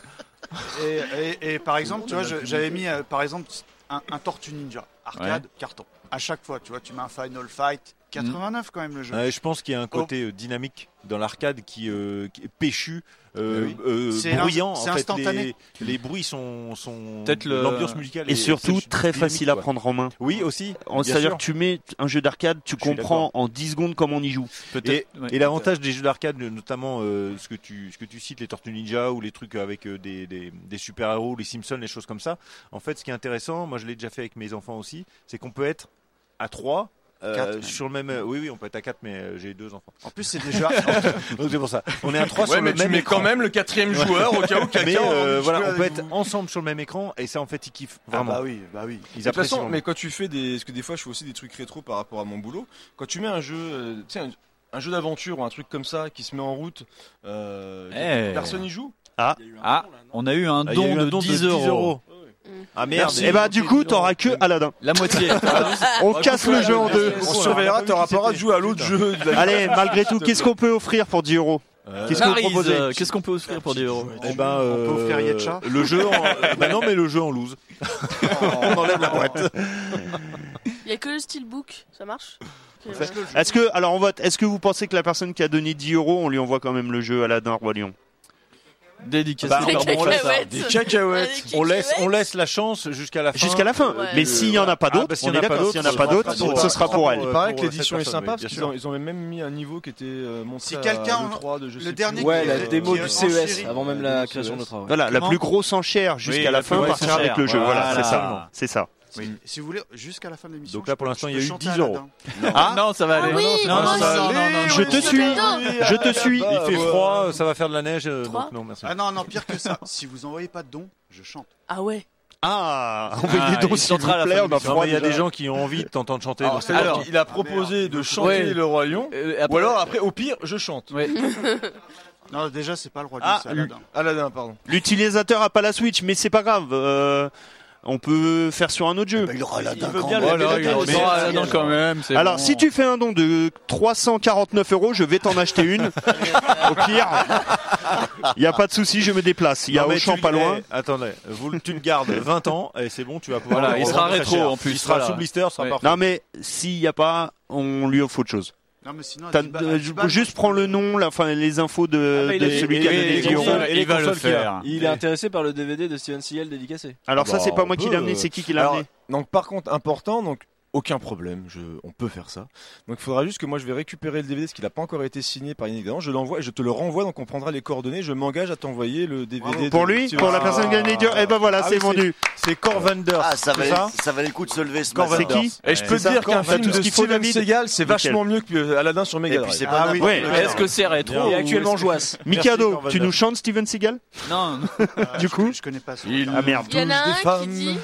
K: Et, et- et par exemple,
L: monde
K: tu vois,
L: a
K: je-
L: imprimé.
K: j'avais mis euh, par exemple un, un Tortue Ninja, arcade, carton. À chaque fois, tu vois, tu mets un Final Fight, 89 quand même le jeu. Oh.
J: Ouais, je pense qu'il y a un côté euh, dynamique dans l'arcade qui, euh, qui est péchu, euh,
K: Eh Oui.
J: euh,
K: C'est ins-
J: bruyant. en
K: c'est
J: fait.
K: instantané.
J: Les, les bruits sont, sont
N: Peut-être le-
J: l'ambiance musicale
N: Et
J: est-
N: surtout
J: c'est
N: très
J: dynamique,
N: facile à
J: quoi.
N: prendre en main.
J: Oui, aussi.
N: En-
J: bien
N: C'est-à-dire
J: sûr.
N: que tu mets un jeu d'arcade, tu
J: Je suis
N: comprends en 10 secondes comment on y joue.
J: Et, et l'avantage des jeux d'arcade, notamment euh, ce, que tu, ce que tu cites, les Tortues Ninja ou les trucs avec euh, des, des- des super-héros, les Simpsons, les choses comme ça, en fait, ce qui est intéressant, moi je l'ai déjà fait avec mes enfants aussi, c'est qu'on peut être à 3.
K: Quatre, même.
J: sur le même euh, oui oui on peut être à 4 mais euh, j'ai deux enfants
K: en plus c'est déjà
J: donc c'est pour ça on est à 3
L: Ouais,
J: sur
L: mais
J: le
L: tu
J: même
L: mets
J: écran.
L: quand même le quatrième
J: Ouais.
L: joueur au cas où quelqu'un
J: mais
L: a envie
J: euh,
L: de jouer
J: voilà on peut
L: avec
J: être ensemble sur le même écran et ça en fait ils kiffent vraiment
L: bah oui,
K: bah oui
J: ils
L: de toute
J: apprécient
L: façon,
J: vraiment.
L: mais quand tu fais des. Parce que des fois, je fais aussi des trucs rétro par rapport à mon boulot. Quand tu mets un jeu. euh, Tu sais, un, un jeu d'aventure ou un truc comme ça qui se met en route, euh,
D: Eh.
L: personne y joue.
N: Ah,
D: ah, on a eu un
L: Ah, il y a
D: don
L: eu un
D: de
L: don de
D: 10 euros. Eh ben,
J: Ah
N: Merci. Et bah du coup t'auras que Aladdin.
D: La moitié.
N: on casse le jeu en deux.
L: On surveillera, t'auras pas le droit de jouer à l'autre jeu. de la-
N: Allez, malgré tout, qu'est-ce qu'on peut offrir pour 10 euros Qu'est-ce qu'on peut
D: Maryse,
N: proposer
D: euh, Qu'est-ce qu'on peut offrir pour 10 euros
J: Eh ben, euh,
K: peut offrir Yetcha
J: Le jeu en... bah non, mais le jeu en loose. On enlève la boîte.
E: Il y a que le steelbook, ça marche Euh, Ok, voilà.
N: Est-ce que alors on vote Est-ce que vous pensez que la personne qui a donné 10 euros, on lui envoie quand même le jeu Aladdin Roi Lion
D: Dédicacé
J: Bah, par
N: Des
J: bon, on laisse-
N: cacahuètes.
J: des cacahuètes. On laisse, on laisse la chance jusqu'à la fin.
N: Jusqu'à la fin. Mais s'il y en
L: Ah,
N: a pas
L: bah,
N: d'autres, on est d'accord. S'il y en a pas d'autres, ce sera pour elle.
L: Il paraît que l'édition est sympa parce qu'ils ont, ils ont même mis un niveau qui était euh, monté
K: Si
L: à
K: quelqu'un
L: deux,
K: en-
L: trois de je
K: le
L: sais plus
K: dernier
L: où.
K: Ouais, qui- la qui- démo qui- du
N: E
L: E
K: qui- CES,
M: en avant même la
L: démo du
M: création de
L: CES.
M: l'autre, ouais.
N: Voilà, la
K: E Comment
N: plus grosse enchère jusqu'à
J: Oui,
N: la
J: la
N: fin
J: plus grosse
N: partir avec
J: enchère.
N: le jeu. Voilà,
J: Voilà.
N: c'est ça. C'est ça.
K: Si, si vous voulez, jusqu'à la fin de l'émission.
J: Donc là, pour l'instant, il y a eu 10 euros.
N: Ah
D: non, ça va aller.
J: non, non, ça va aller.
N: Je te suis. Je te suis.
J: Il fait froid, ça va faire de la neige. euh, Donc non, merci.
K: Ah non, non, pire que ça. si vous envoyez pas de dons, je chante.
E: Ah ouais
N: Ah,
J: envoyez
N: envoyez donc s'il vous plaît, on a froid.
J: Il y a des
N: déjà.
J: gens qui ont envie de t'entendre chanter.
L: Alors,
J: donc
L: c'est-à-dire
J: alors-
L: qu'il a proposé de chanter
J: Ouais.
L: le roi lion,
D: après-
L: ou alors après, au pire, je chante.
K: Non, déjà, c'est pas le roi du
L: Ah,
K: c'est Aladdin.
L: Aladdin, pardon.
N: L'utilisateur a pas la Switch, mais c'est pas grave. euh, On peut faire sur un autre jeu. Il aura la
D: veut bien quand le- même. Voilà, il aura- Mais- aura Aladdin quand même, c'est
N: Alors,
D: bon.
N: si tu fais un don de 349 euros, je vais t'en acheter une. Au pire, il n'y a pas de souci, je me déplace. Il y a
J: Non, mais
N: Auchan
J: tu-
N: pas loin.
J: eh, Attendez, vous, tu le gardes 20 ans et c'est bon, tu vas pouvoir.
N: Voilà,
J: le
N: il sera
J: revendre
N: rétro,
J: très cher.
N: en plus,
J: Il sera
N: voilà.
J: sous blister, ça
N: Ouais.
J: part.
N: Non mais s'il n'y a pas, on lui offre autre chose.
K: Non, mais sinon, à
N: T'as-
K: 10 balles-
N: euh,
K: à 10 balles,
N: juste prends le nom, la, enfin, les infos de, de celui qui Ah bah, a donné les euros.
M: Il est intéressé par le DVD de Steven Seagal dédicacé.
N: Alors ça,
L: Bah,
N: c'est pas moi
L: on
N: qui
L: peut,
N: l'ai amené,
L: euh,
N: c'est qui qui l'a
L: alors,
N: amené
L: Donc par contre, important, donc aucun problème, je, on peut faire ça. Donc il faudra juste que moi je vais récupérer le DVD parce qu'il n'a pas encore été signé par Yannick Dahan. Je l'envoie et je te le renvoie, donc on prendra les coordonnées. Je m'engage à t'envoyer le DVD.
N: Pour lui Pour la personne qui a donné les euros Eh ben voilà, c'est vendu.
L: Ah C'est Corvander.
G: Ah, ça valait,
L: C'est ça
G: ça, valait le coup de se lever ce
L: Gore
G: matin.
L: Vanders. Et je peux te dire qu'un film de Steven Seagal, c'est vachement mieux que euh, Aladdin sur Mega
G: Et puis, c'est pas n'importe
N: Ah ouais.
G: lequel.
N: Est-ce que c'est rétro ou est-ce que- Mikado, tu nous chantes Steven Seagal
D: Non.
N: du coup,
K: je connais pas. ça.
N: Ah merde.
E: Il y en a un qui dit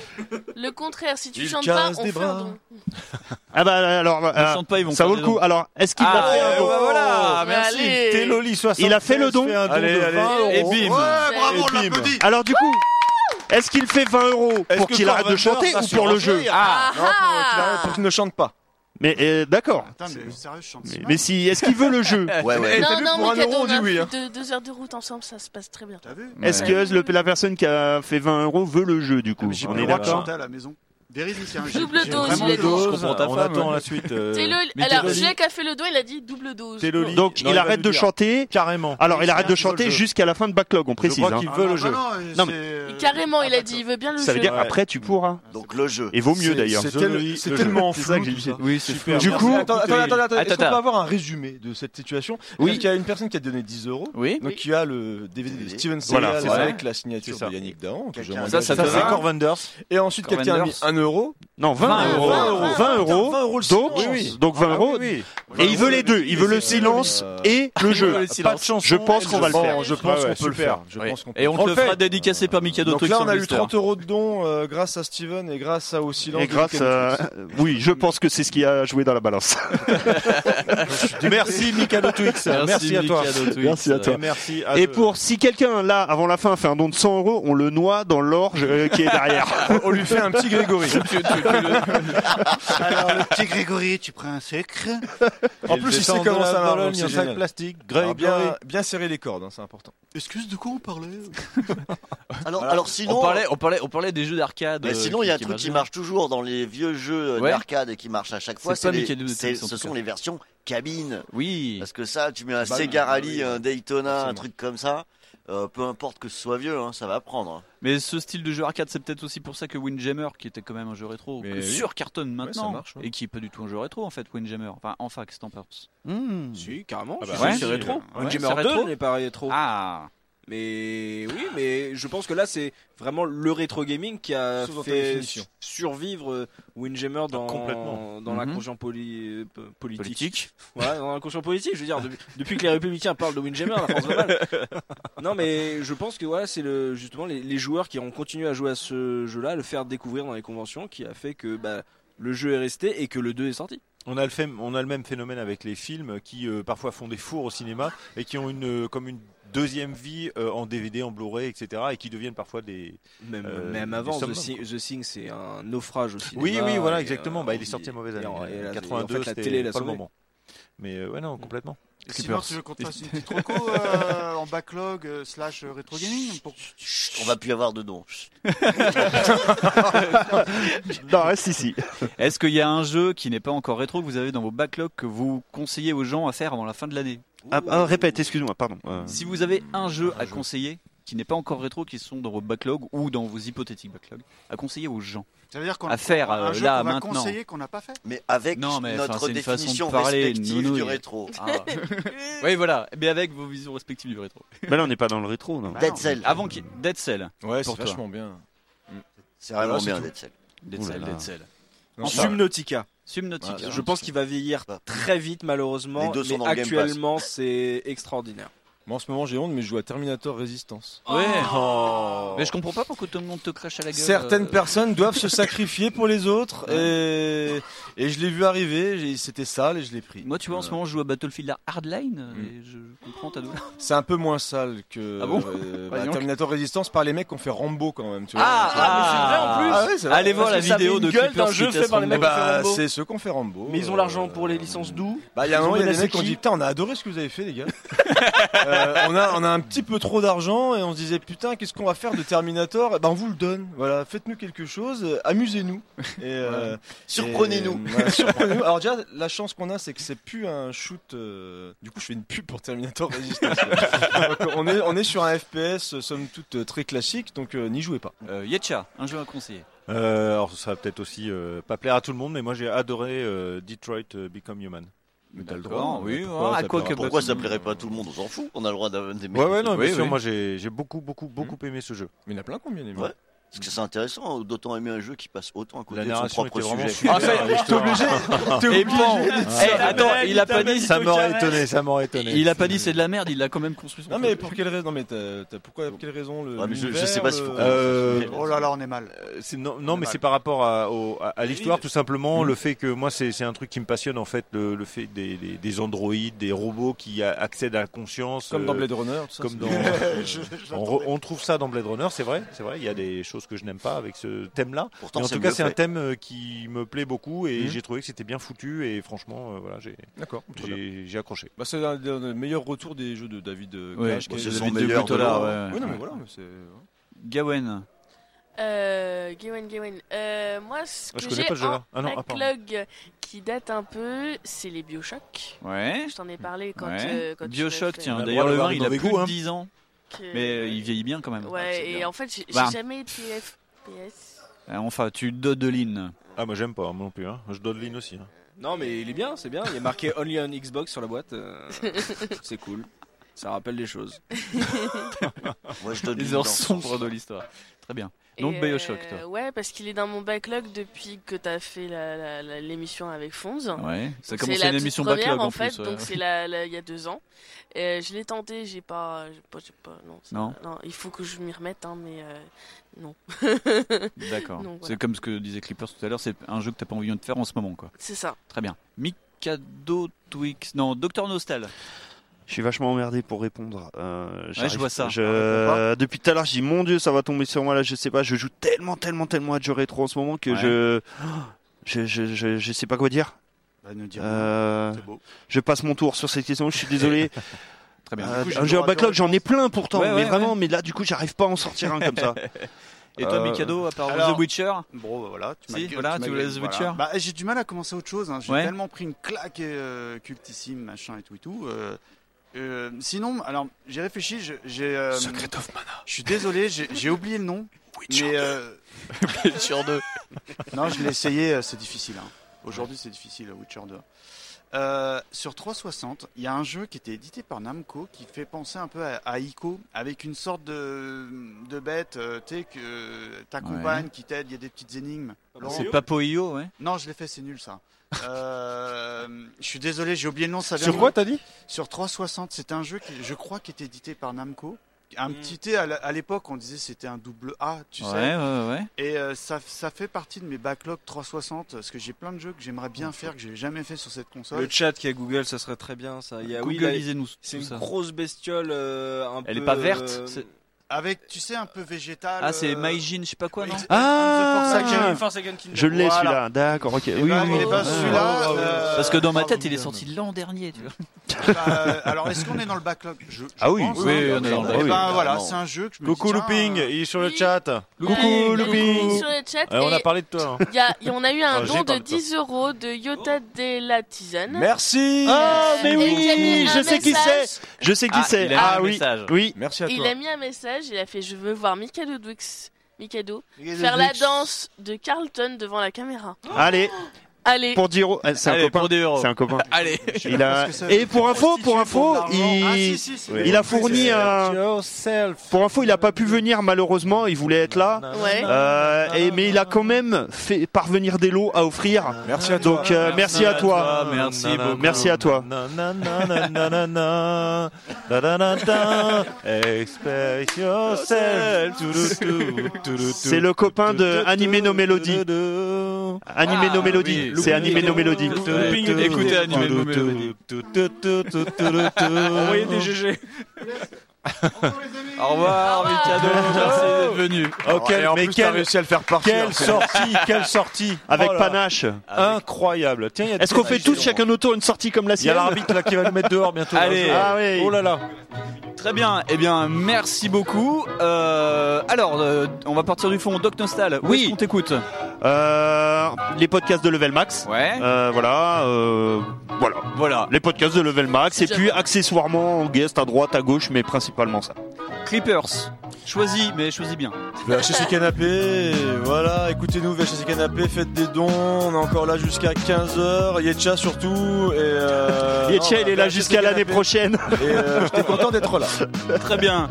E: le contraire, si tu
N: Il
E: chantes pas,
N: casse
E: on
N: des
E: fait un don.
N: Ah bah alors, euh,
D: chantent pas, ils vont
N: ça
D: faire
N: vaut le
D: des
N: coup.
D: dons.
N: Alors, est-ce qu'il
D: Ah,
N: a fait un
D: ouais,
N: don
D: bah voilà, merci. Allez.
N: Il a fait le don.
D: fait un don de 20 euros.
N: Et bim.
D: Ouais, bravo, on l'applaudit.
N: Alors du coup, est-ce qu'il fait 20 euros
L: Est-ce
N: pour
L: que
N: qu'il arrête de
L: Corvander
N: chanter
L: va
N: ou
L: se
N: pour le jeu
L: remplir Ah, non, pour qu'il arrête, pour qu'il ne chante pas.
N: Mais euh, d'accord.
K: Attends, mais sérieux, je chante
N: Mais, mais si, est-ce qu'il veut le jeu
L: ouais.
E: Non,
L: vu,
E: non,
L: pour un
E: mais
L: euro,
E: cadeau,
L: on
E: on
L: dit
E: a
L: oui,
E: fait
L: hein.
E: deux, deux heures de route ensemble, ça se passe très bien.
K: T'as vu
N: Est-ce que le- la personne qui a fait 20 euros veut le jeu du coup
K: Ah, J'ai pas
N: On
K: le
N: est
K: droit de
N: d'accord
K: chanter à la maison. Des risiques, hein, j'ai-
E: Double
K: j'ai
E: dose,
K: vraiment
E: il a
K: le
E: dit.
K: dos,
J: Je comprends ta
K: on
J: femme,
K: attend
J: ouais.
K: la suite. euh,
E: T'es le-
J: mais
E: Alors,
J: t'es le-
E: Jake a fait le doigt, il a dit double dose.
J: T'es le lit.
E: Donc,
J: Non,
N: il
J: va
N: arrête
J: nous
N: de
J: dire.
N: chanter.
J: Carrément.
N: Alors, il arrête de
J: ils veulent
N: chanter
J: le jeu.
N: jusqu'à la fin de backlog, on précise.
J: crois
N: hein.
J: qu'ils
K: Ah,
J: veulent le jeu.
N: Non, mais
E: Carrément, il a dit, il veut bien le
N: ça veut
E: jeu.
N: dire après tu pourras.
G: Donc le jeu.
N: Et vaut mieux
L: C'est-
N: d'ailleurs.
L: c'est tel- C'est tellement flou. tout ça.
N: Oui, c'est
L: Super.
N: Du
L: Merci.
N: coup,
L: attends, attends, attends, attends, Est-ce qu'on peut
N: attends.
L: avoir un résumé de cette situation
N: Oui.
L: Donc, il y a une personne qui a donné 10 euros.
D: Oui.
L: Donc il y a le DVD de Steven Seagal
N: Voilà, c'est ça.
L: avec la signature
N: C'est ça.
L: de Yannick Dahan. que je
N: Quelqu'un-
L: m'engage
N: Ça, ça
L: à
N: donne
L: faire.
N: un. Corn Wonders.
L: Et ensuite,
N: Corn
L: quelqu'un a mis 1
N: Wonders.
L: euro.
N: Non, 20, euros.
L: 20 euros.
N: 20 euros.
L: Putain, 20 euros le
N: donc,
L: silence.
N: donc 20
L: Ah,
N: euros.
L: oui, oui.
N: Et il veut les deux. Il veut le silence et le jeu.
L: Pas de chanson,
N: je pense qu'on va le
L: je
N: faire.
L: pense- je pense qu'on peut le faire. Je pense qu'on peut
D: Et on te le
L: fait.
D: fera dédicacer par Mikado
L: Donc
D: Truc
L: là,
D: sur
L: on a eu
D: Blister.
L: 30 euros de dons euh, grâce à Steven et grâce à au silence.
N: Et
L: de
N: grâce
L: Ken
N: à...
L: Fox.
N: Oui, je pense que c'est ce qui a joué dans la balance.
J: Merci Mikado Twix. Merci, à toi.
N: Merci à toi.
J: Et merci à
N: Et
J: eux.
N: pour si quelqu'un là avant la fin fait un don de 100 euros, on le noie dans l'orge euh, qui est derrière.
L: on lui fait un petit Grégory.
K: Alors, le petit Grégory, tu prends un sucre
L: En plus, il sait comment ça marche.
J: Bologne, un sac plastique,
L: Greg,
J: Grégory.
L: bien, bien serrer les cordes, hein, c'est important.
K: Excuse, de quoi on parlait euh
G: Alors,
D: Voilà.
G: alors sinon.
D: on parlait, on parlait, on parlait des jeux d'arcade.
G: Mais
D: euh,
G: sinon, il y a un
D: qui-
G: truc qui
D: marchent.
G: marche toujours dans les vieux jeux euh,
D: Ouais.
G: d'arcade et qui marche à chaque fois.
D: C'est pas
G: les-
D: Mickey Mouse,
G: c'est-
D: en
G: ce
D: tout
G: sont
D: cas.
G: les versions cabine.
D: Oui.
G: Parce que ça, tu mets un
D: Bah oui,
G: Sega
D: bah
G: Rally,
D: oui.
G: un Daytona, un truc comme ça. euh, peu importe que ce soit vieux, hein, ça va prendre.
D: Mais ce style de jeu arcade, c'est peut-être aussi pour ça que Windjammer, qui était quand même un jeu rétro, que
G: oui.
D: sur carton maintenant,
G: ça marche,
D: et qui est pas du tout un jeu rétro en fait, Windjammer. Enfin, en fax, t'en penses
M: Si, carrément.
D: Ah bah
M: Si,
D: ouais.
M: si, c'est rétro.
D: Ouais,
M: Windjammer
D: c'est
M: 2
D: rétro.
M: n'est pas rétro.
D: Ah.
M: Mais oui, mais je pense que là, c'est vraiment le rétro gaming qui a
L: Sous
M: fait
L: définition.
M: su- survivre euh, Windjammer
D: Ah,
M: dans,
L: Complètement.
M: dans la
L: Mhm.
M: conscience poli- euh, p- politique.
D: Politique.
M: Ouais, dans la conscience politique, je veux dire, depuis, depuis que les républicains parlent de Windjammer, la France va mal. Non, mais je pense que voilà, c'est le, justement les, les joueurs qui ont continué à jouer à ce jeu-là, à le faire découvrir dans les conventions, qui a fait que bah, le jeu est resté et que le 2 est sorti.
J: On a, le fait- on a le même phénomène avec les films qui euh, parfois font des fours au cinéma et qui ont une, euh, comme une deuxième vie euh, en DVD, en Blu-ray, etc. et qui deviennent parfois des.
M: Même,
J: euh,
M: même
J: des
M: avant, The,
J: summums.
M: Thing, The Thing, c'est un naufrage aussi.
J: Oui, oui, voilà,
M: euh,
J: exactement. Bah, il est sorti à mauvaise année.
M: En
J: 82,
M: fait, la
J: c'était
M: télé l'a Mm.
J: pas le
M: sauvé.
J: moment. Mais euh, ouais, non, complètement.
K: Et Sinon, tu veux qu'on te fasse une petite reco euh, en backlog euh, slash euh, rétro gaming pour...
G: On va plus avoir de dons.
N: non, si, si.
D: Est-ce qu'il y a un jeu qui n'est pas encore rétro que vous avez dans vos backlogs que vous conseillez aux gens à faire avant la fin de l'année
N: Ah, ah, répète, excuse-moi, pardon. Euh,
D: Si vous avez un jeu à conseiller qui n'est pas encore rétro, qui sont dans vos backlogs ou dans vos hypothétiques backlogs, à conseiller aux gens.
K: Ça veut dire qu'on
D: à faire
K: un
D: euh,
K: jeu
D: là
K: qu'on va
D: maintenant.
K: conseiller qu'on n'a pas fait.
G: Mais avec
D: Non, mais, enfin,
G: notre
D: c'est une façon de
G: définition
D: parler,
G: respective
D: nounouille.
G: du rétro.
D: Ah. oui, voilà. Mais avec vos visions respectives du rétro.
N: Mais là, on n'est pas dans le rétro. Non.
G: Dead Cell.
D: Avant qu'il Dead Cell.
L: Ouais,
D: pour
L: c'est
D: toi.
L: vachement bien.
G: C'est vraiment
L: Voilà,
G: bien
L: tout.
G: Dead Cell.
D: Dead
L: Ouh là
D: Cell,
L: là.
D: Dead Cell.
L: Non,
M: En
L: ça-
M: Subnautica.
D: Subnautica.
M: Voilà, je pense qu'il va vieillir très vite malheureusement.
L: Les deux sont
M: mais
L: dans le Game Pass.
M: actuellement c'est extraordinaire.
L: Moi, en ce moment, j'ai honte, mais je joue à Terminator Resistance.
D: Oh. Ouais. Mais je comprends pas pourquoi tout le monde te crache à la gueule.
L: Certaines
D: euh,
L: personnes doivent se sacrifier pour les autres et, et je l'ai vu arriver, j'ai- c'était sale et je l'ai pris. Euh, Hmm.
D: Moi, tu vois, en ce moment, je joue à Battlefield Hardline et je comprends ta douleur.
L: C'est un peu moins sale que
D: Ah bon
L: euh,
D: Bah,
L: bah,
D: dis donc.
L: Terminator Resistance par les mecs qui ont fait Rambo quand même. Tu vois.
D: Ah, ah, mais c'est vrai en plus.
L: Ah ouais, c'est vrai.
D: Allez voir
L: Parce
D: la
L: que ça
D: vidéo
L: avait une
D: de
L: gueule
D: Clippers
L: d'un jeu
D: qui
L: fait par
D: teste
L: les mecs qui ont fait
D: Rambo.
L: Rambo. C'est ceux qui ont fait Rambo.
M: Mais ils ont l'argent pour les licences d'où
L: Oh. Bah, il y a un
M: Ils ont
L: moment, il y a des
M: menacé
L: mecs qui ont
M: qui
L: dit Putain, on a adoré ce que vous avez fait, les gars. Euh, on, a, on a un petit peu trop d'argent et on se disait Putain, qu'est-ce qu'on va faire de Terminator Eh ben, On vous le donne. Voilà, faites-nous quelque chose, euh, amusez-nous. Et, euh,
G: Ouais. Surprenez-nous.
L: et, voilà, surprenez-nous. Alors, déjà, la chance qu'on a, c'est que c'est plus un shoot. euh, Du coup, je fais une pub pour Terminator Resistance. Donc, on, est, on est sur un FPS, euh, somme toute, euh, très classique, donc euh, n'y jouez pas.
D: Euh, Yetcha, un jeu à conseiller.
J: Euh, alors ça va peut-être aussi euh, pas plaire à tout le monde, mais moi j'ai adoré euh, Detroit euh, Become Human. Mais t'as le
D: D'accord,
J: droit.
D: oui,
J: Pourquoi
D: ah, à
J: ça
D: quoi
J: plaira
D: que-
J: pas
G: Pourquoi bah, ça plairait pas à tout le monde On s'en fout. On a le droit d'aimer.
J: Ouais, ouais, non, bien sûr,
G: oui. Mhm.
J: moi j'ai j'ai beaucoup, beaucoup, beaucoup aimé ce jeu.
L: Mais il y en a plein combien aimé.
G: Ouais. Parce que c'est intéressant d'autant aimer un jeu qui passe autant à côté
J: La
G: de son
J: narration
G: propre
J: était vraiment
G: sujet.
J: super. Ah, ça y est, t'es obligé, t'es
D: Et
J: obligé.
D: bon,
J: Ah,
D: eh, attends,
J: il
D: il a pas
J: t'appelle,
D: dit.
J: ça m'aurait étonné, ça m'aurait étonné.
D: Il a pas dit c'est de la merde, il a quand même construit son.
L: Non, mais pour quelle raison Non, mais t'as- t'as- pourquoi, pour quelle raison le.
G: Ouais, mais je- je
L: l'univers,
G: sais pas si
L: le-
G: faut-
J: Euh,
K: Oh là là, on est mal.
J: Euh, c'est- non, non, mais c'est par rapport à, au- à- à l'histoire, tout simplement. Le fait que moi, c'est c'est un truc qui me passionne, en fait, le, le fait des, des- des androïdes, des robots qui a- accèdent à la conscience. euh,
L: Comme dans Blade Runner, tout ça,
J: comme
L: c'est-
J: dans,
L: Je- je
J: on, re- on trouve ça dans Blade Runner, c'est vrai, c'est vrai. Il y a des choses que je n'aime pas avec ce thème-là.
G: Pourtant,
J: Mais en
G: c'est
J: tout cas,
G: mieux
J: c'est un
G: fait.
J: thème euh, qui me plaît beaucoup et
L: Mhm.
J: j'ai trouvé que c'était bien foutu et franchement, euh, voilà, j'ai
L: D'accord, très
J: j'ai- j'ai accroché.
L: Bah, c'est un des un des meilleurs retours des jeux de David euh,
D: Ouais,
J: bah,
L: Cage.
D: bon,
L: qui
D: c'est
L: est-
D: son
L: David
D: meilleur
L: Gutola,
D: de loin, ouais.
L: Oui, non, mais
D: Ouais.
L: voilà, mais c'est.
D: Gawen.
E: Euh, Gawain, Gawain. Euh, moi, ce
J: Ah, je
E: que
J: connais
E: j'ai
J: pas ce jeu-là.
E: en
J: Ah non, ah, pardon.
E: backlog qui date un peu, c'est les Bioshock.
D: Ouais.
E: Je t'en ai parlé quand,
D: Ouais.
E: euh, quand tu
D: Bioshock,
E: m'as fait-
D: tiens, d'ailleurs, le 1, il a plus de 10 ans.
E: Que-
D: Mais euh, il vieillit bien quand même.
E: Ouais, et en fait, j'ai j'ai
D: Bah.
E: jamais été FPS.
G: Euh,
D: Ah, Enfin, tu dodelines.
J: Ah, moi j'aime pas, moi non plus. hein. Je dodeline aussi. hein.
M: Non, mais il est bien, c'est bien. Il y a marqué Only on Xbox sur la boîte. euh, c'est cool. Ça rappelle des choses.
G: Moi, je
D: Les heures sombres de l'histoire. Très bien. Donc,
E: Et,
D: Bioshock,
E: euh,
D: toi.
E: Ouais, parce qu'il est dans mon backlog depuis que t'as fait la- la- la- l'émission avec Fonz.
D: Ouais, ça
E: C'est
D: a commencé
E: la
D: une
E: toute
D: émission
E: première,
D: backlog,
E: en
D: en
E: fait,
D: plus, ouais.
E: donc c'est la- la- il y a deux ans. Euh, je l'ai tenté, j'ai pas, j'ai pas, j'ai pas- non, ça-
D: Non.
E: Il faut que je m'y remette, hein, mais euh, non.
D: D'accord.
E: Donc, voilà.
D: C'est comme ce que disait Clippers tout à l'heure, c'est un jeu que t'as pas envie de faire en ce moment, quoi.
E: C'est ça.
D: Très bien. Mikado Twix. Non, Docteur Nostal.
N: Je suis vachement emmerdé pour répondre. Euh, j'arrive-
D: je vois ça.
N: je-
D: On répond pas.
N: Depuis tout à l'heure, je dis mon Dieu, ça va tomber sur moi là. Je sais pas. Je joue tellement, tellement, tellement à jeux rétro en ce moment que
O: Ouais.
N: je... je, je, je, je sais pas quoi dire.
K: Bah, ne dis
N: Euh, Je passe mon tour sur cette question. Je suis désolé.
D: Très bien.
N: Euh,
D: Du coup, j'ai
N: un
D: le
N: jeu
D: droit
N: en
D: à
N: backlog,
D: deux
N: j'en ai plein pourtant,
D: Ouais, ouais,
N: mais
D: ouais.
N: vraiment. Mais là, du coup, j'arrive pas à en sortir un comme ça.
D: Et toi,
N: Euh,
D: Mikado, à part
K: Alors,
D: The Witcher
K: Bon, bah, voilà, tu
D: Si,
K: m'as-
D: voilà, tu
K: m'as-
D: voulais The
K: voilà.
D: Witcher
K: Bah, j'ai du mal à commencer autre chose. hein. J'ai
D: Ouais.
K: tellement pris une claque euh, cultissime, machin et tout et tout. euh, euh, sinon, alors j'ai réfléchi, je- j'ai. euh,
F: Secret of Mana.
K: Je suis désolé, j'ai j'ai oublié le nom. mais, euh,
D: Witcher 2.
K: non, je l'ai essayé, euh, c'est difficile. hein. Aujourd'hui, c'est difficile, Witcher 2. Euh, sur 360, il y a un jeu qui était édité par Namco qui fait penser un peu à, à Ico avec une sorte de, de bête, euh, tu sais, que euh, t'accompagnes, qui t'aide, il y a des petites énigmes. Laurent
D: Ah, bah, C'est Papo Io, ouais.
K: Non, je l'ai fait, c'est nul ça. Euh, je suis désolé, j'ai oublié le nom. Ça vient
J: Sur
K: de-
J: quoi, t'as dit
K: Sur 360, c'est un jeu qui, je crois, qui était édité par Namco.
M: Mm.
K: Un petit T, à la- à l'époque, on disait c'était un double A, tu
D: Ouais,
K: sais.
D: ouais, ouais.
K: Et euh, ça, ça fait partie de mes backlogs 360, parce que j'ai plein de jeux que j'aimerais bien faire, que j'ai jamais fait sur cette console.
M: Le chat qui a Google, ça serait très bien ça. Il y a, oui, là,
D: Googleisez-nous
M: C'est
D: tout
M: une
D: ça.
M: grosse bestiole euh, un
D: Elle
M: peu,
D: est pas verte,
M: euh,
D: c'est-
K: Avec, tu sais, un peu végétal.
D: Ah, c'est
K: euh,
D: Maijin, je sais pas quoi, non
N: Ah,
K: Forsaken.
N: je l'ai
K: Voilà.
N: celui-là. D'accord, ok.
K: Eh
N: oui,
D: Ah
K: ben,
N: oui,
K: eh
N: oui.
K: ben,
D: Oh,
N: oh,
K: celui-là, euh,
D: Parce que dans ma tête, il est sorti l'an dernier, tu vois. Eh ben,
K: Bah, euh, alors, est-ce qu'on est dans le backlog Je- je
N: Ah oui,
K: pense,
N: oui,
K: hein.
N: on est dans le
K: Eh
N: backlog.
K: ben, voilà,
N: Clairement.
K: c'est un jeu que je me
J: Coucou
K: dis, tiens, euh,
J: Looping, il est sur le chat.
E: Ouais,
J: Coucou Looping.
E: sur le chat.
J: Ouais, on a
E: et
J: parlé de toi. hein.
E: Il y a- il y- on a eu un
J: Ah, j'ai
E: don de
J: parlé de toi.
E: 10 euros de Yota de la Tisane.
J: Merci. Ah,
E: Euh,
J: mais
E: et il a mis
N: oui,
E: un
N: je sais qui
E: message.
N: c'est. Je sais qui
D: Ah,
N: c'est.
D: il a
N: Ah
D: un
N: oui,
D: message.
N: oui. Merci
E: Il a mis un message, il a fait Je veux voir Mikado Dwix, Mikado,
N: Mikado
E: faire la
N: Dwix.
E: danse de Carlton devant la caméra.
N: Allez.
E: Allez.
N: Ah. Pour 10 euros. Eh, C'est un
D: Allez,
N: copain.
D: pour 10 euros.
N: C'est un copain.
D: Allez.
N: Il a... Et pour info, pour info, il,
J: Ah,
N: il a fourni un. Pour info, il a pas pu venir malheureusement. Il voulait être là.
E: Ouais.
N: Euh, et- mais il a quand même fait parvenir des lots à offrir.
J: Ah,
N: Merci à toi. Donc euh, merci, à toi.
J: Merci beaucoup.
N: Merci à toi.
J: Nanananananana. Da-da-da-da. Expect yourself. Toudou-tou, toudou-tou.
N: C'est le copain de Animé nos mélodies.
D: Ah,
J: Ah,
N: Animé nos mélodies. C'est Animé nos mélodies.
J: Écoutez Animé nos mélodies.
M: Envoyez des GG.
D: Au revoir, Mikado. Merci d'être venu.
J: Oh, quel-
D: Et ah. en
J: mais
D: plus,
J: quel-
D: t'as réussi à le faire partir.
J: Quelle sortie, quelle sortie.
N: Avec
J: Oh là là.
N: panache.
J: Incroyable. Tiens, il y a
N: Est-ce qu'on fait
J: Panache,
N: tous
J: c'est
N: chacun notre tour une sortie comme la
J: Il y a
N: sienne
J: l'arbitre là qui va nous mettre dehors bientôt.
D: Allez.
J: Ah
N: oui.
J: Oh là là.
D: Très bien, eh bien merci beaucoup. Euh, alors, euh, on va partir du fond. Doc Nostal, où est-ce qu'on t'écoute
N: Euh, les podcasts de Level Max.
D: Ouais.
N: Euh, voilà, euh, voilà.
D: Voilà.
N: Les podcasts de Level Max. Et puis accessoirement en guest à droite, à gauche, mais principalement ça.
D: Clippers, choisis, mais choisis bien.
L: VHC Canapé, voilà, écoutez-nous, VHC Canapé, faites des dons, on est encore là jusqu'à 15h, Yetcha surtout, et euh,
N: Yetcha,
L: non,
N: il est là
L: VHC
N: jusqu'à l'année
L: Canapé.
N: prochaine.
L: Et euh, j'étais content d'être là.
D: Très bien.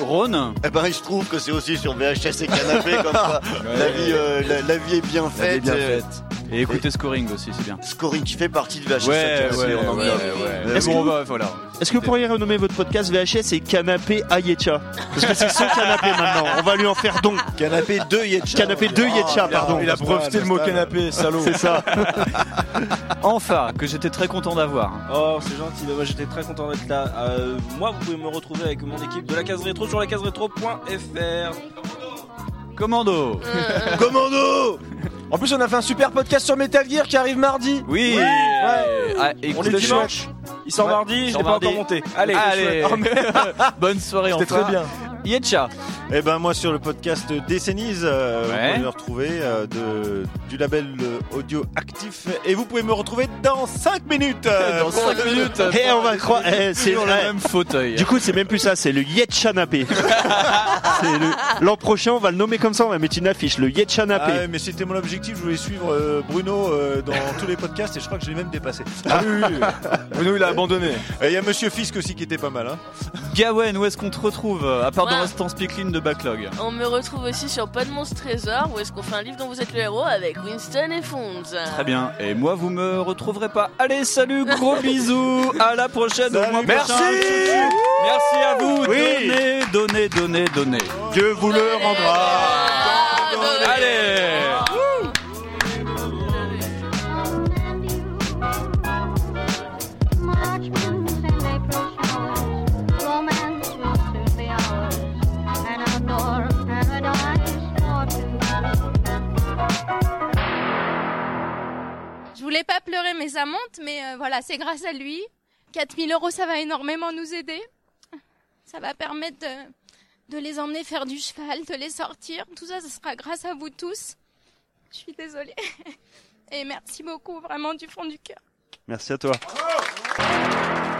D: Ron
G: Eh ben, il se trouve que c'est aussi sur VHS et canapé comme ça. La,
D: Ouais.
G: vie, euh, la, la vie est bien
D: Elle est
G: faite.
D: bien
G: euh,
D: faite. Et écoutez Scoring aussi, c'est bien.
G: Scoring qui fait partie de VHS.
D: Ouais, ouais,
G: Canapé,
D: ouais,
G: on en
D: ouais,
G: vient.
D: ouais.
G: Mais
D: Mais
G: bon,
D: bon, bah, voilà.
N: Est-ce que vous pourriez renommer votre podcast VHS et Canapé à Yetcha Parce que c'est son canapé maintenant. On va lui en faire don.
L: Canapé 2 Yetcha.
N: Canapé
D: Oh,
N: 2 Yetcha,
L: il a-
N: pardon.
L: il a breveté le mot canapé, salaud.
N: C'est ça.
D: Enfin, que j'étais très content d'avoir.
M: Oh, c'est gentil, mais moi j'étais très content d'être là. Euh, moi, vous pouvez me retrouver avec mon équipe de la case rétro sur la case
D: Commando
N: Euh.
L: Commando En plus, on a fait un super podcast sur Metal Gear qui arrive mardi.
D: Oui
L: Ouais.
D: Ah,
L: On
D: écoute,
L: est
D: le
L: dimanche.
D: chouette.
M: Il sort
D: Ouais,
M: mardi,
D: il
M: je
D: sort
M: l'ai pas
D: mardi.
M: encore monté. Allez,
D: Allez.
M: c'est chouette. Oh, merde.
D: Bonne soirée
M: C'était
D: enfin.
M: très bien.
D: Yetcha
J: Eh ben moi sur le podcast Décennies, euh, vous pouvez me retrouver euh, de, du label euh, audio actif et vous pouvez me retrouver dans 5 minutes. euh,
D: Dans
J: pour
D: cinq
J: le-
D: minutes,
J: Et on va croire. eh,
H: c'est
J: toujours
H: eh,
J: la même
D: fauteuil.
H: Du coup, c'est même plus ça, c'est le Yetchanapé. C'est le- L'an prochain, on va le nommer comme ça, on va mettre une affiche, le Yetchanapé.
J: Ah ouais, mais c'était mon objectif, je voulais suivre euh, Bruno euh, dans tous les podcasts et je crois que je l'ai même dépassé.
H: Ah oui, oui,
J: Bruno il a abandonné. Et il y a Monsieur Fisk aussi qui était pas mal. Hein.
D: Gawen, où est-ce qu'on te retrouve euh, À part dans
E: Moi.
D: l'instant Speakline de Backlog.
E: On me retrouve aussi sur Podmonstre Trésor où est-ce qu'on fait un livre dont vous êtes le héros avec Winston et Fonz.
D: Très bien. Et moi, vous me retrouverez pas. Allez, salut, gros bisous. À la prochaine. au mois
H: merci.
D: prochain. Merci à vous.
H: Oui.
D: Donnez, donnez, donnez, donnez.
H: Dieu vous le rendra.
D: Allez.
P: Romance will soon be ours, an outdoor paradise for
Q: Je voulais pas pleurer mes amantes, mais euh, voilà, c'est grâce à lui. 4000 euros, ça va énormément nous aider. Ça va permettre de, de les emmener faire du cheval, de les sortir. Tout ça, ce sera grâce à vous tous. Je suis désolée. Et merci beaucoup, vraiment du fond du cœur.
H: Merci à toi.